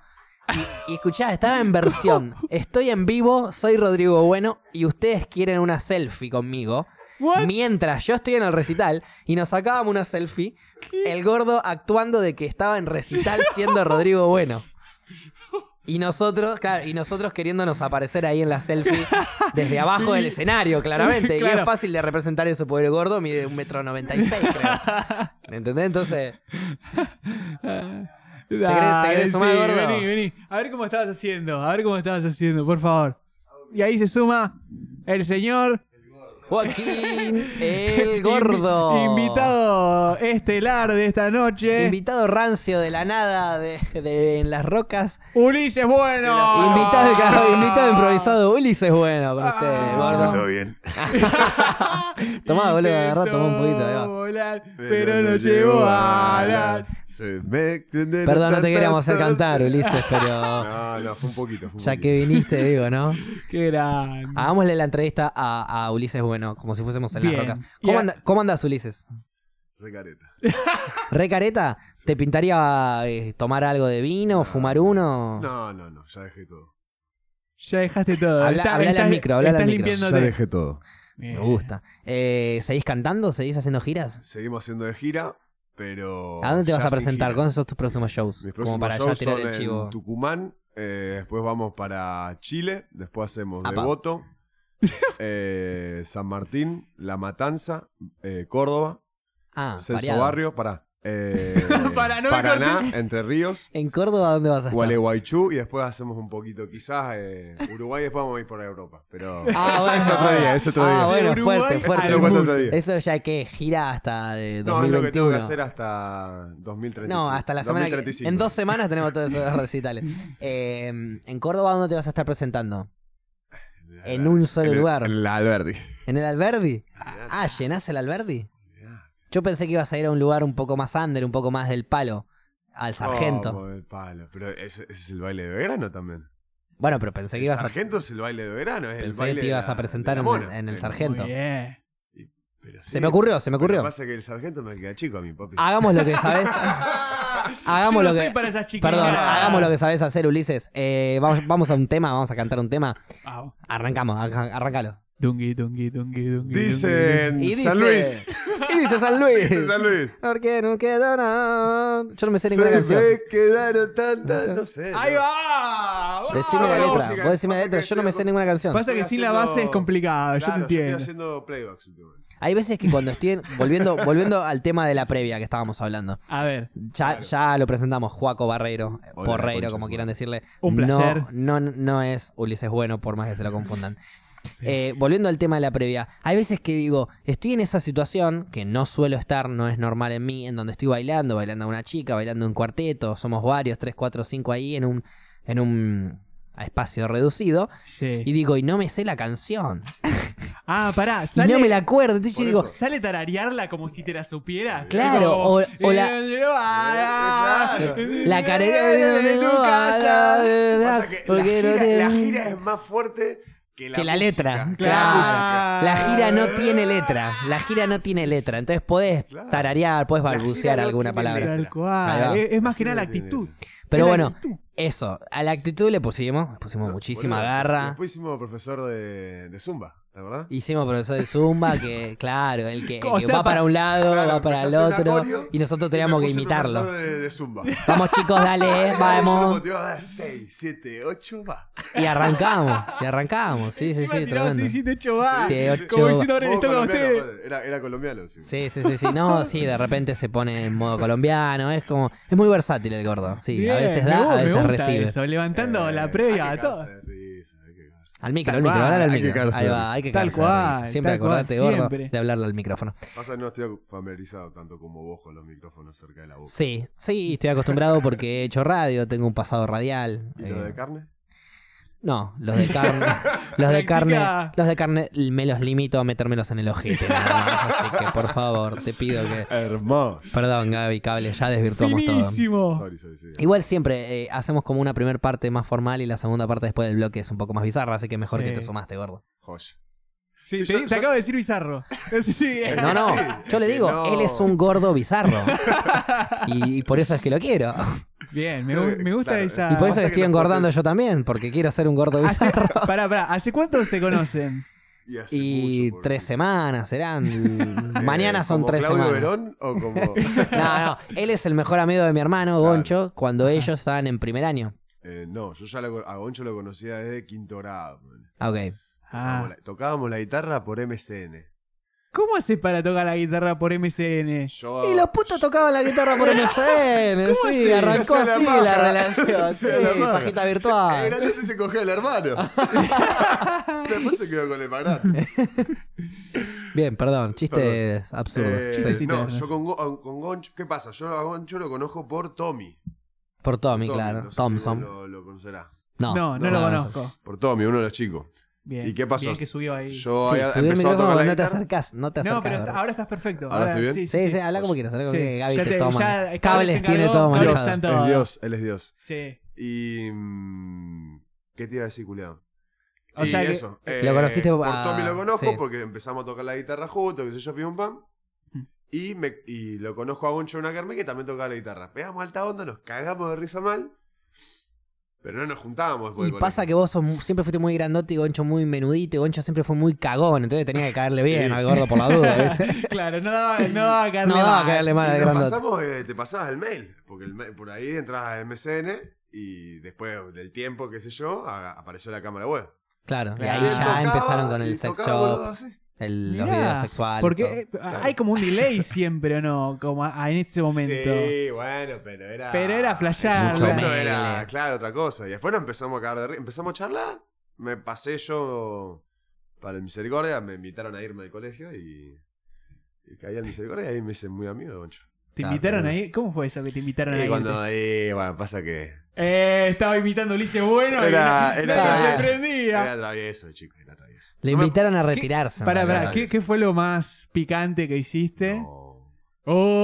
Speaker 1: Y, y escuchá, estaba en versión. Estoy en vivo, soy Rodrigo Bueno y ustedes quieren una selfie conmigo.
Speaker 2: What?
Speaker 1: Mientras yo estoy en el recital y nos sacábamos una selfie, el gordo actuando de que estaba en recital siendo Rodrigo Bueno. Y nosotros, claro, y nosotros queriéndonos aparecer ahí en la selfie desde abajo del escenario, claramente. Y
Speaker 2: Claro.
Speaker 1: es fácil de representar eso, porque el gordo mide un metro noventa y seis, creo. ¿Entendés? Entonces,
Speaker 2: Dale,
Speaker 1: te querés sumar,
Speaker 2: sí,
Speaker 1: gordo?
Speaker 2: Vení, vení. A ver cómo estabas haciendo. A ver cómo estabas haciendo, por favor. Y ahí se suma el señor
Speaker 1: Joaquín el Gordo.
Speaker 2: Invi- invitado eh. estelar de esta noche.
Speaker 1: Invitado rancio de la nada de, de- en las rocas.
Speaker 2: Ulises Bueno.
Speaker 4: Oh.
Speaker 1: Invitado, claro, invitado improvisado Ulises bueno
Speaker 4: Ah.
Speaker 1: con ustedes,
Speaker 4: Está
Speaker 1: gordo.
Speaker 4: Eh, todo bien.
Speaker 1: Tomá, boludo, agarrá,
Speaker 2: Intentó
Speaker 1: tomá un poquito, ahí va.
Speaker 2: volar, pero no llegó a las.
Speaker 4: Se me-
Speaker 1: Perdón, no te queríamos hacer cantar, Ulises, pero
Speaker 4: No, no, fue un poquito. Fue un
Speaker 1: ya
Speaker 4: poquito.
Speaker 1: que viniste, digo, ¿no?
Speaker 2: Qué grande.
Speaker 1: Hagámosle la entrevista a, a Ulises Bueno, como si fuésemos en
Speaker 2: Bien.
Speaker 1: las rocas.
Speaker 2: Y a-
Speaker 1: ¿Cómo, anda- cómo andas, Ulises?
Speaker 4: Recareta.
Speaker 1: ¿Re careta? ¿Te pintaría eh, tomar algo de vino,
Speaker 4: No.
Speaker 1: fumar uno?
Speaker 4: No, no, no, ya dejé todo.
Speaker 2: Ya dejaste todo.
Speaker 1: Habla-
Speaker 2: Está-
Speaker 1: hablale
Speaker 2: estás-
Speaker 1: al micro, hablale
Speaker 2: estás
Speaker 1: al micro.
Speaker 4: Ya
Speaker 2: limpiándote.
Speaker 4: dejé todo.
Speaker 1: Me gusta. Eh, ¿Seguís cantando? ¿Seguís haciendo giras?
Speaker 4: Seguimos haciendo de gira, pero.
Speaker 1: ¿A dónde te
Speaker 4: Oh, ya
Speaker 1: vas a
Speaker 4: sin
Speaker 1: presentar?
Speaker 4: gira.
Speaker 1: ¿Cuáles son tus próximos shows?
Speaker 4: Mis
Speaker 1: Como
Speaker 4: próximos
Speaker 1: para ya
Speaker 4: shows
Speaker 1: tirar
Speaker 4: son
Speaker 1: el chivo.
Speaker 4: en Tucumán, eh, después vamos para Chile, después hacemos
Speaker 1: Apa.
Speaker 4: Devoto, eh, San Martín, La Matanza, eh, Córdoba,
Speaker 1: Ah,
Speaker 4: Celso
Speaker 1: variado.
Speaker 4: Barrio, pará. eh,
Speaker 2: Para, no me
Speaker 4: Paraná, Entre Ríos,
Speaker 1: ¿En Córdoba dónde vas a estar?
Speaker 4: Gualeguaychú y después hacemos un poquito, quizás eh, Uruguay, después vamos a ir por Europa. Pero
Speaker 1: Ah, bueno,
Speaker 4: Eso es otro día, es otro
Speaker 1: Ah,
Speaker 4: día.
Speaker 1: bueno,
Speaker 2: Uruguay,
Speaker 1: fuerte,
Speaker 2: ese
Speaker 1: fuerte.
Speaker 4: es lo cuento otro día.
Speaker 1: Eso ya que gira hasta eh, 2021.
Speaker 4: No, es lo que tengo que hacer hasta 2035.
Speaker 1: No, hasta la semana que...
Speaker 4: 2035.
Speaker 1: En dos semanas tenemos todos esos recitales. Eh, ¿En Córdoba dónde te vas a estar presentando? En un solo
Speaker 4: En el-
Speaker 1: lugar.
Speaker 4: En la Alberdi.
Speaker 1: ¿En el Alberdi? Ah, ¿llenás el Alberdi? Yo pensé que ibas a ir a un lugar un poco más under, un poco más del palo. Al sargento.
Speaker 4: Como el palo. Pero ese, ese es el baile de verano también.
Speaker 1: Bueno, pero pensé que
Speaker 4: El
Speaker 1: ibas a...
Speaker 4: sargento es el baile de verano. Es el
Speaker 1: Pensé
Speaker 4: baile
Speaker 1: que te
Speaker 4: de
Speaker 1: ibas
Speaker 4: la-
Speaker 1: a presentar
Speaker 4: de
Speaker 1: en,
Speaker 4: la mona.
Speaker 1: en el
Speaker 4: Eh,
Speaker 1: sargento.
Speaker 2: Muy bien.
Speaker 4: pero sí,
Speaker 1: Se me ocurrió, se me
Speaker 4: pero
Speaker 1: ocurrió. Ah,
Speaker 4: Lo que pasa es que el sargento me queda chico a mi papi.
Speaker 1: Hagamos lo que sabes.
Speaker 2: Yo
Speaker 1: hagamos
Speaker 2: no
Speaker 1: lo que.
Speaker 2: estoy para esas chicas.
Speaker 1: Perdón, hagamos lo que sabes hacer, Ulises. Eh, vamos, vamos a un tema, vamos a cantar un tema.
Speaker 2: Ah,
Speaker 1: Arrancamos, arran- arrancalo.
Speaker 2: Dungui, dungui, dungui, dungui. dungui,
Speaker 4: Dicen San Luis.
Speaker 1: Y dice San Luis.
Speaker 4: Dice San Luis.
Speaker 1: Porque no queda nada. Yo no me sé
Speaker 4: Se
Speaker 1: ninguna canción.
Speaker 4: me quedaron tantas. No sé.
Speaker 2: dungui. ¡Ahí
Speaker 4: no.
Speaker 2: va!
Speaker 1: Decime la
Speaker 4: Yo no,
Speaker 1: letra.
Speaker 4: música.
Speaker 1: Vos decime la
Speaker 4: Pasa
Speaker 1: letra.
Speaker 4: que
Speaker 1: Yo no me sé
Speaker 4: estoy-
Speaker 1: ninguna canción.
Speaker 2: Pasa que
Speaker 4: Estoy
Speaker 2: sin la
Speaker 4: haciendo-
Speaker 2: base es complicado, yo te
Speaker 4: Claro, Ah, Yo
Speaker 2: entiendo.
Speaker 4: estoy haciendo playbacks últimamente.
Speaker 1: Hay veces que cuando estoy. en- volviendo, volviendo al tema de la previa que estábamos hablando.
Speaker 2: A ver,
Speaker 1: Ya,
Speaker 4: Claro.
Speaker 1: ya lo presentamos, Juaco Barreiro, eh,
Speaker 4: Hola,
Speaker 1: Porreiro,
Speaker 4: concha
Speaker 1: como
Speaker 4: su
Speaker 1: quieran
Speaker 4: madre.
Speaker 1: decirle.
Speaker 2: Un placer.
Speaker 1: No, no, no es Ulises Bueno, por más que se lo confundan. Eh, volviendo al tema de la previa, hay veces que digo, estoy en esa situación que no suelo estar, no es normal en mí, en donde estoy bailando, bailando a una chica, bailando en cuarteto, somos varios, tres, cuatro, cinco ahí en un, en un espacio reducido,
Speaker 2: sí.
Speaker 1: y digo, y no me sé la canción,
Speaker 2: Ah, pará,
Speaker 1: y
Speaker 2: sale,
Speaker 1: no me la acuerdo, entonces yo
Speaker 4: Por
Speaker 1: digo,
Speaker 4: eso.
Speaker 2: sale tararearla como si te la supieras.
Speaker 1: Claro,
Speaker 2: Como,
Speaker 1: o- o la-
Speaker 4: Claro.
Speaker 1: la carrera
Speaker 2: en tu casa.
Speaker 4: Pasa que la gira, la gira es más fuerte que la
Speaker 1: Que la
Speaker 4: música,
Speaker 1: letra,
Speaker 4: que la
Speaker 1: claro.
Speaker 4: música.
Speaker 1: La gira no tiene letra. La gira no tiene letra. Entonces podés
Speaker 4: Claro.
Speaker 1: tararear, podés
Speaker 4: La gira
Speaker 1: balbucear
Speaker 4: no
Speaker 1: alguna
Speaker 4: tiene
Speaker 1: palabra.
Speaker 4: letra.
Speaker 2: Tal
Speaker 1: Ahí
Speaker 2: cual.
Speaker 1: va.
Speaker 2: Es, es más que nada la
Speaker 4: Tiene-
Speaker 2: actitud.
Speaker 1: Pero
Speaker 2: Es la
Speaker 1: bueno,
Speaker 2: actitud.
Speaker 1: eso. A la actitud le pusimos, le pusimos
Speaker 4: No,
Speaker 1: muchísima
Speaker 4: boludo,
Speaker 1: garra.
Speaker 4: Después hicimos profesor de, de Zumba, ¿la verdad?
Speaker 1: Hicimos profesor de Zumba, que claro, el que, el
Speaker 2: O
Speaker 1: que
Speaker 2: sea,
Speaker 1: va para un lado,
Speaker 4: Claro,
Speaker 1: va para el
Speaker 4: empecé a hacer
Speaker 1: otro.
Speaker 4: acorio
Speaker 1: Y nosotros
Speaker 4: me
Speaker 1: teníamos que
Speaker 4: puse
Speaker 1: imitarlo.
Speaker 4: profesor De, de Zumba.
Speaker 1: Vamos chicos, dale, vamos.
Speaker 4: 6, 7, 8, va.
Speaker 1: Y arrancamos, y arrancamos. Sí, sí,
Speaker 2: Encima
Speaker 1: sí,
Speaker 2: tirado
Speaker 1: tremendo.
Speaker 2: seis,
Speaker 1: Sí,
Speaker 2: siete, ocho va.
Speaker 1: Siete,
Speaker 2: Como
Speaker 1: ocho.
Speaker 2: diciendo ahora les
Speaker 4: Vos
Speaker 2: toca a
Speaker 4: colombiano,
Speaker 2: ustedes.
Speaker 4: aparte, Era, era colombiano. Sí.
Speaker 1: sí, sí, sí. No, sí, de repente se pone en modo colombiano. Es como, es muy versátil el gordo. Sí, a
Speaker 2: Bien,
Speaker 1: veces
Speaker 2: me
Speaker 1: da,
Speaker 2: gusta,
Speaker 1: a
Speaker 2: me
Speaker 1: veces
Speaker 2: gusta
Speaker 1: recibe.
Speaker 2: eso, levantando
Speaker 4: Eh,
Speaker 2: la previa
Speaker 4: hay
Speaker 2: a
Speaker 4: que
Speaker 2: todo.
Speaker 4: cagarse de risa, hay que cagarse.
Speaker 1: Al micro,
Speaker 2: Tal
Speaker 1: al micro,
Speaker 2: cual,
Speaker 1: hablar al
Speaker 4: hay que
Speaker 1: micro.
Speaker 4: cagarse
Speaker 1: Ahí
Speaker 4: de
Speaker 1: va,
Speaker 4: risa.
Speaker 1: hay que
Speaker 2: Tal
Speaker 1: cagarse de risa.
Speaker 2: cual,
Speaker 1: Siempre
Speaker 2: tal cual,
Speaker 1: acordate, gordo,
Speaker 2: siempre.
Speaker 1: de hablarle al micrófono.
Speaker 4: Pasa que no estoy familiarizado tanto como vos con los micrófonos cerca de la boca.
Speaker 1: Sí, sí, estoy acostumbrado porque he hecho radio, tengo un pasado radial.
Speaker 4: ¿Y lo
Speaker 1: eh,
Speaker 4: de carne?
Speaker 1: no, los de carne. los de carne.
Speaker 2: Practica.
Speaker 1: Los de carne me los limito a metérmelos en el ojete. nada más. Así que por favor, te pido que.
Speaker 4: Hermoso.
Speaker 1: Perdón, Gaby Cable, ya desvirtuamos todo.
Speaker 2: Finísimo.
Speaker 4: Sorry, sorry, sí.
Speaker 1: Igual siempre eh, hacemos como una primera parte más formal y la segunda parte después del bloque es un poco más bizarra, así que mejor que
Speaker 2: Sí.
Speaker 1: te sumaste, gordo.
Speaker 4: Joya.
Speaker 2: Sí,
Speaker 4: Sí,
Speaker 2: te,
Speaker 4: yo-
Speaker 2: te
Speaker 4: yo-
Speaker 2: acabo de decir bizarro. Sí, sí.
Speaker 1: Eh, No, no,
Speaker 4: Sí,
Speaker 1: yo le
Speaker 4: es que
Speaker 1: digo,
Speaker 4: no.
Speaker 1: él es un gordo bizarro. Y, y por eso es que lo quiero.
Speaker 2: Bien, me, gu- me gusta
Speaker 4: Claro,
Speaker 2: esa.
Speaker 1: Y por
Speaker 4: pasa
Speaker 1: eso
Speaker 4: que
Speaker 1: estoy
Speaker 4: nos
Speaker 1: engordando
Speaker 4: pones-
Speaker 1: yo también, porque quiero ser un gordo
Speaker 2: Hace,
Speaker 1: bizarro.
Speaker 2: pará, pará, ¿hace cuánto se conocen?
Speaker 4: Y, hace
Speaker 1: Y
Speaker 4: mucho,
Speaker 1: tres
Speaker 4: pobrecito.
Speaker 1: semanas serán.
Speaker 4: Eh,
Speaker 1: Mañana son
Speaker 4: ¿como
Speaker 1: tres
Speaker 4: Claudio
Speaker 1: semanas.
Speaker 4: Verón o como
Speaker 1: No, no, él es el mejor amigo de mi hermano,
Speaker 4: Claro.
Speaker 1: Goncho, cuando ellos estaban en primer año.
Speaker 4: Eh, no, yo ya lo con- a Goncho lo conocía desde quinto grado. man.
Speaker 1: Ah, Ok.
Speaker 2: Ah,
Speaker 4: Tocábamos, la, tocábamos la guitarra por MCN.
Speaker 2: ¿Cómo haces para tocar la guitarra por MCN?
Speaker 4: Yo-
Speaker 1: Y los putos tocaban la guitarra por MSN.
Speaker 2: ¿Cómo
Speaker 1: sí,
Speaker 2: así?
Speaker 1: arrancó
Speaker 4: Se la
Speaker 1: así la,
Speaker 4: baja.
Speaker 1: relación. Sí,
Speaker 4: Se la baja.
Speaker 1: pajita
Speaker 4: El
Speaker 1: virtual.
Speaker 4: grandote se cogió al hermano. Después se quedó con el barato.
Speaker 1: Bien, perdón, chistes absurdos.
Speaker 4: Eh,
Speaker 1: sí.
Speaker 2: Chistecito,
Speaker 4: no,
Speaker 2: ¿no?
Speaker 4: yo con, Go- con Goncho, ¿qué pasa? Yo a Goncho lo conozco por Tommy.
Speaker 1: Por Tommy,
Speaker 4: Tommy,
Speaker 1: claro.
Speaker 4: no sé si
Speaker 1: Thompson.
Speaker 4: vos lo, lo conocerá.
Speaker 1: No,
Speaker 2: No, no, lo conozco.
Speaker 4: Por Tommy, uno de los chicos.
Speaker 2: Bien.
Speaker 4: ¿Y qué pasó?
Speaker 2: Bien que subió ahí.
Speaker 4: Yo
Speaker 1: Sí,
Speaker 4: había
Speaker 1: subí el
Speaker 4: empezado a
Speaker 1: micrófono,
Speaker 4: tocar la
Speaker 1: no te
Speaker 4: guitarra.
Speaker 1: acercás, no te acercás.
Speaker 2: no, pero
Speaker 1: bro.
Speaker 2: ahora estás perfecto.
Speaker 4: ¿Ahora estoy bien?
Speaker 2: Sí,
Speaker 1: Sí, sí, habla como quieras, habla como
Speaker 2: Sí.
Speaker 1: que Gaby
Speaker 2: Ya
Speaker 1: te,
Speaker 2: te-
Speaker 1: toma.
Speaker 2: ya
Speaker 1: Cables,
Speaker 2: Cables se
Speaker 1: tiene
Speaker 2: encargó,
Speaker 1: todo
Speaker 2: Cables
Speaker 1: manejado.
Speaker 4: Dios,
Speaker 2: están
Speaker 4: es
Speaker 2: todos.
Speaker 4: Dios, él es Dios.
Speaker 2: Sí.
Speaker 4: Y. mm, ¿Qué te iba a decir, culiado?
Speaker 2: O
Speaker 4: y
Speaker 2: sea que-
Speaker 4: eso. eh,
Speaker 1: Lo conociste
Speaker 4: por
Speaker 1: a-
Speaker 4: Tommy lo conozco
Speaker 1: sí.
Speaker 4: porque empezamos a tocar la guitarra juntos, qué sé yo, pim pam.
Speaker 1: Mm.
Speaker 4: Y, me, y lo conozco a Goncho Nakarme que también tocaba la guitarra. Pegamos alta onda, nos cagamos de risa mal. Pero no nos juntábamos después
Speaker 1: Y
Speaker 4: del
Speaker 1: pasa que
Speaker 4: colegio.
Speaker 1: vos sos mu- siempre fuiste muy grandote y Goncho muy menudito y Goncho siempre fue muy cagón, entonces tenía que caerle bien
Speaker 4: Sí.
Speaker 1: al gordo por la duda. ¿viste?
Speaker 2: claro, no daba, no daba caerle
Speaker 1: No daba
Speaker 2: mal.
Speaker 1: a caerle mal
Speaker 4: Y
Speaker 1: al
Speaker 4: nos
Speaker 1: grandote.
Speaker 4: pasamos, eh, te pasabas el mail. Porque el mail- por ahí entrabas a MSN y después del tiempo, qué sé yo, a- apareció la cámara web.
Speaker 1: Claro, y
Speaker 2: Claro.
Speaker 1: ahí
Speaker 4: Y él
Speaker 1: ya
Speaker 4: tocaba,
Speaker 1: empezaron con
Speaker 4: y
Speaker 1: el sex
Speaker 4: tocaba, boludo,
Speaker 1: shop,
Speaker 4: así.
Speaker 1: el- los
Speaker 2: Mirá,
Speaker 1: videos sexuales. todo.
Speaker 2: Porque eh, hay como un delay siempre, ¿o no? Como a- a- en ese momento.
Speaker 4: Sí, bueno, pero era.
Speaker 2: Pero era flashear.
Speaker 1: Mucho
Speaker 4: Mucho
Speaker 1: meme.
Speaker 4: era, claro, otra cosa. Y después nos empezamos a cagar de ri- Empezamos a charlar. Me pasé yo para el Misericordia. Me invitaron a irme al colegio y. Y caí al Misericordia. Y ahí me hice muy amigo de Goncho.
Speaker 2: ¿Te
Speaker 1: Claro,
Speaker 2: invitaron
Speaker 1: pero-
Speaker 2: ahí? ¿Cómo fue eso que te invitaron ahí?
Speaker 4: Y cuando ahí, bueno, pasa que.
Speaker 2: Eh, estaba imitando a Ulises Bueno. y
Speaker 4: Era-
Speaker 2: no-
Speaker 4: era
Speaker 2: no
Speaker 1: travieso.
Speaker 2: se prendía.
Speaker 4: Era travieso, chicos, era travieso.
Speaker 1: Lo
Speaker 4: No me-
Speaker 1: invitaron a retirarse. en
Speaker 2: Pará,
Speaker 1: realidad.
Speaker 2: pará, ¿qué, qué fue lo más picante que hiciste?
Speaker 4: No.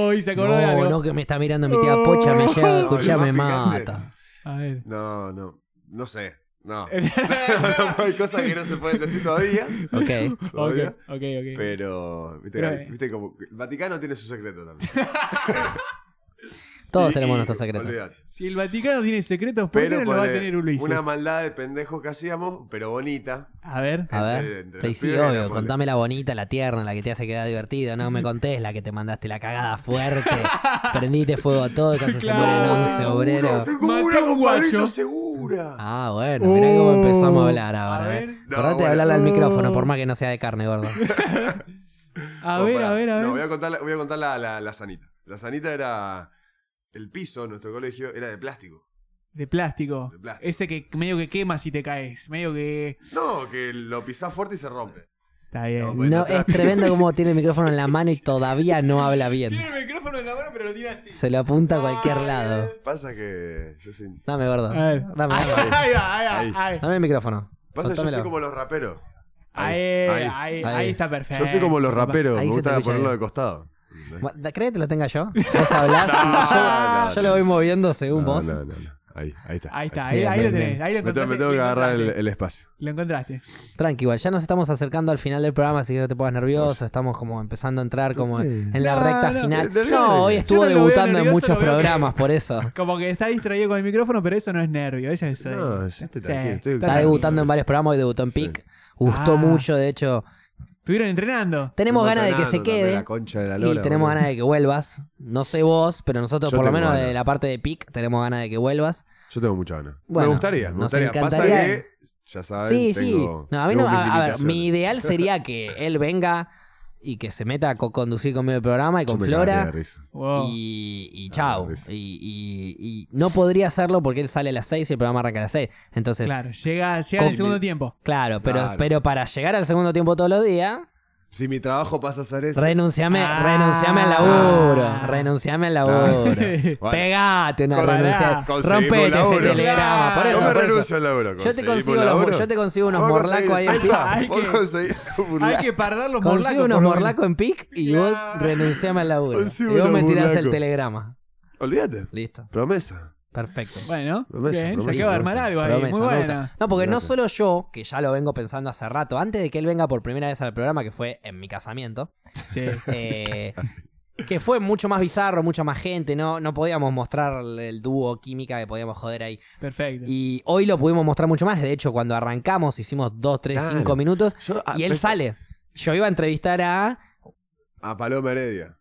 Speaker 2: Uy, se acordó de
Speaker 1: No,
Speaker 2: algo.
Speaker 1: no, que me está mirando mi tía Pocha, me llega,
Speaker 2: No,
Speaker 1: escuchá,
Speaker 4: lo más
Speaker 1: me
Speaker 4: picante.
Speaker 1: mata.
Speaker 2: A ver.
Speaker 4: No, no. No sé. No. Hay cosas que no se pueden decir todavía.
Speaker 1: Ok.
Speaker 2: Ok,
Speaker 4: Todavía.
Speaker 2: ok, ok.
Speaker 4: Pero, viste,
Speaker 2: Pero,
Speaker 4: hay-
Speaker 2: eh.
Speaker 4: viste como. El Vaticano tiene su secreto también.
Speaker 1: Todos
Speaker 4: Y-
Speaker 1: tenemos
Speaker 4: y-
Speaker 1: nuestros secretos.
Speaker 4: olvidate.
Speaker 2: Si el Vaticano tiene secretos, ¿por
Speaker 4: Pero
Speaker 2: qué no lo va a
Speaker 4: ponele,
Speaker 2: tener Ulises?
Speaker 4: una maldad de pendejos que hacíamos, pero bonita.
Speaker 2: A ver.
Speaker 1: A
Speaker 4: Entre-
Speaker 1: ver,
Speaker 4: entre
Speaker 1: sí,
Speaker 4: los
Speaker 1: sí,
Speaker 4: pibes,
Speaker 1: obvio,
Speaker 4: ponele.
Speaker 1: contame la bonita, la tierna, la que te hace quedar divertido, no me contés la que te mandaste la cagada fuerte, prendiste fuego a todo, casi
Speaker 2: Claro.
Speaker 1: se mueren 11
Speaker 4: Seguro,
Speaker 1: obreros.
Speaker 4: tengo
Speaker 2: Mató
Speaker 4: una
Speaker 2: un
Speaker 4: compadrita
Speaker 2: guacho.
Speaker 4: segura.
Speaker 1: Ah, bueno, mirá cómo empezamos a hablar
Speaker 2: A
Speaker 1: ahora.
Speaker 2: ver,
Speaker 1: ¿eh?
Speaker 4: Oh. No,
Speaker 1: Acordate de
Speaker 4: bueno. Uh.
Speaker 1: hablarle al
Speaker 2: Oh.
Speaker 1: micrófono, por más que no sea de carne, gordo.
Speaker 2: A
Speaker 4: Bueno,
Speaker 2: ver,
Speaker 4: pará.
Speaker 2: a ver, a ver.
Speaker 4: No, voy a contar, la- voy a contar la, la, la sanita. La sanita era. El piso de nuestro colegio era de plástico.
Speaker 2: De plástico.
Speaker 4: De plástico.
Speaker 2: Ese que medio que quema si te caes. Medio que.
Speaker 4: No, que lo pisás fuerte y se rompe.
Speaker 2: Está bien.
Speaker 4: No, pues- bueno,
Speaker 1: No,
Speaker 4: otra-
Speaker 1: es tremendo como tiene el micrófono en la mano y todavía no habla bien.
Speaker 2: el micrófono en la mano, pero lo tira así.
Speaker 1: Se lo apunta a cualquier lado.
Speaker 4: Pasa que. Yo soy-
Speaker 1: Dame, gordo.
Speaker 2: A ver.
Speaker 1: Dame,
Speaker 2: Ahí
Speaker 1: dame.
Speaker 2: va, ahí va, ahí
Speaker 4: Ahí.
Speaker 2: va. Ahí,
Speaker 1: Dame el micrófono.
Speaker 4: Pasa que yo soy
Speaker 1: Contámelo.
Speaker 4: como los raperos.
Speaker 2: ahí,
Speaker 4: ahí.
Speaker 2: ahí,
Speaker 1: Ahí.
Speaker 2: ahí está perfecto.
Speaker 4: Yo soy como los raperos,
Speaker 1: Ahí
Speaker 4: me
Speaker 1: se te
Speaker 4: gusta
Speaker 1: pilla
Speaker 4: ponerlo
Speaker 1: bien.
Speaker 4: de costado.
Speaker 1: Bueno, ¿Crees que te lo tenga yo? Vos hablás y
Speaker 4: No,
Speaker 1: yo,
Speaker 4: no,
Speaker 1: yo
Speaker 4: no.
Speaker 1: lo voy moviendo según
Speaker 4: No,
Speaker 1: vos.
Speaker 4: no, no, no. Ahí, ahí está.
Speaker 2: Ahí está, ahí,
Speaker 1: Bien,
Speaker 2: ahí lo
Speaker 1: bien,
Speaker 2: tenés. Ahí lo
Speaker 4: Me tengo,
Speaker 2: encontraste.
Speaker 4: me tengo que
Speaker 2: lo
Speaker 4: agarrar el,
Speaker 2: encontraste.
Speaker 4: el espacio.
Speaker 2: Lo encontraste.
Speaker 1: Tranqui, igual ya nos estamos acercando al final del programa, así que no te pongas nervioso. Estamos como empezando a entrar como en la
Speaker 2: No,
Speaker 1: recta
Speaker 2: no,
Speaker 1: final.
Speaker 4: nervioso
Speaker 1: No,
Speaker 4: no.
Speaker 1: hoy
Speaker 4: Yo
Speaker 1: estuvo
Speaker 2: no lo veo
Speaker 1: debutando en
Speaker 2: nervioso,
Speaker 1: muchos
Speaker 2: lo veo que-
Speaker 1: programas, por eso.
Speaker 2: Como que está distraído con el micrófono, pero eso no es nervio. Eso es. eh,
Speaker 4: No, yo
Speaker 2: Sí,
Speaker 4: estoy tranquilo, estoy-
Speaker 2: está
Speaker 1: Está
Speaker 2: tranquilo.
Speaker 1: debutando en varios programas y debutó en
Speaker 4: Sí.
Speaker 1: PIC. Gustó
Speaker 2: Ah.
Speaker 1: mucho, de hecho.
Speaker 2: Estuvieron entrenando.
Speaker 1: Tenemos
Speaker 4: Estoy
Speaker 1: ganas de que se
Speaker 4: entrenando también
Speaker 1: quede
Speaker 4: la concha de la
Speaker 1: y
Speaker 4: lora,
Speaker 1: tenemos
Speaker 4: boludo.
Speaker 1: ganas de que vuelvas. No sé vos, pero nosotros,
Speaker 4: Yo
Speaker 1: por lo
Speaker 4: tengo
Speaker 1: menos de
Speaker 4: ganas.
Speaker 1: la parte de PIC, tenemos ganas de que vuelvas.
Speaker 4: Yo tengo mucha ganas.
Speaker 1: Bueno,
Speaker 4: me gustaría, me
Speaker 1: nos
Speaker 4: gustaría. Pasa
Speaker 1: encantaría.
Speaker 4: que, ya saben,
Speaker 1: Sí,
Speaker 4: tengo,
Speaker 1: sí. No, a mí no-
Speaker 4: tengo mis
Speaker 1: a- a ver,
Speaker 4: limitaciones.
Speaker 1: mi ideal sería que él venga y que se meta a co-conducir conmigo el programa y
Speaker 4: Yo
Speaker 1: con
Speaker 4: me
Speaker 1: Flora.
Speaker 4: cagaría de risa.
Speaker 2: Wow.
Speaker 1: Y, y chao.
Speaker 4: Ah, eso.
Speaker 1: y, y- y no podría hacerlo porque él sale a las 6 y el programa arranca a las 6. Entonces, claro,
Speaker 2: Claro, llega, llega en el
Speaker 4: Con-
Speaker 2: segundo tiempo.
Speaker 1: pero,
Speaker 4: Claro.
Speaker 1: pero para llegar al segundo tiempo todos los días,
Speaker 4: Si mi trabajo pasa a ser eso.
Speaker 1: renunciame,
Speaker 2: Ah.
Speaker 1: renunciame al laburo. Renunciame al laburo.
Speaker 4: Ah. Bueno,
Speaker 1: Pegate una
Speaker 4: Con-
Speaker 1: renuncia.
Speaker 4: Conseguimos
Speaker 1: Rompete ese
Speaker 4: laburo.
Speaker 1: telegrama. Por
Speaker 4: yo
Speaker 1: eso,
Speaker 4: me
Speaker 1: por eso.
Speaker 4: renuncio al laburo.
Speaker 1: Yo te consigo los- yo te consigo unos morlacos ahí en
Speaker 2: Pic. Hay que- Hay
Speaker 4: que...
Speaker 2: que pardar los
Speaker 1: Consigo
Speaker 2: morlacos.
Speaker 1: unos
Speaker 2: por lo menos.
Speaker 1: morlacos en PIC y vos
Speaker 2: Claro.
Speaker 1: renunciame al laburo.
Speaker 4: Consigo
Speaker 1: y vos me
Speaker 4: unos
Speaker 1: tirás el
Speaker 4: morlacos.
Speaker 1: telegrama.
Speaker 4: Olvídate.
Speaker 1: Listo.
Speaker 4: Promesa.
Speaker 1: Perfecto.
Speaker 2: Bueno,
Speaker 4: Promesa,
Speaker 2: bien,
Speaker 4: promesa,
Speaker 2: se acaba de armar
Speaker 4: promesa.
Speaker 2: algo ahí.
Speaker 1: Promesa,
Speaker 2: Muy
Speaker 1: me
Speaker 2: buena.
Speaker 1: gusta. No, porque no
Speaker 4: Gracias.
Speaker 1: solo yo, que ya lo vengo pensando hace rato, antes de que él venga por primera vez al programa, que fue en mi casamiento,
Speaker 2: Sí.
Speaker 1: eh, que fue mucho más bizarro, mucha más gente, no, no podíamos mostrar el dúo química que podíamos joder ahí.
Speaker 2: Perfecto.
Speaker 1: Y hoy lo pudimos mostrar mucho más, de hecho cuando arrancamos hicimos 2, 3,
Speaker 4: Claro.
Speaker 1: 5 minutos
Speaker 4: Yo- ah,
Speaker 1: y él
Speaker 4: pensé-
Speaker 1: sale. Yo iba a entrevistar a...
Speaker 4: A Ah, Paloma Heredia.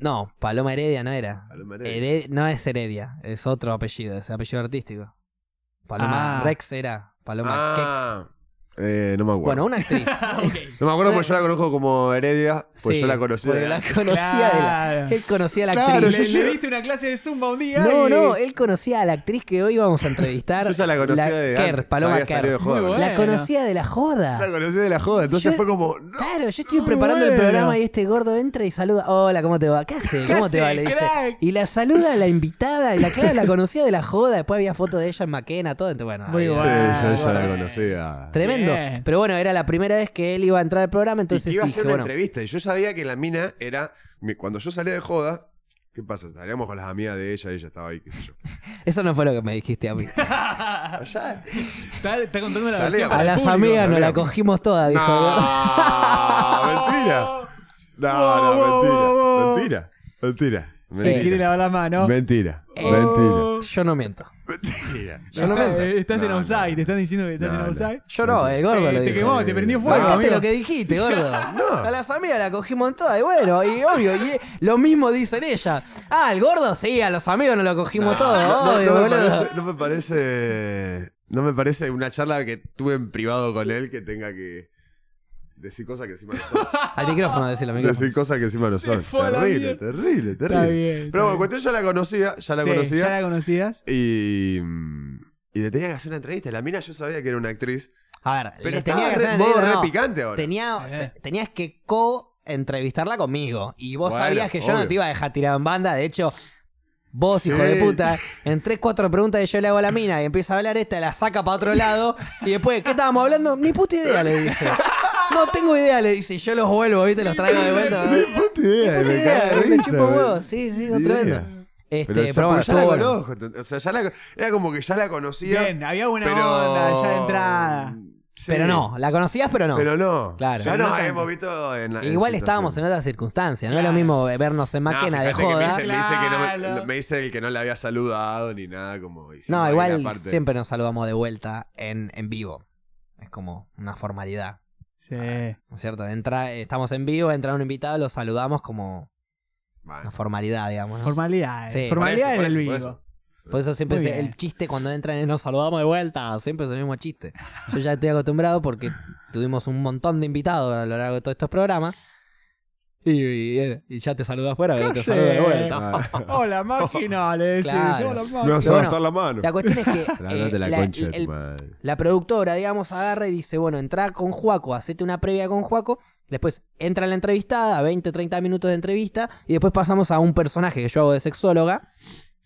Speaker 1: No, Paloma Heredia no era.
Speaker 4: Paloma Heredia.
Speaker 1: Hered- No es Heredia, es otro apellido, es apellido artístico. Paloma
Speaker 2: Ah.
Speaker 1: Rex era. Paloma Kex.
Speaker 4: Ah, Eh, no me acuerdo.
Speaker 1: Bueno, una actriz.
Speaker 4: no me acuerdo porque yo la conozco como Heredia, pues
Speaker 1: Sí,
Speaker 4: yo la conocí.
Speaker 1: porque
Speaker 4: de-
Speaker 1: la conocía de la-
Speaker 2: Claro.
Speaker 1: Él conocía a la
Speaker 4: Claro,
Speaker 1: actriz.
Speaker 4: yo-
Speaker 2: Le, le diste una clase de zumba un día.
Speaker 1: No,
Speaker 2: y-
Speaker 1: no, él conocía a la actriz que hoy vamos a entrevistar.
Speaker 4: Yo ya la conocía de
Speaker 1: Kerr,
Speaker 4: antes,
Speaker 1: Paloma
Speaker 4: había
Speaker 1: Kerr.
Speaker 4: salido de joda.
Speaker 2: Muy
Speaker 1: La
Speaker 2: Bueno.
Speaker 1: conocía de la joda.
Speaker 4: La conocí de la joda, entonces
Speaker 1: Yo-
Speaker 4: fue como. "No".
Speaker 1: Claro, yo estoy
Speaker 2: Muy
Speaker 1: preparando el
Speaker 2: bueno.
Speaker 1: programa y este gordo entra y saluda. Hola, ¿cómo te va? ¿Qué hace?
Speaker 2: ¿Qué
Speaker 1: ¿Cómo te
Speaker 2: hace,
Speaker 1: va? Le dice.
Speaker 2: crack?
Speaker 1: Y la saluda a la invitada. Y la Clara la conocía de la joda. Después había foto de ella en Maquena, todo. Entonces, bueno,
Speaker 2: Muy
Speaker 1: ahí- ah,
Speaker 2: guay.
Speaker 4: Sí, eh, yo ya
Speaker 2: bueno.
Speaker 4: la conocía.
Speaker 1: Tremendo.
Speaker 2: Bien.
Speaker 1: Pero bueno, era la primera vez que él iba a entrar al programa.
Speaker 4: Y que
Speaker 1: Entonces
Speaker 4: iba a
Speaker 1: dije,
Speaker 4: hacer una
Speaker 1: bueno,
Speaker 4: entrevista. Y yo sabía que la mina era. mi- Cuando yo salía de joda, ¿qué pasa? Estaríamos con las amigas de ella y ella estaba ahí, qué sé yo.
Speaker 1: eso no fue lo que me dijiste a mí.
Speaker 2: Está, está contando la
Speaker 4: Salía
Speaker 2: versión.
Speaker 1: A
Speaker 2: para
Speaker 4: para el
Speaker 2: el
Speaker 1: las
Speaker 2: público.
Speaker 1: amigas nos la
Speaker 4: amigo.
Speaker 1: cogimos todas, dijo. gordo.
Speaker 4: ¡No! ¡Mentira! No,
Speaker 2: Wow, wow, wow,
Speaker 4: no,
Speaker 2: wow.
Speaker 4: mentira. Mentira.
Speaker 2: Se quiere
Speaker 4: Mentira.
Speaker 2: lavar las manos. Oh.
Speaker 4: Mentira.
Speaker 1: Eh.
Speaker 4: Mentira.
Speaker 1: Yo no miento.
Speaker 4: Mentira.
Speaker 1: Yo no
Speaker 2: Está-
Speaker 1: miento.
Speaker 2: Eh, Estás en
Speaker 4: No,
Speaker 2: offside,
Speaker 4: no.
Speaker 2: te están diciendo que estás
Speaker 4: No,
Speaker 2: en
Speaker 4: no.
Speaker 2: offside.
Speaker 1: Yo no, el gordo
Speaker 2: Eh,
Speaker 1: lo
Speaker 2: te
Speaker 1: dijo.
Speaker 2: quemó, te prendió fuego,
Speaker 1: Marcaste
Speaker 2: amigo.
Speaker 1: lo que dijiste, gordo.
Speaker 4: No.
Speaker 1: A las amigas la cogimos en todas. Y bueno, y obvio, y lo mismo dicen ellas. Ah, el gordo sí, a los amigos nos lo cogimos todo,
Speaker 4: No,
Speaker 1: obvio,
Speaker 4: no, me
Speaker 1: boludo.
Speaker 4: parece, no me parece. No me parece una charla que tuve en privado con él que tenga que decir cosas que encima no son.
Speaker 1: Al micrófono, decirlo al micrófono.
Speaker 4: decir cosas que encima no
Speaker 2: Se
Speaker 4: son.
Speaker 2: fue a la
Speaker 4: Terrible,
Speaker 2: mierda.
Speaker 4: terrible, terrible.
Speaker 2: Está bien.
Speaker 4: Pero bueno,
Speaker 2: está bien.
Speaker 4: cuestión, yo la conocía, ya la
Speaker 2: Sí,
Speaker 4: conocía.
Speaker 2: ¿Ya la conocías?
Speaker 4: Y. mm, Y le tenía que hacer una entrevista. La mina yo sabía que era una actriz.
Speaker 1: A ver,
Speaker 4: Pero
Speaker 1: le
Speaker 4: estaba
Speaker 1: tenía que
Speaker 4: re,
Speaker 1: hacer
Speaker 4: modo
Speaker 1: entrevista,
Speaker 4: re
Speaker 1: no.
Speaker 4: picante ahora.
Speaker 1: Tenía-
Speaker 2: Eh.
Speaker 1: te- tenías que co entrevistarla conmigo. Y vos
Speaker 4: Bueno,
Speaker 1: sabías que yo no
Speaker 4: obvio.
Speaker 1: te iba a dejar tirado en banda. De hecho, vos, hijo
Speaker 4: Sí.
Speaker 1: de puta, en tres, cuatro preguntas que yo le hago a la mina y empieza a hablar esta, la saca para otro lado. Y después, ¿qué estábamos hablando? Ni puta idea, le dice. No tengo idea, le dice. Yo los vuelvo, ¿viste? Los traigo de vuelta.
Speaker 4: Ni puta idea,
Speaker 1: Ni puta
Speaker 4: me cae
Speaker 1: idea,
Speaker 4: de
Speaker 1: me
Speaker 4: risa,
Speaker 1: chupa un
Speaker 4: boludo.
Speaker 1: huevo. Sí, sí, no,
Speaker 4: Ni
Speaker 1: tremendo.
Speaker 4: idea.
Speaker 1: Este,
Speaker 4: Pero, ya,
Speaker 1: pero bueno,
Speaker 4: porque ya la
Speaker 1: estuvo bueno.
Speaker 4: conozco. ent- O sea, ya la, era como que ya la conocía.
Speaker 2: Bien, había buena
Speaker 4: pero...
Speaker 2: onda ya de entrada.
Speaker 4: Sí,
Speaker 1: Pero no, la conocías, pero no.
Speaker 4: Pero no.
Speaker 1: Claro.
Speaker 4: Ya
Speaker 1: Pero
Speaker 4: nos
Speaker 2: no tanto.
Speaker 4: habíamos visto en la.
Speaker 1: Igual estábamos en otras circunstancias. No es
Speaker 2: Claro.
Speaker 1: lo mismo vernos en Maquena de joda.
Speaker 4: Me dice, me dice que no me,
Speaker 2: Claro.
Speaker 4: me dice el que no la había saludado ni nada. como hicimos
Speaker 1: No,
Speaker 4: ahí
Speaker 1: igual
Speaker 4: la parte.
Speaker 1: siempre nos saludamos de vuelta en, en vivo. Es como una formalidad,
Speaker 2: Sí.
Speaker 1: ¿no es cierto? Entra, eh, estamos en vivo, entra un invitado, lo saludamos como una
Speaker 4: Bueno,
Speaker 1: formalidad, digamos. ¿no?
Speaker 2: Formalidades.
Speaker 1: Sí.
Speaker 2: Formalidades
Speaker 4: Por
Speaker 2: en
Speaker 4: eso,
Speaker 2: el
Speaker 4: por
Speaker 2: vivo.
Speaker 4: eso,
Speaker 1: Por eso siempre
Speaker 2: Muy
Speaker 1: se- el
Speaker 2: bien.
Speaker 1: chiste cuando entran es nos saludamos de vuelta, siempre es el mismo chiste. Yo ya estoy acostumbrado porque tuvimos un montón de invitados a lo largo de todos estos programas. Y, y- y ya te saludas afuera, pero te
Speaker 2: ¿Qué
Speaker 1: saludo de
Speaker 2: sé?
Speaker 1: vuelta.
Speaker 4: Ah.
Speaker 2: Hola, máquina, le decís.
Speaker 1: Claro.
Speaker 2: Hola, máquina.
Speaker 4: Me vas a
Speaker 1: Pero bueno,
Speaker 4: gastar la mano.
Speaker 1: La cuestión es que eh,
Speaker 4: Trágate la
Speaker 1: la-
Speaker 4: concha de
Speaker 1: el-
Speaker 4: tu madre.
Speaker 1: La productora, digamos, agarra y dice, bueno, entra con Juaco, hacete una previa con Juaco, después entra la entrevistada, 20, 30 minutos de entrevista, y después pasamos a un personaje que yo hago de sexóloga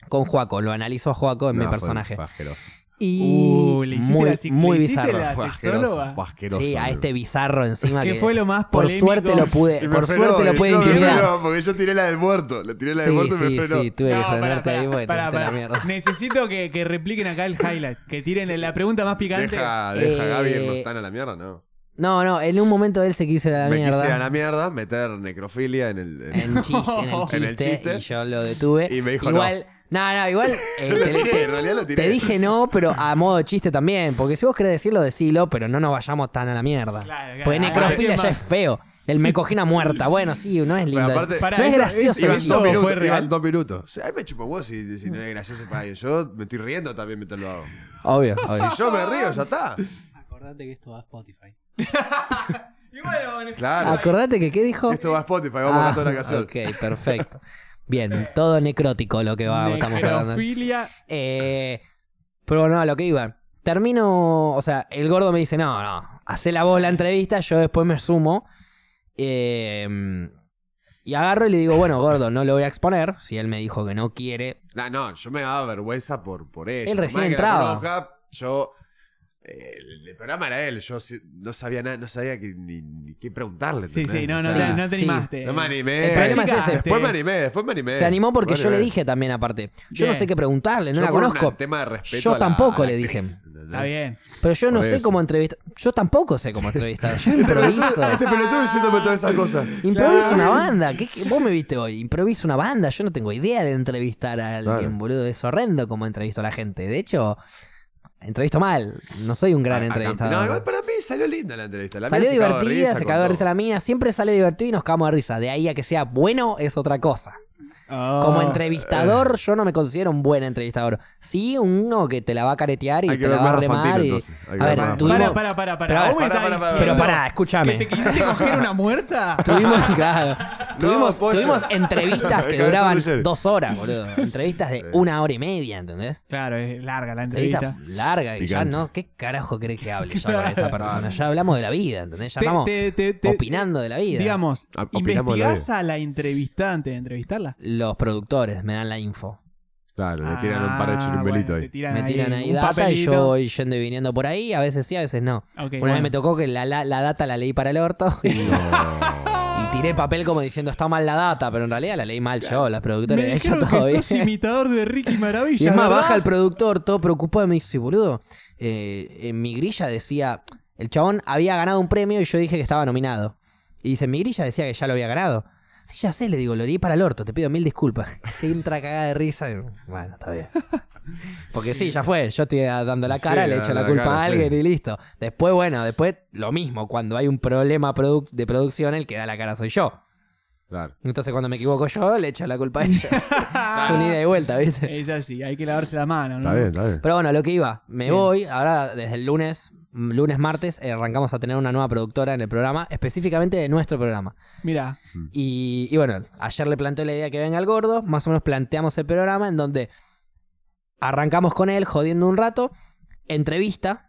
Speaker 1: con Juaco, lo analizo a Juaco en mi
Speaker 4: No,
Speaker 1: personaje.
Speaker 4: Fue, fue asqueroso.
Speaker 1: Y
Speaker 2: Uh, le hiciste
Speaker 1: muy,
Speaker 2: la psic-
Speaker 1: muy
Speaker 2: le hiciste
Speaker 1: bizarro.
Speaker 2: la-
Speaker 4: Fue
Speaker 2: sexóloga?
Speaker 4: asqueroso. Fue asqueroso.
Speaker 1: Sí, a
Speaker 4: boludo.
Speaker 1: este bizarro encima que,
Speaker 2: Que fue lo más
Speaker 1: por
Speaker 2: polémico.
Speaker 1: suerte lo
Speaker 4: Y
Speaker 1: pude,
Speaker 4: me
Speaker 1: por
Speaker 4: frenó,
Speaker 1: suerte lo
Speaker 4: y
Speaker 1: puede
Speaker 4: yo me
Speaker 1: intimidar.
Speaker 4: frenó, porque yo tiré la del muerto. Le tiré la del
Speaker 1: Sí,
Speaker 4: muerto y
Speaker 1: sí,
Speaker 4: me frenó.
Speaker 1: sí, tuve que
Speaker 2: No, pará,
Speaker 1: frenarte
Speaker 2: pará,
Speaker 1: ahí porque te
Speaker 2: pará,
Speaker 1: fuiste a la
Speaker 2: pará.
Speaker 1: mierda.
Speaker 2: Necesito que, que repliquen acá el highlight. Que tiren la pregunta más picante.
Speaker 4: Deja, deja
Speaker 1: Eh,
Speaker 4: Gaby irnos tan a la mierda, ¿no?
Speaker 1: No, no, en un momento él se quiso ir a la
Speaker 4: me
Speaker 1: mierda.
Speaker 4: quise ir a la mierda, meter necrofilia en el. en-
Speaker 1: En, chiste, en el chiste,
Speaker 4: En el chiste.
Speaker 1: y yo lo detuve.
Speaker 4: Y me dijo
Speaker 1: igual, no, no, igual eh,
Speaker 4: Lo
Speaker 1: te,
Speaker 4: tiré, en realidad lo
Speaker 1: te
Speaker 4: tiré.
Speaker 1: dije no, pero a modo chiste también, porque si vos querés decirlo, decilo, pero no nos vayamos tan a la mierda.
Speaker 2: Claro, claro.
Speaker 1: Porque Pues necrofilia
Speaker 2: Aparte-
Speaker 1: ya es feo. El me cogí una muerta, bueno, sí, no es
Speaker 4: Pero
Speaker 1: lindo.
Speaker 4: aparte-
Speaker 2: Pará,
Speaker 1: no es
Speaker 2: eso-
Speaker 1: gracioso
Speaker 2: eso-
Speaker 1: el
Speaker 2: Sí,
Speaker 4: Iban
Speaker 1: chiste.
Speaker 4: dos,
Speaker 2: fue
Speaker 4: minutos,
Speaker 2: real.
Speaker 4: iban dos minutos. O sea, ahí me chupa un huevo si, si no es gracioso para ellos. Yo me estoy riendo también mientras lo hago.
Speaker 1: Obvio, obvio.
Speaker 4: Si yo me río, ya está.
Speaker 3: Acordate que esto va a Spotify.
Speaker 2: Y bueno, en-
Speaker 4: Claro.
Speaker 1: Acordate que qué dijo.
Speaker 4: Esto va a Spotify, vamos a
Speaker 1: Ah,
Speaker 4: cantar la canción.
Speaker 1: Ok, perfecto. Bien, todo necrótico lo que va, estamos hablando.
Speaker 2: necrofilia.
Speaker 1: Eh, pero no, a lo que iba. Termino, o sea, el gordo me dice, no, no, hace la voz la entrevista, yo después me sumo. Eh, y agarro y le digo, bueno, gordo, no lo voy a exponer. Si él me dijo que no quiere,
Speaker 4: No, no, yo me daba vergüenza por, por ella.
Speaker 1: Él
Speaker 4: Por
Speaker 1: recién
Speaker 4: más que la
Speaker 1: entraba.
Speaker 4: conozca, yo. eh, El, el programa era él, yo si- no sabía nada, no sabía que- ni, ni qué preguntarle.
Speaker 2: Sí,
Speaker 4: ¿entendés?
Speaker 2: sí, no,
Speaker 4: O
Speaker 2: no,
Speaker 4: sea,
Speaker 2: no, no te
Speaker 1: sí.
Speaker 2: animaste.
Speaker 4: no me animé.
Speaker 1: El problema es ese.
Speaker 4: Después me animé, después me animé.
Speaker 1: se animó porque
Speaker 4: Después
Speaker 1: yo
Speaker 4: me
Speaker 1: le
Speaker 4: animé.
Speaker 1: dije también aparte. Yo no
Speaker 2: Bien.
Speaker 1: sé qué preguntarle, no
Speaker 4: Yo
Speaker 1: la
Speaker 4: por un
Speaker 1: conozco.
Speaker 4: tema de respeto
Speaker 1: Yo
Speaker 4: a la-
Speaker 1: tampoco
Speaker 4: a la
Speaker 1: le dije.
Speaker 4: actriz, ¿entendés?
Speaker 2: Está bien.
Speaker 1: Pero yo no
Speaker 4: Por
Speaker 1: sé
Speaker 4: eso.
Speaker 1: cómo entrevistar. Yo tampoco sé cómo entrevistar. Yo improviso.
Speaker 4: Este pelotudo diciéndome todas esas cosas.
Speaker 1: Improviso una banda. ¿Qué, qué- vos me viste hoy. Improviso una banda. Yo no tengo idea de entrevistar a alguien,
Speaker 4: Claro.
Speaker 1: boludo. Es horrendo como entrevisto a la gente. De hecho, entrevisto mal. No soy un gran
Speaker 4: A- a-
Speaker 1: entrevistador.
Speaker 4: No, igual para mí salió linda la entrevista. La
Speaker 1: salió
Speaker 4: mina se cagó
Speaker 1: divertida, se
Speaker 4: con
Speaker 1: cagó de
Speaker 4: todo.
Speaker 1: risa la mina. Siempre sale divertido y nos cagamos de risa. De ahí a que sea bueno es otra cosa.
Speaker 2: Oh.
Speaker 1: Como
Speaker 4: Ah, eh.
Speaker 1: entrevistador, yo no me considero un buen entrevistador. Sí, uno que te la va a caretear y
Speaker 4: Hay que
Speaker 1: te la
Speaker 4: ver
Speaker 1: va a
Speaker 4: más Fantino
Speaker 1: remar. y-
Speaker 4: entonces. Hay que
Speaker 1: A
Speaker 4: ver
Speaker 1: ver,
Speaker 4: más
Speaker 1: tuvimos-
Speaker 2: Para, para, para,
Speaker 1: Pero
Speaker 2: para. ¿Vos me
Speaker 4: pará,
Speaker 2: estás
Speaker 4: pará, pará,
Speaker 1: Pero
Speaker 2: diciendo
Speaker 1: pará,
Speaker 2: ¿Que
Speaker 1: escúchame.
Speaker 2: te quisiste coger una muerta?
Speaker 1: Tuvimos, claro, tuvimos,
Speaker 4: pollo.
Speaker 1: tuvimos entrevistas que
Speaker 4: Cabeza
Speaker 1: duraban
Speaker 4: Ruggeri.
Speaker 1: dos horas, boludo. Entrevistas de
Speaker 4: Sí.
Speaker 1: una hora y media, ¿entendés?
Speaker 2: Claro, es larga la
Speaker 1: Entrevista
Speaker 2: entrevista.
Speaker 1: larga y ya
Speaker 4: Picante.
Speaker 1: no, ¿qué carajo querés que hable ya con esta persona? Ya hablamos de la vida, ¿entendés? Ya
Speaker 2: Te-
Speaker 1: estamos
Speaker 2: te- te- te-
Speaker 1: opinando de la vida.
Speaker 2: Digamos,
Speaker 4: Ah, opinamos de la
Speaker 2: investigás a la entrevistante antes de entrevistarla.
Speaker 1: Los productores me dan la info.
Speaker 4: Claro, le tiran un par de
Speaker 2: Ah,
Speaker 4: chirumbelitos
Speaker 2: bueno, te
Speaker 4: ahí.
Speaker 2: tiran
Speaker 1: me tiran ahí
Speaker 2: un
Speaker 1: data y yo
Speaker 2: papelito.
Speaker 1: voy yendo y viniendo por ahí, a veces sí, a veces no.
Speaker 2: Ok,
Speaker 1: Una
Speaker 2: bueno.
Speaker 1: vez me tocó que la, la- la data la leí para el orto y, y tiré el papel como diciendo está mal la data, pero en realidad la leí mal yo, los
Speaker 2: Me
Speaker 1: productores.
Speaker 2: dijeron
Speaker 1: Está
Speaker 2: que
Speaker 1: todo
Speaker 2: sos
Speaker 1: bien.
Speaker 2: imitador de Ricky Maravilla.
Speaker 1: Y es más,
Speaker 2: ¿verdad?
Speaker 1: baja el productor, todo preocupado, y me dice, boludo, eh, en mi grilla decía, el chabón había ganado un premio y yo dije que estaba nominado. Y dice, en mi grilla decía que ya lo había ganado. Sí, ya sé, le digo, lo leí para el orto, te pido mil disculpas. Se entra cagada de risa. y, Bueno, está bien. Porque sí, ya fue. Yo estoy eh, dando la
Speaker 4: Sí,
Speaker 1: cara, le
Speaker 4: dando
Speaker 1: echo la
Speaker 4: la
Speaker 1: culpa
Speaker 4: cara,
Speaker 1: a alguien
Speaker 4: sí.
Speaker 1: y listo. Después, bueno, después lo mismo. Cuando hay un problema produc- de producción, el que da la cara soy yo.
Speaker 4: Claro.
Speaker 1: Entonces, cuando me equivoco yo, le echo la culpa a ella. es un ida y vuelta, ¿viste?
Speaker 2: Es así, Ah. hay que lavarse la mano, ¿no?
Speaker 4: Está bien, está bien.
Speaker 1: Pero bueno, lo que iba, me
Speaker 2: Bien.
Speaker 1: voy. Ahora desde el lunes, mm, lunes, martes, eh, arrancamos a tener una nueva productora en el programa, específicamente de nuestro programa.
Speaker 2: Mira,
Speaker 1: Y, y bueno, ayer le planteé la idea que venga el gordo, más o menos planteamos el programa en donde arrancamos con él jodiendo un rato, entrevista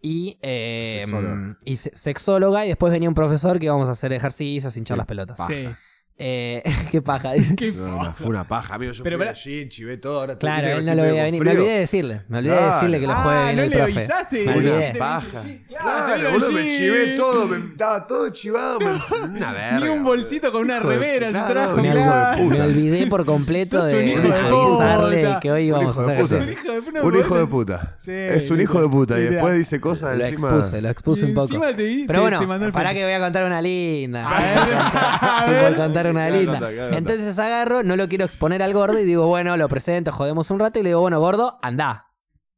Speaker 1: y, eh,
Speaker 4: Sexóloga.
Speaker 1: mm, y se- sexóloga y después venía un profesor que íbamos a hacer ejercicios, hinchar las pelotas.
Speaker 4: Paja.
Speaker 2: sí.
Speaker 1: Eh, qué paja.
Speaker 2: Qué
Speaker 4: No, no, fue una paja, amigo. Yo
Speaker 2: Pero
Speaker 4: fui
Speaker 2: pará.
Speaker 4: allí, chivé todo. Ahora
Speaker 1: Claro,
Speaker 4: viste que
Speaker 1: él
Speaker 4: me
Speaker 1: no lo
Speaker 4: estoy
Speaker 1: veía venir. Me
Speaker 4: frío.
Speaker 1: olvidé de decirle, me olvidé de
Speaker 4: Claro.
Speaker 1: decirle que lo juegue
Speaker 2: ah,
Speaker 1: bien
Speaker 2: no
Speaker 1: el
Speaker 2: le
Speaker 1: profe.
Speaker 2: avisaste.
Speaker 1: Me
Speaker 4: Una
Speaker 1: olvidé.
Speaker 4: paja.
Speaker 2: Claro,
Speaker 4: Claro, boludo, me chivé todo, me, estaba todo chivado. me- una verga.
Speaker 2: Ni un bolsito con una
Speaker 4: Hijo de-
Speaker 2: remera se
Speaker 4: Claro,
Speaker 2: trajo,
Speaker 4: no,
Speaker 1: Me,
Speaker 4: hijo de
Speaker 2: claro.
Speaker 1: me
Speaker 4: puta.
Speaker 1: olvidé por completo
Speaker 2: Sos un
Speaker 1: de
Speaker 2: hijo de
Speaker 1: avisarle
Speaker 2: puta.
Speaker 1: que hoy íbamos
Speaker 4: hijo
Speaker 1: a
Speaker 4: de
Speaker 1: hacer
Speaker 4: puta.
Speaker 1: ejercicio.
Speaker 2: hijo de puta,
Speaker 4: Un hijo de
Speaker 2: podés-
Speaker 4: puta.
Speaker 2: Sí,
Speaker 4: es un
Speaker 2: literal.
Speaker 4: hijo de puta. Y
Speaker 2: Literal.
Speaker 4: después dice cosas
Speaker 1: Lo
Speaker 4: encima.
Speaker 1: expuse, lo expuse
Speaker 2: Y
Speaker 1: un poco.
Speaker 2: encima te vi-
Speaker 1: Pero
Speaker 2: te-
Speaker 1: bueno,
Speaker 2: te mandó el
Speaker 1: para
Speaker 2: fondo.
Speaker 1: que voy a contar una linda.
Speaker 2: A ver, a ver.
Speaker 1: Por contar una
Speaker 4: Claro,
Speaker 1: linda.
Speaker 4: claro, claro.
Speaker 1: Entonces agarro, no lo quiero exponer al gordo y digo, bueno, lo presento, jodemos un rato y le digo, bueno, gordo, andá.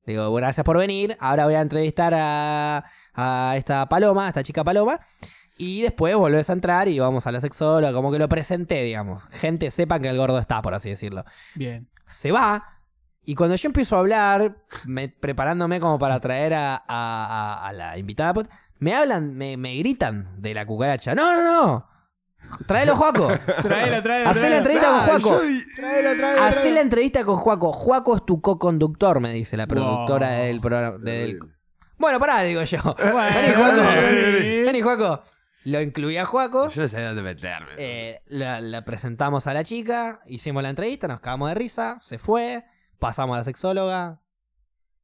Speaker 1: Digo, gracias por venir. Ahora voy a entrevistar a, a esta paloma, a esta chica paloma. Y después volvés a entrar y vamos a la sexóloga, como que lo presenté, digamos. Gente sepa que el gordo está, por así decirlo.
Speaker 2: Bien.
Speaker 1: se va. Y cuando yo empiezo a hablar, me- preparándome como para traer a, a- a- a la invitada, pod- me hablan, me, me gritan de la cucaracha. No, no, no. Tráelo, Juaco.
Speaker 2: Traela, traela,
Speaker 1: Hacé la
Speaker 2: traela.
Speaker 1: entrevista con Juaco.
Speaker 2: Traela, traela,
Speaker 1: Hacé la
Speaker 2: traela.
Speaker 1: entrevista con Juaco. Juaco es tu co-conductor, me dice la productora
Speaker 2: Wow.
Speaker 1: del programa. del- Bueno, pará, digo yo. Vení,
Speaker 2: Bueno,
Speaker 1: Juaco.
Speaker 2: vení, vení.
Speaker 1: Vení, Juaco. Lo incluí a Juaco.
Speaker 4: Yo no sabía dónde meterme.
Speaker 1: Eh, la, la presentamos a la chica, hicimos la entrevista, nos cagamos de risa, se fue, pasamos a la sexóloga.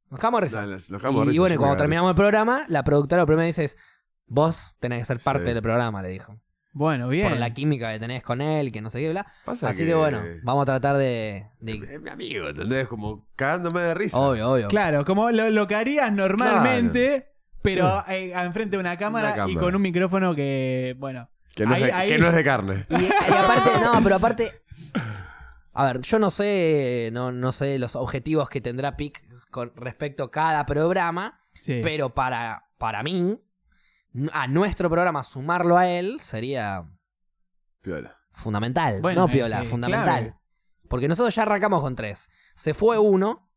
Speaker 1: Nos cagamos de risa.
Speaker 4: Nah, los- los
Speaker 1: y,
Speaker 4: jamás
Speaker 1: y
Speaker 4: risa,
Speaker 1: bueno,
Speaker 4: yo
Speaker 1: cuando
Speaker 4: me
Speaker 1: terminamos el programa, la productora lo primero que dice es, vos tenés que ser parte
Speaker 4: Sí.
Speaker 1: del programa, le dijo.
Speaker 2: Bueno, bien.
Speaker 1: Por la química que tenés con él, que no sé qué, bla.
Speaker 4: Pasa
Speaker 1: Así que, bueno, vamos a tratar de... de-
Speaker 4: Es mi amigo, ¿entendés? Como cagándome de risa.
Speaker 1: Obvio, obvio.
Speaker 2: Claro, como lo, lo que harías normalmente, pero eh, enfrente de una cámara,
Speaker 4: Una
Speaker 2: y
Speaker 4: cámara.
Speaker 2: con un micrófono que, bueno.
Speaker 4: Que no,
Speaker 2: Ahí-
Speaker 4: es de,
Speaker 2: ahí-
Speaker 4: que no es de carne.
Speaker 1: Y, y aparte, no, pero aparte... A ver, yo no sé, no, no sé los objetivos que tendrá PIC con respecto a cada programa,
Speaker 2: Sí.
Speaker 1: Pero para, para mí, n- a nuestro programa sumarlo a él sería
Speaker 4: Piola.
Speaker 1: fundamental.
Speaker 2: Bueno,
Speaker 1: no
Speaker 2: es
Speaker 1: piola,
Speaker 2: que,
Speaker 1: fundamental.
Speaker 2: claro.
Speaker 1: Porque nosotros ya arrancamos con tres. Se fue uno,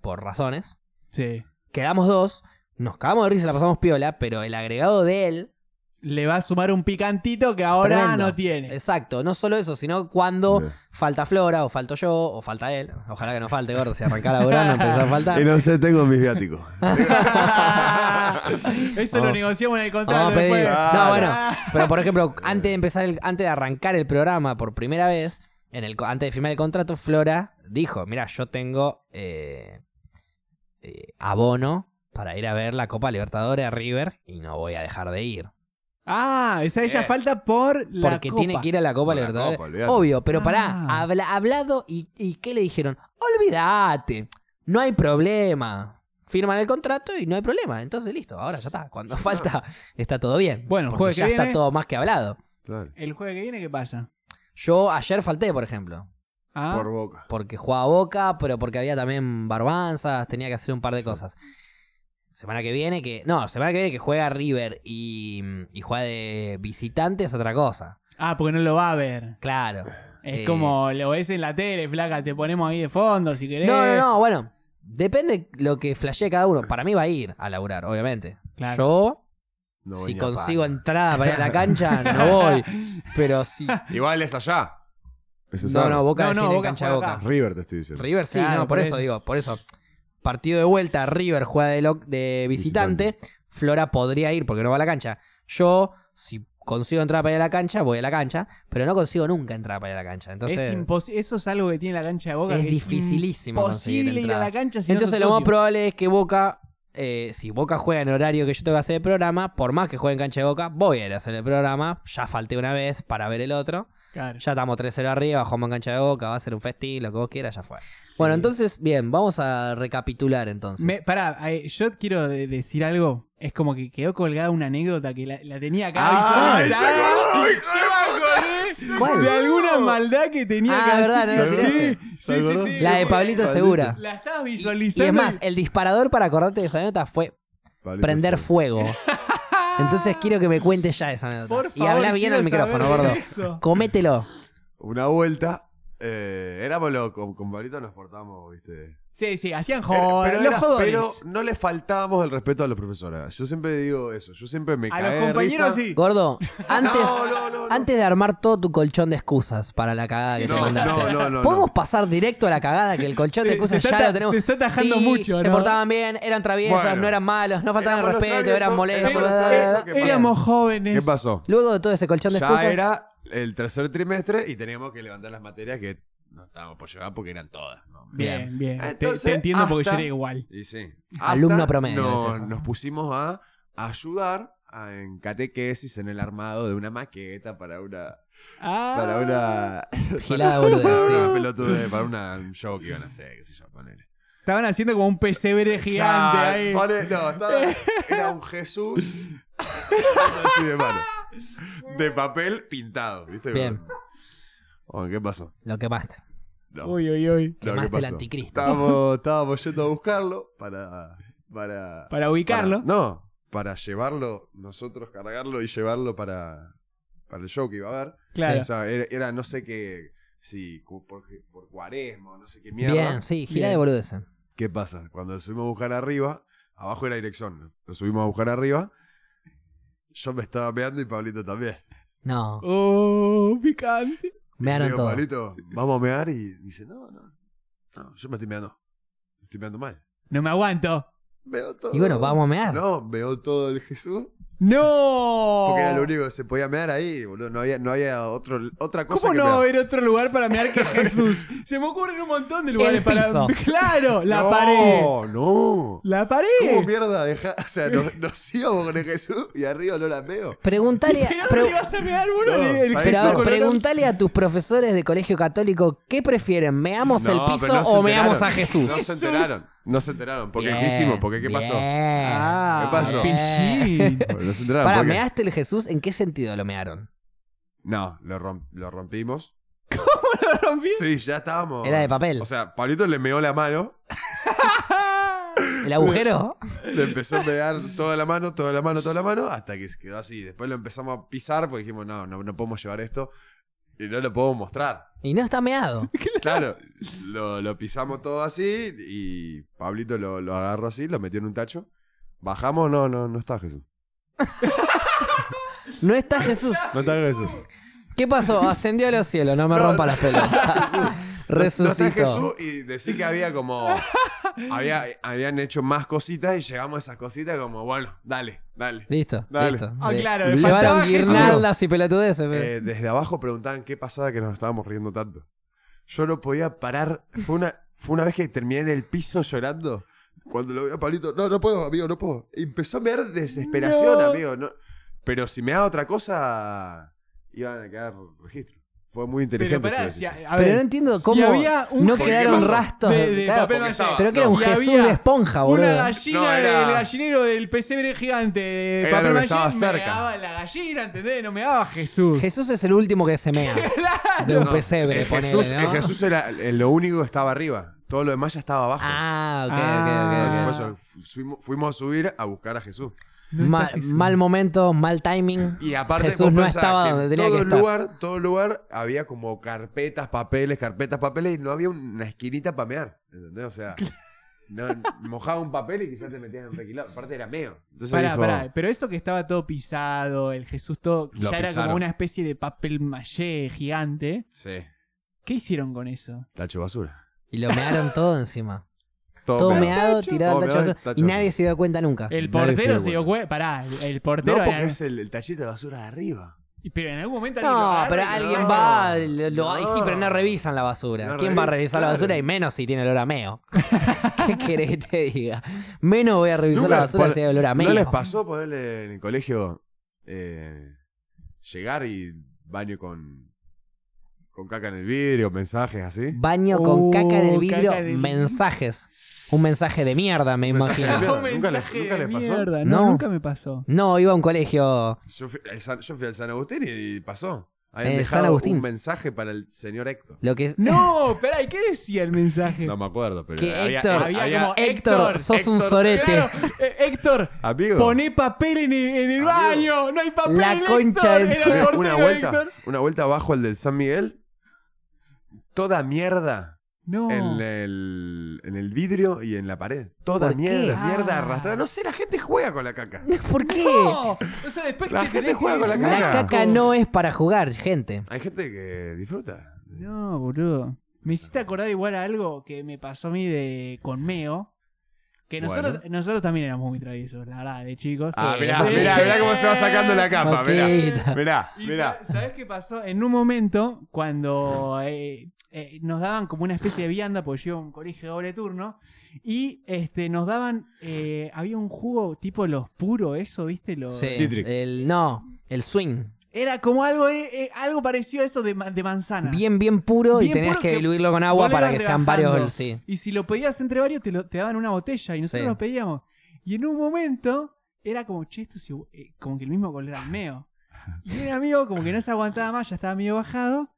Speaker 1: por razones.
Speaker 2: sí.
Speaker 1: Quedamos dos, nos cagamos de risa, la pasamos piola, pero el agregado de él.
Speaker 2: Le va a sumar un picantito que ahora
Speaker 1: tremendo.
Speaker 2: no tiene.
Speaker 1: Exacto, no solo eso, sino cuando
Speaker 4: Sí.
Speaker 1: falta Flora, o falto yo, o falta él. Ojalá que no falte, gordo, si arrancá laburando empezó a
Speaker 4: Y
Speaker 1: faltar.
Speaker 4: no sé, tengo mis viáticos.
Speaker 2: Eso lo
Speaker 1: Vamos.
Speaker 2: negociamos en el contrato
Speaker 1: Vamos a pedir-
Speaker 2: después.
Speaker 1: No, bueno,
Speaker 2: Ah,
Speaker 1: Pero por ejemplo, antes de empezar el- antes de arrancar el programa por primera vez, en el, co- antes de firmar el contrato, Flora dijo, mira, yo tengo eh, eh, abono para ir a ver la Copa Libertadores a River y no voy a dejar de ir.
Speaker 2: Ah, esa ella
Speaker 4: Eh.
Speaker 2: falta por la
Speaker 1: Porque
Speaker 2: copa.
Speaker 1: tiene que ir a la Copa
Speaker 4: Por la
Speaker 1: Libertadores.
Speaker 4: Copa, olvidate.
Speaker 1: Obvio, pero pará,
Speaker 2: Ah.
Speaker 1: habla- hablado y, y ¿qué le dijeron? Olvídate, no hay problema. Firman el contrato y no hay problema. Entonces listo, ahora ya está. Cuando falta, está todo bien.
Speaker 2: Bueno, el
Speaker 1: Porque
Speaker 2: jueves que
Speaker 1: ya está
Speaker 2: viene-
Speaker 1: todo más que hablado.
Speaker 4: Claro.
Speaker 2: El jueves que viene, ¿qué pasa?
Speaker 1: Yo ayer falté, por ejemplo,
Speaker 2: Ah,
Speaker 4: Por boca.
Speaker 1: porque jugaba Boca, pero porque había también barbanzas, tenía que hacer un par de cosas. Semana que viene que... No, semana que viene que juega River y, y juega de visitante es otra cosa.
Speaker 2: Ah, porque no lo va a ver.
Speaker 1: Claro.
Speaker 2: Es
Speaker 1: Eh,
Speaker 2: como lo ves en la tele, flaca, te ponemos ahí de fondo si querés.
Speaker 1: No, no, no, bueno. Depende lo que flashee cada uno. Para mí va a ir a laburar, obviamente.
Speaker 2: Claro.
Speaker 1: Yo,
Speaker 4: No voy
Speaker 1: si
Speaker 4: ni a
Speaker 1: consigo
Speaker 4: palo.
Speaker 1: entrada para ir a la cancha, no voy. Pero si.
Speaker 4: Igual es allá. Eso
Speaker 1: No, no, Boca
Speaker 2: No,
Speaker 1: define
Speaker 2: no, Boca
Speaker 1: cancha a
Speaker 2: juega
Speaker 1: boca.
Speaker 2: acá.
Speaker 4: River te estoy diciendo.
Speaker 1: River sí,
Speaker 2: Claro,
Speaker 1: no, por
Speaker 2: por
Speaker 1: eso
Speaker 2: eso.
Speaker 1: digo, por eso. Partido de vuelta, River juega de, lo- de visitante. Flora podría ir porque no va a la cancha. Yo, si consigo entrar para ir a la cancha, voy a la cancha, pero no consigo nunca entrar para ir a la cancha. Entonces,
Speaker 2: es
Speaker 1: es,
Speaker 2: imposible. Eso es algo que tiene la cancha de boca. que
Speaker 1: dificilísimo conseguir
Speaker 2: Imposible ir a
Speaker 1: entrada.
Speaker 2: la cancha si
Speaker 1: Entonces,
Speaker 2: no
Speaker 1: lo
Speaker 2: sos
Speaker 1: más
Speaker 2: socio.
Speaker 1: probable es que Boca, eh, si Boca juega en horario que yo tengo que hacer el programa, por más que juegue en cancha de Boca, voy a ir a hacer el programa. Ya falté una vez para ver el otro.
Speaker 2: Claro.
Speaker 1: Ya estamos 3-0 arriba, jugamos en cancha de Boca, va a ser un festín, lo que vos quieras, ya fue. Bueno, entonces, bien, vamos a recapitular entonces.
Speaker 2: Me- pará, eh, yo quiero de- decir algo. Es como que quedó colgada una anécdota que la, la tenía acá.
Speaker 4: ¡Ay,
Speaker 2: visual.
Speaker 4: se acordó,
Speaker 2: Y
Speaker 4: hijo de
Speaker 2: yo me acordé
Speaker 1: ¿Cuál?
Speaker 2: de alguna maldad que tenía
Speaker 1: Ah,
Speaker 2: que hacer.
Speaker 1: verdad, no la tiraste.
Speaker 2: sí, sí,
Speaker 4: ¿Se acordó?
Speaker 2: sí, sí,
Speaker 1: La de
Speaker 2: como-
Speaker 1: Pablito Segura.
Speaker 2: La estabas
Speaker 1: Y
Speaker 2: visualizando.
Speaker 1: es más, el disparador para acordarte de esa nota fue
Speaker 4: Pablito
Speaker 1: prender
Speaker 4: Sosa.
Speaker 1: fuego. Entonces quiero que me cuentes ya esa nota.
Speaker 2: Por
Speaker 1: y habla
Speaker 2: favor,
Speaker 1: bien al
Speaker 2: quiero
Speaker 1: micrófono,
Speaker 2: saber de
Speaker 1: gordo.
Speaker 2: eso.
Speaker 1: Comételo.
Speaker 4: Una vuelta. Eh, éramos los. Con, con Pablito nos portamos, viste.
Speaker 2: Sí, sí, hacían
Speaker 4: Era-
Speaker 2: joder,
Speaker 4: pero,
Speaker 2: los
Speaker 4: era-
Speaker 2: jodores.
Speaker 4: pero no le faltábamos el respeto a los profesores. Yo siempre digo eso. Yo siempre me
Speaker 2: a
Speaker 4: caí
Speaker 2: los
Speaker 4: de
Speaker 2: compañeros
Speaker 4: risa.
Speaker 2: sí.
Speaker 1: Gordo, antes,
Speaker 4: No, no, no, no.
Speaker 1: antes de armar todo tu colchón de excusas para la cagada que te
Speaker 4: No,
Speaker 1: mandaste.
Speaker 4: no, no, no,
Speaker 1: ¿Podemos
Speaker 4: no.
Speaker 1: pasar directo a la cagada que el colchón
Speaker 2: Se-
Speaker 1: de excusas
Speaker 2: se
Speaker 1: ya
Speaker 2: está-
Speaker 1: lo tenemos?
Speaker 2: se está tajando
Speaker 1: Sí,
Speaker 2: mucho,
Speaker 1: Se
Speaker 2: ¿no?
Speaker 1: portaban bien, eran traviesos,
Speaker 4: Bueno.
Speaker 1: no eran malos, no faltaban
Speaker 4: Éramos los
Speaker 1: respeto,
Speaker 4: traviesos,
Speaker 1: eran molestos.
Speaker 4: éramos los
Speaker 1: bla, bla, bla, bla.
Speaker 4: traviesos que-
Speaker 2: Éramos jóvenes.
Speaker 4: ¿Qué pasó?
Speaker 1: Luego de todo ese colchón de excusas,
Speaker 4: Ya era el tercer trimestre y teníamos que levantar las materias que no estábamos por llevar porque eran todas. ¿no?
Speaker 2: Bien, bien. Te-
Speaker 4: Entonces,
Speaker 2: te, entiendo porque yo
Speaker 4: hasta-
Speaker 2: era igual.
Speaker 4: Y sí.
Speaker 1: Alumno
Speaker 4: Hasta
Speaker 1: promedio,
Speaker 4: no-
Speaker 1: es eso.
Speaker 4: nos pusimos a ayudar a- en catequesis en el armado de una maqueta para una.
Speaker 2: Ah.
Speaker 4: Para una.
Speaker 1: gilada
Speaker 4: Para una
Speaker 1: boluda. sí.
Speaker 4: pelotude, para un show que iban a hacer, qué sé yo, ponele.
Speaker 2: Estaban haciendo como un pesebre gigante
Speaker 4: Claro,
Speaker 2: ahí.
Speaker 4: pone- no, estaba- era un Jesús. así de mano. De papel pintado, ¿viste?
Speaker 1: Bien.
Speaker 4: Oh, ¿Qué pasó?
Speaker 1: Lo quemaste.
Speaker 4: No.
Speaker 2: Uy, uy, uy.
Speaker 4: No,
Speaker 1: Quemaste
Speaker 4: ¿qué
Speaker 1: el
Speaker 4: pasó?
Speaker 1: anticristo.
Speaker 4: Estábamos, estábamos yendo a buscarlo para. Para,
Speaker 2: Para ubicarlo.
Speaker 4: para- no, para llevarlo, nosotros cargarlo y llevarlo para, para el show que iba a haber.
Speaker 2: Claro.
Speaker 4: O sea, era, era no sé qué. Sí, cu- por, por cuaresma, no sé qué mierda.
Speaker 1: Bien, sí, gilada de
Speaker 2: Bien.
Speaker 1: boludeces.
Speaker 4: ¿Qué pasa? Cuando lo subimos a buscar arriba, abajo era dirección, lo subimos a buscar arriba. Yo me estaba meando y Pablito también.
Speaker 1: No,
Speaker 2: Oh, picante.
Speaker 1: me
Speaker 4: Le
Speaker 1: harán
Speaker 4: digo,
Speaker 1: todo.
Speaker 4: Pablito, vamos a mear y dice, no, no, no, yo me estoy meando. Me estoy meando mal.
Speaker 2: No me aguanto.
Speaker 4: Veo todo.
Speaker 1: Y bueno, vamos a mear.
Speaker 4: No, veo todo el Jesús.
Speaker 2: ¡No!
Speaker 4: Porque era lo único que se podía mear ahí, boludo. No había, no había otro, otra cosa
Speaker 2: ¿Cómo
Speaker 4: que
Speaker 2: no va a
Speaker 4: mear.
Speaker 2: haber otro lugar para mear que Jesús? Se me ocurren un montón de lugares
Speaker 1: El
Speaker 2: para.
Speaker 1: piso.
Speaker 2: ¡Claro! ¡La
Speaker 4: no,
Speaker 2: pared!
Speaker 4: No,
Speaker 2: ¡La pared!
Speaker 4: ¿Cómo mierda deja? O sea, nos, nos íbamos con el Jesús y arriba no la veo.
Speaker 1: Preguntale,
Speaker 2: ¿Pero
Speaker 1: pre-
Speaker 2: dónde vas a mear, boludo?
Speaker 4: No,
Speaker 2: El- el
Speaker 4: ¿sabes
Speaker 1: pero a
Speaker 2: Jesús
Speaker 1: ver,
Speaker 4: eso?
Speaker 2: con olor a-
Speaker 1: preguntale a tus profesores de colegio católico qué prefieren, meamos
Speaker 4: No,
Speaker 1: el
Speaker 4: pero
Speaker 1: piso
Speaker 4: no se
Speaker 1: o
Speaker 4: enteraron.
Speaker 1: meamos a Jesús.
Speaker 4: No se
Speaker 2: Jesús.
Speaker 4: enteraron. No se enteraron. Porque
Speaker 1: Bien,
Speaker 4: ¿qué hicimos? Porque ¿qué pasó?
Speaker 1: bien.
Speaker 2: Ah,
Speaker 4: ¿Qué pasó?
Speaker 2: pillín.
Speaker 4: Bueno, no se enteraron.
Speaker 1: Pará,
Speaker 4: porque-
Speaker 1: ¿measte el Jesús? ¿En qué sentido lo mearon?
Speaker 4: No, lo, romp- lo rompimos.
Speaker 2: Lo rompí.
Speaker 4: Sí, ya estábamos.
Speaker 1: Era de papel.
Speaker 4: O sea, Pablito le meó la mano,
Speaker 1: ¿El agujero?
Speaker 4: le empezó a pegar toda la mano, toda la mano, toda la mano, hasta que se quedó así. Después lo empezamos a pisar porque dijimos, no, no, no podemos llevar esto y no lo podemos mostrar.
Speaker 1: Y no está meado.
Speaker 4: Claro, lo, lo pisamos todo así y Pablito lo, lo agarró así, lo metió en un tacho. Bajamos, no, no, no está Jesús.
Speaker 1: No está Jesús.
Speaker 4: No está Jesús.
Speaker 1: ¿Qué pasó? Ascendió a los cielos, no me
Speaker 4: No,
Speaker 1: rompa
Speaker 4: no.
Speaker 1: las pelotas.
Speaker 4: Resucitó.
Speaker 1: Resucitó.
Speaker 4: Jesús y decía que había como. había, habían hecho más cositas y llegamos a esas cositas como, bueno, dale, dale.
Speaker 1: Listo,
Speaker 4: Dale.
Speaker 1: listo.
Speaker 2: Ah,
Speaker 1: Le-
Speaker 2: claro,
Speaker 1: le
Speaker 2: le
Speaker 1: Llevaron
Speaker 2: faltaba Jesús.
Speaker 1: guirnaldas y pelotudeces. pero-
Speaker 4: Eh, desde abajo preguntaban qué pasaba que nos estábamos riendo tanto. Yo no podía parar. Fue una, fue una vez que terminé en el piso llorando. Cuando lo veo a Pablito, no, no puedo, amigo, no puedo. Empezó a me dar desesperación,
Speaker 2: No.
Speaker 4: amigo. no. Pero si me da otra cosa, iban a quedar registro. Fue muy inteligente.
Speaker 2: Pero pará,
Speaker 4: esa
Speaker 2: si, a,
Speaker 4: decisión.
Speaker 2: a
Speaker 1: Pero
Speaker 2: ver,
Speaker 1: no entiendo
Speaker 2: si
Speaker 1: cómo
Speaker 2: había un
Speaker 1: no
Speaker 2: Jesús
Speaker 1: quedaron
Speaker 4: ¿Qué pasó?
Speaker 1: rastros
Speaker 2: de, de
Speaker 1: claro,
Speaker 2: papel
Speaker 4: porque
Speaker 2: maché.
Speaker 4: estaba-
Speaker 1: Pero que era
Speaker 4: no.
Speaker 1: un
Speaker 2: Y
Speaker 1: Jesús
Speaker 2: había
Speaker 1: de esponja, boludo.
Speaker 2: Una gallina
Speaker 4: No, era-
Speaker 2: del gallinero del pesebre gigante de
Speaker 4: Era
Speaker 2: papel
Speaker 4: lo que
Speaker 2: maché,
Speaker 4: estaba
Speaker 2: me
Speaker 4: cerca.
Speaker 2: daba la gallina, ¿entendés? No me daba Jesús.
Speaker 1: Jesús es el último que se mea. De un
Speaker 4: No,
Speaker 1: pesebre,
Speaker 4: eh,
Speaker 1: ponele,
Speaker 4: Jesús,
Speaker 1: ¿no?
Speaker 4: eh, Jesús era eh, lo único que estaba arriba. Todo lo demás ya estaba abajo.
Speaker 1: Ah, ok,
Speaker 2: Ah.
Speaker 1: ok, ok, ok.
Speaker 4: Entonces, por eso, fu- fuimos, fuimos a subir a buscar a Jesús.
Speaker 2: No está
Speaker 1: mal,
Speaker 2: Jesús.
Speaker 1: mal momento, mal timing.
Speaker 4: Y aparte,
Speaker 1: Jesús
Speaker 4: vos
Speaker 1: no
Speaker 4: pensás
Speaker 1: estaba
Speaker 4: que
Speaker 1: donde tenía
Speaker 4: todo
Speaker 1: que
Speaker 4: el
Speaker 1: estar.
Speaker 4: lugar, todo el lugar había como carpetas, papeles, carpetas, papeles, y no había una esquinita para mear. ¿Entendés? O sea, no, mojaba un papel y quizás te metías en un requilado. Aparte era meo. Entonces
Speaker 2: Pará,
Speaker 4: dijo,
Speaker 2: pará, pero eso que estaba todo pisado, el Jesús todo,
Speaker 4: Lo
Speaker 2: ya era
Speaker 4: pisaron.
Speaker 2: como una especie de papel maché gigante.
Speaker 4: Sí,
Speaker 2: ¿Qué hicieron con eso?
Speaker 4: tacho basura.
Speaker 1: Y lo mearon todo encima. Todo
Speaker 4: meado.
Speaker 1: meado,
Speaker 2: tacho.
Speaker 1: tirado al
Speaker 4: Todo
Speaker 1: tacho.
Speaker 4: meado,
Speaker 1: basura,
Speaker 4: tacho
Speaker 1: Y nadie
Speaker 4: basura.
Speaker 1: se dio cuenta nunca.
Speaker 2: El
Speaker 4: Ah, Nadie se
Speaker 2: portero
Speaker 4: dio
Speaker 2: se dio cuenta. Pará, el portero.
Speaker 4: No, porque
Speaker 2: era-
Speaker 4: es el, el tallito de basura de arriba.
Speaker 2: Pero en algún momento. alguien lo
Speaker 1: No,
Speaker 2: agarra
Speaker 1: pero
Speaker 2: y lo-
Speaker 1: alguien
Speaker 4: no.
Speaker 1: va. Lo, lo- ay, sí, pero no
Speaker 4: No.
Speaker 1: revisan la basura.
Speaker 4: No
Speaker 1: ¿Quién va a
Speaker 4: revisan,
Speaker 1: revisar la
Speaker 4: claro.
Speaker 1: basura? Y menos si tiene olor a meo. ¿Qué querés que te diga? Menos voy a revisar
Speaker 4: Nunca-
Speaker 1: la basura
Speaker 4: por-
Speaker 1: si hay olor a meo.
Speaker 4: ¿No les pasó ponerle en el colegio eh, llegar y baño con, con caca en el vidrio, mensajes así?
Speaker 1: Baño con
Speaker 2: Uh,
Speaker 1: caca en el
Speaker 2: caca
Speaker 1: vidrio,
Speaker 2: en el-
Speaker 1: mensajes. Un mensaje de mierda, me
Speaker 4: Un mensaje de
Speaker 1: imagino.
Speaker 4: mierda.
Speaker 2: Un
Speaker 4: Nunca le-
Speaker 2: mensaje
Speaker 4: nunca
Speaker 2: de
Speaker 4: le pasó.
Speaker 2: mierda.
Speaker 1: No.
Speaker 2: No, nunca me pasó.
Speaker 1: No, iba a un colegio.
Speaker 4: Yo fui, al San, yo fui al San Agustín y, y pasó. Habían
Speaker 1: En el Eh, San
Speaker 4: dejado
Speaker 1: Agustín.
Speaker 4: un mensaje para el señor Héctor.
Speaker 1: Lo que es.
Speaker 2: No, espera, ¿y qué decía el mensaje?
Speaker 4: No me acuerdo, pero
Speaker 1: Que
Speaker 4: había,
Speaker 1: Héctor-
Speaker 4: había-
Speaker 2: había como-
Speaker 1: Héctor,
Speaker 2: Héctor,
Speaker 1: sos un
Speaker 4: Héctor,
Speaker 1: sorete.
Speaker 2: Claro, eh, Héctor,
Speaker 4: Amigo,
Speaker 2: poné papel en el, en el
Speaker 4: Amigo.
Speaker 2: baño. No hay papel.
Speaker 1: La
Speaker 2: Héctor,
Speaker 1: concha de-
Speaker 2: era el
Speaker 4: una, una
Speaker 2: portero,
Speaker 4: vuelta,
Speaker 2: Héctor.
Speaker 4: una vuelta abajo al del San Miguel. Toda mierda
Speaker 2: No.
Speaker 4: en el, en el vidrio y en la pared. Toda
Speaker 1: ¿Por qué?
Speaker 4: mierda, mierda
Speaker 2: Ah.
Speaker 4: arrastrada. No sé, la gente juega con la caca.
Speaker 1: ¿Por qué?
Speaker 2: No. O sea, después
Speaker 4: La
Speaker 2: que
Speaker 4: gente
Speaker 2: tenés que
Speaker 4: juega con la
Speaker 2: decir-
Speaker 1: La
Speaker 4: Caca.
Speaker 1: caca no es para jugar, gente.
Speaker 4: Hay gente que disfruta.
Speaker 2: No, boludo. Me hiciste acordar igual a algo que me pasó a mí de con Meo. Que
Speaker 4: Bueno.
Speaker 2: nosotros, nosotros también éramos muy traviesos, la verdad, de chicos.
Speaker 4: Ah,
Speaker 1: Sí.
Speaker 4: mirá, mirá, mirá cómo se va sacando la capa. Mirá,
Speaker 1: Maquita.
Speaker 4: mirá,
Speaker 2: Y
Speaker 4: mirá.
Speaker 2: sa- ¿Sabes qué pasó? En un momento, cuando eh, eh, nos daban como una especie de vianda, porque yo iba a un colegio de doble turno, y este, nos daban. eh, había un jugo tipo los puros, eso, ¿viste? Los,
Speaker 1: Sí,
Speaker 4: Citric.
Speaker 1: El, no, el swing.
Speaker 2: Era como algo, eh, eh, algo parecido a eso de, ma- de manzana.
Speaker 1: Bien, bien puro y
Speaker 2: Bien
Speaker 1: tenías
Speaker 2: puro
Speaker 1: que
Speaker 2: que
Speaker 1: diluirlo con agua
Speaker 2: vos le
Speaker 1: para
Speaker 2: ibas
Speaker 1: que sean varios.
Speaker 2: rebajando.
Speaker 1: Sí.
Speaker 2: Y si lo pedías entre varios, te, lo, te daban una botella y nosotros
Speaker 1: Sí.
Speaker 2: lo pedíamos. Y en un momento era como, che, esto es igu- eh, como que el mismo color al meo. Y un amigo como que no se aguantaba más, ya estaba medio bajado,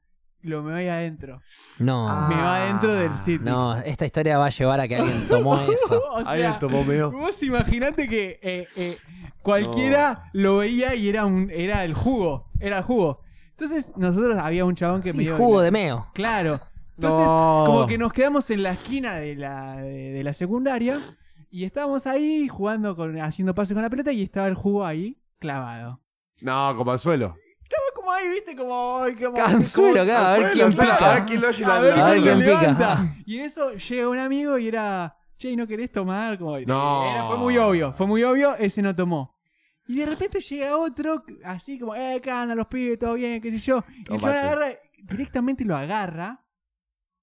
Speaker 2: lo me voy adentro.
Speaker 1: No.
Speaker 2: Me va adentro del sitio.
Speaker 1: Ah, No, esta historia va a llevar a que alguien tomó eso.
Speaker 2: O
Speaker 4: Alguien
Speaker 2: sea,
Speaker 4: tomó meo.
Speaker 2: vos imaginate que eh, eh, cualquiera lo veía y era, un, era el jugo, era el jugo. Entonces nosotros había un chabón que
Speaker 1: Sí,
Speaker 2: me dio
Speaker 1: jugo de meo.
Speaker 2: Claro. Entonces,
Speaker 4: No.
Speaker 2: como que nos quedamos en la esquina de la, de, de la secundaria y estábamos ahí jugando, con, haciendo pases con la pelota y estaba el jugo ahí clavado.
Speaker 4: No, como al suelo.
Speaker 2: Estaba como ahí, viste, como... ay, como-
Speaker 1: Cansuelo, claro, a ver
Speaker 4: Al
Speaker 1: quién
Speaker 4: suelo,
Speaker 1: pica.
Speaker 4: A ver quién lo
Speaker 2: como-
Speaker 4: lleva.
Speaker 2: a ver
Speaker 1: la-
Speaker 2: quién
Speaker 1: la-
Speaker 2: lo
Speaker 1: la-
Speaker 2: levanta.
Speaker 1: pica.
Speaker 2: Y en eso llega un amigo y era, che, ¿y ¿no querés tomar? Como,
Speaker 4: No.
Speaker 2: Era- fue muy obvio, fue muy obvio, ese no tomó. Y de repente llega otro, así como, eh, acá andan los pibes, todo bien, qué sé yo. Y el chabón
Speaker 4: Tomate.
Speaker 2: agarra, directamente lo agarra.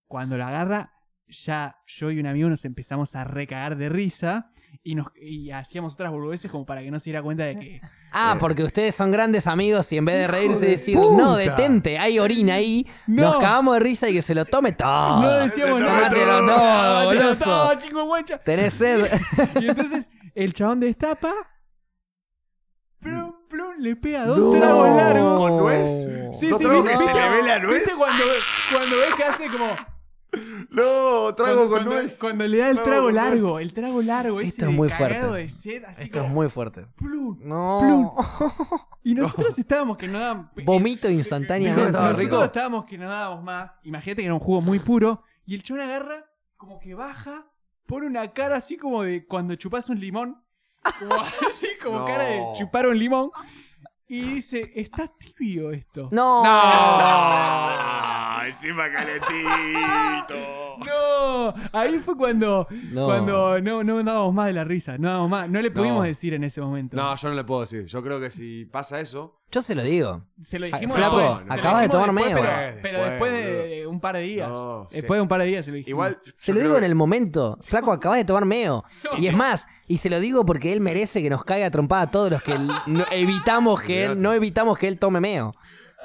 Speaker 2: Cuando lo agarra, ya yo y un amigo nos empezamos a recagar de risa y, nos, y hacíamos otras burbueces como para que no se diera cuenta de que.
Speaker 1: Ah, porque ustedes son grandes amigos y en vez de reírse
Speaker 4: de
Speaker 1: y decir,
Speaker 4: puta.
Speaker 1: no, detente, hay orina ahí,
Speaker 2: No.
Speaker 1: nos cagamos de risa y que se lo tome todo.
Speaker 2: no decíamos nada.
Speaker 1: Tomátelo todo,
Speaker 2: Tomátelo
Speaker 1: goloso.
Speaker 2: todo, chingüengüencha.
Speaker 1: Tenés sed.
Speaker 2: Y entonces el chabón destapa. Plum, plum, le pega dos
Speaker 4: No.
Speaker 2: tragos largos.
Speaker 4: ¿Con nuez?
Speaker 2: Sí,
Speaker 4: ¿No
Speaker 2: sí,
Speaker 4: trago
Speaker 2: viste-
Speaker 4: que se
Speaker 2: viste-
Speaker 4: le ve la nuez?
Speaker 2: ¿Viste cuando, cuando ves que hace como.
Speaker 4: No, trago
Speaker 2: cuando-
Speaker 4: con
Speaker 2: cuando-
Speaker 4: nuez.
Speaker 2: Cuando le da el
Speaker 4: Trago
Speaker 2: trago
Speaker 4: con
Speaker 2: largo,
Speaker 4: nuez.
Speaker 2: el trago largo.
Speaker 1: Esto
Speaker 2: ese
Speaker 1: es muy
Speaker 2: de cagado
Speaker 1: fuerte.
Speaker 2: de sed, así
Speaker 1: Esto es
Speaker 2: como,
Speaker 1: muy fuerte.
Speaker 2: plum.
Speaker 1: No.
Speaker 2: Y nosotros estábamos que no daban.
Speaker 1: Vomito
Speaker 4: Dijo que
Speaker 1: instantáneamente.
Speaker 4: estaba
Speaker 2: Nosotros
Speaker 4: rico.
Speaker 2: estábamos que no dábamos más. Imagínate que era un jugo muy puro. Y el chabón agarra, como que baja, pone una cara así como de cuando chupas un limón. Como así, como
Speaker 4: No.
Speaker 2: cara de chupar un limón. Y dice, está tibio esto.
Speaker 1: No.
Speaker 4: No. Ah, Encima calentito.
Speaker 2: No, ahí fue cuando
Speaker 1: No.
Speaker 2: cuando no, no dábamos más de la risa, no dábamos más, no le pudimos
Speaker 4: No.
Speaker 2: decir en ese momento.
Speaker 4: No, yo no le puedo decir. Yo creo que si pasa eso.
Speaker 1: Yo se lo digo.
Speaker 2: Se lo
Speaker 1: Ah,
Speaker 2: dijimos
Speaker 1: flaco,
Speaker 2: después, se lo
Speaker 1: acabas de
Speaker 2: dijimos
Speaker 1: tomar
Speaker 2: después,
Speaker 1: medio.
Speaker 2: Pero, pero después
Speaker 4: Después,
Speaker 2: de un par de días.
Speaker 4: No,
Speaker 2: después de un par de días se lo dijimos.
Speaker 4: Igual. yo
Speaker 1: Se lo
Speaker 4: creo
Speaker 1: digo en
Speaker 4: que-
Speaker 1: el momento. Flaco, acabas de tomar meo. Y es más, y se lo digo porque él merece que nos caiga trompada a todos los que l- no- evitamos que él, no evitamos que él tome meo.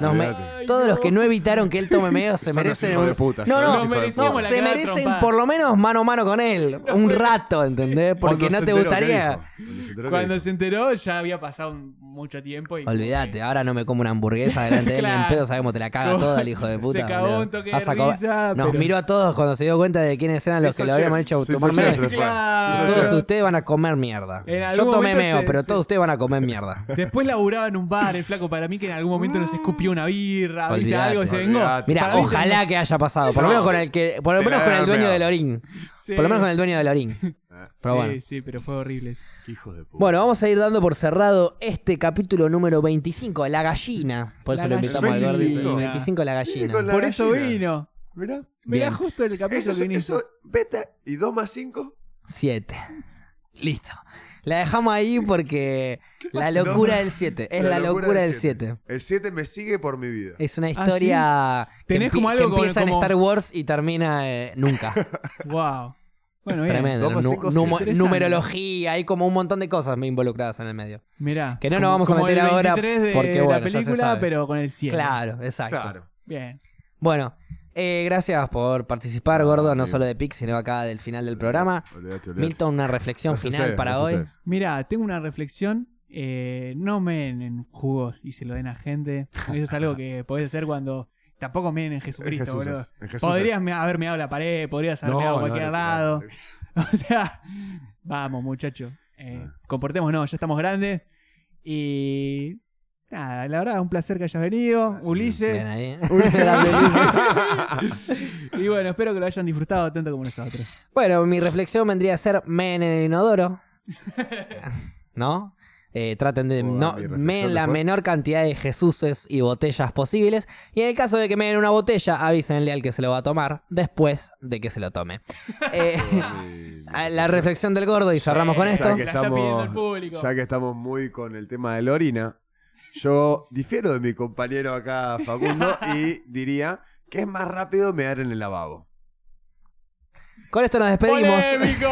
Speaker 1: Nos me-
Speaker 4: Olvídate.
Speaker 2: Ay,
Speaker 1: Todos
Speaker 2: no.
Speaker 1: los que no evitaron que él tome medios se
Speaker 4: Son los
Speaker 1: merecen.
Speaker 4: hijos
Speaker 1: un-
Speaker 4: de puta,
Speaker 1: No,
Speaker 4: son
Speaker 1: no,
Speaker 4: los hijos de
Speaker 2: merecimos
Speaker 1: no,
Speaker 4: puta.
Speaker 2: la
Speaker 1: se
Speaker 2: cagada
Speaker 1: merecen
Speaker 2: trompada.
Speaker 1: por lo menos mano a mano con él. un rato, ¿entendés? Porque no
Speaker 4: Cuando se
Speaker 1: te
Speaker 4: enteró, ¿qué
Speaker 1: gustaría.
Speaker 4: dijo? Cuando se enteró, ¿qué
Speaker 2: Cuando
Speaker 4: dijo?
Speaker 2: se enteró ya había pasado un- mucho tiempo y...
Speaker 1: Olvídate, ahora no me como una hamburguesa delante de él, ni en
Speaker 2: Claro.
Speaker 1: pedo sabemos, te la caga
Speaker 2: Como-
Speaker 1: toda el hijo de
Speaker 2: se
Speaker 1: puta.
Speaker 2: cagó
Speaker 1: boludo.
Speaker 2: un toque de
Speaker 1: Vas a co-
Speaker 2: risa,
Speaker 1: Nos
Speaker 2: pero-
Speaker 1: miró a todos cuando se dio cuenta de quiénes eran
Speaker 4: Sí,
Speaker 1: los que
Speaker 4: soy
Speaker 1: lo habíamos
Speaker 4: chef.
Speaker 1: hecho
Speaker 4: Sí,
Speaker 1: tomar
Speaker 4: soy chef,
Speaker 1: meo.
Speaker 4: después.
Speaker 2: Claro.
Speaker 4: Soy
Speaker 1: Todos
Speaker 4: chef.
Speaker 1: ustedes van a comer mierda.
Speaker 2: En
Speaker 1: Yo
Speaker 2: algún
Speaker 1: tomé
Speaker 2: momento
Speaker 1: meo,
Speaker 2: se-
Speaker 1: pero
Speaker 2: se-
Speaker 1: todos ustedes van a comer mierda.
Speaker 2: Después laburaba en un bar, el flaco para mí que en algún momento nos escupió una birra, viste,
Speaker 1: Olvidate,
Speaker 2: algo, y se vengó.
Speaker 4: olvidate.
Speaker 1: Mira,
Speaker 2: Para mí se-
Speaker 1: ojalá que haya pasado. Por lo
Speaker 4: No.
Speaker 1: menos con el que, por lo
Speaker 4: Te la
Speaker 1: menos con el
Speaker 4: hagan
Speaker 1: dueño
Speaker 4: meo.
Speaker 1: del orín.
Speaker 2: Sí.
Speaker 1: Por lo menos con el dueño del orín. Pero
Speaker 2: sí,
Speaker 1: bueno.
Speaker 2: sí, pero fue horrible. eso.
Speaker 4: Qué hijos de puta.
Speaker 1: Bueno, vamos a ir dando por cerrado este capítulo número 25, La Gallina. Por eso
Speaker 2: La
Speaker 1: lo invitamos
Speaker 4: gallina.
Speaker 1: al gordito. El
Speaker 4: 25.
Speaker 1: 25, La Gallina.
Speaker 4: Con la
Speaker 2: Por eso
Speaker 4: gallina.
Speaker 2: vino.
Speaker 4: Mirá.
Speaker 2: Mirá
Speaker 1: Bien.
Speaker 2: justo el capítulo
Speaker 4: Eso,
Speaker 2: que viniste.
Speaker 4: eso, vete. ¿Y 2 más 5?
Speaker 1: 7. Listo. La dejamos ahí porque la
Speaker 4: pasa?
Speaker 1: locura
Speaker 4: No.
Speaker 1: del 7. Es la locura del 7.
Speaker 4: El 7 me sigue por mi vida.
Speaker 1: Es una
Speaker 2: ¿Ah, sí?
Speaker 1: historia que,
Speaker 2: Tenés
Speaker 1: empie-
Speaker 2: como
Speaker 1: que
Speaker 2: algo como-
Speaker 1: empieza en
Speaker 2: como-
Speaker 1: Star Wars y termina eh, nunca.
Speaker 2: Wow. Bueno, bien.
Speaker 1: Tremendo.
Speaker 4: Toma
Speaker 1: Nu-
Speaker 4: cinco,
Speaker 1: numo-
Speaker 2: interesante.
Speaker 1: numerología, hay como un montón de cosas involucradas en el medio.
Speaker 2: Mirá.
Speaker 1: Que no nos
Speaker 2: como-
Speaker 1: vamos a
Speaker 2: como el
Speaker 1: meter ahora
Speaker 2: 23 de
Speaker 1: porque, bueno,
Speaker 2: la
Speaker 1: ya se
Speaker 2: película,
Speaker 1: sabe.
Speaker 2: pero con el cielo.
Speaker 1: Claro, exacto.
Speaker 4: Claro.
Speaker 2: Bien.
Speaker 1: Bueno, eh, gracias por participar,
Speaker 4: No,
Speaker 1: gordo, no
Speaker 4: amigo.
Speaker 1: solo de PIC, sino acá del final del programa.
Speaker 4: Olvídate, olvídate.
Speaker 1: Milton, una reflexión
Speaker 4: Gracias a
Speaker 1: final
Speaker 4: ustedes,
Speaker 1: para
Speaker 4: gracias
Speaker 1: hoy.
Speaker 4: a ustedes.
Speaker 2: Mirá, tengo una reflexión. Eh, no meen en jugos y se lo den a gente. Eso es algo que podés hacer cuando. Tampoco meen en
Speaker 4: En
Speaker 2: Jesucristo,
Speaker 4: Jesús.
Speaker 2: boludo.
Speaker 4: es, en Jesús
Speaker 2: Podrías
Speaker 4: es.
Speaker 2: me- haber meado la pared, podrías haber
Speaker 4: No,
Speaker 2: meado a
Speaker 4: no,
Speaker 2: cualquier
Speaker 4: no, no,
Speaker 2: lado.
Speaker 4: no.
Speaker 2: O sea, vamos, muchachos. Eh,
Speaker 4: Ah.
Speaker 2: comportémonos, ya estamos grandes. Y. Nada, la verdad, un placer que hayas venido,
Speaker 4: Gracias,
Speaker 1: Bien
Speaker 2: Ulises.
Speaker 1: ahí.
Speaker 2: Y bueno, espero que lo hayan disfrutado tanto como nosotros.
Speaker 1: Bueno, mi reflexión vendría a ser men en el inodoro. ¿No? Eh, traten de
Speaker 4: ¿Puedo dar
Speaker 1: no,
Speaker 4: mi reflexión
Speaker 1: meen la
Speaker 4: después?
Speaker 1: menor cantidad de Jesuses y botellas posibles. Y en el caso de que meen una botella, avísenle al que se lo va a tomar después de que se lo tome. Eh, a la reflexión del gordo y cerramos con
Speaker 2: Ya
Speaker 1: esto.
Speaker 4: que
Speaker 2: La está pidiendo el público.
Speaker 4: ya que estamos muy con el tema de la orina, yo difiero de mi compañero acá, Facundo, y diría que es más rápido mear en el lavabo.
Speaker 1: Con esto nos despedimos.
Speaker 2: ¡Polémico!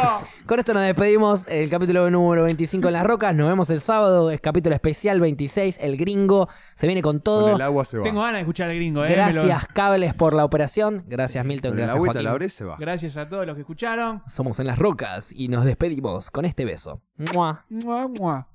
Speaker 1: Con esto nos despedimos. El capítulo número 25 en las rocas. Nos vemos el sábado. Es capítulo especial 26. El gringo se viene con todo.
Speaker 4: Con el agua se va.
Speaker 2: Tengo ganas de escuchar al gringo, eh. me lo-
Speaker 1: Gracias, cables, por la operación. Gracias, Milton.
Speaker 4: con el
Speaker 1: Gracias,
Speaker 4: agüita
Speaker 1: Joaquín.
Speaker 4: la abrís, se va.
Speaker 2: Gracias a todos los que escucharon.
Speaker 1: Somos en las rocas y nos despedimos con este beso. ¡Mua!
Speaker 2: Mua, mua.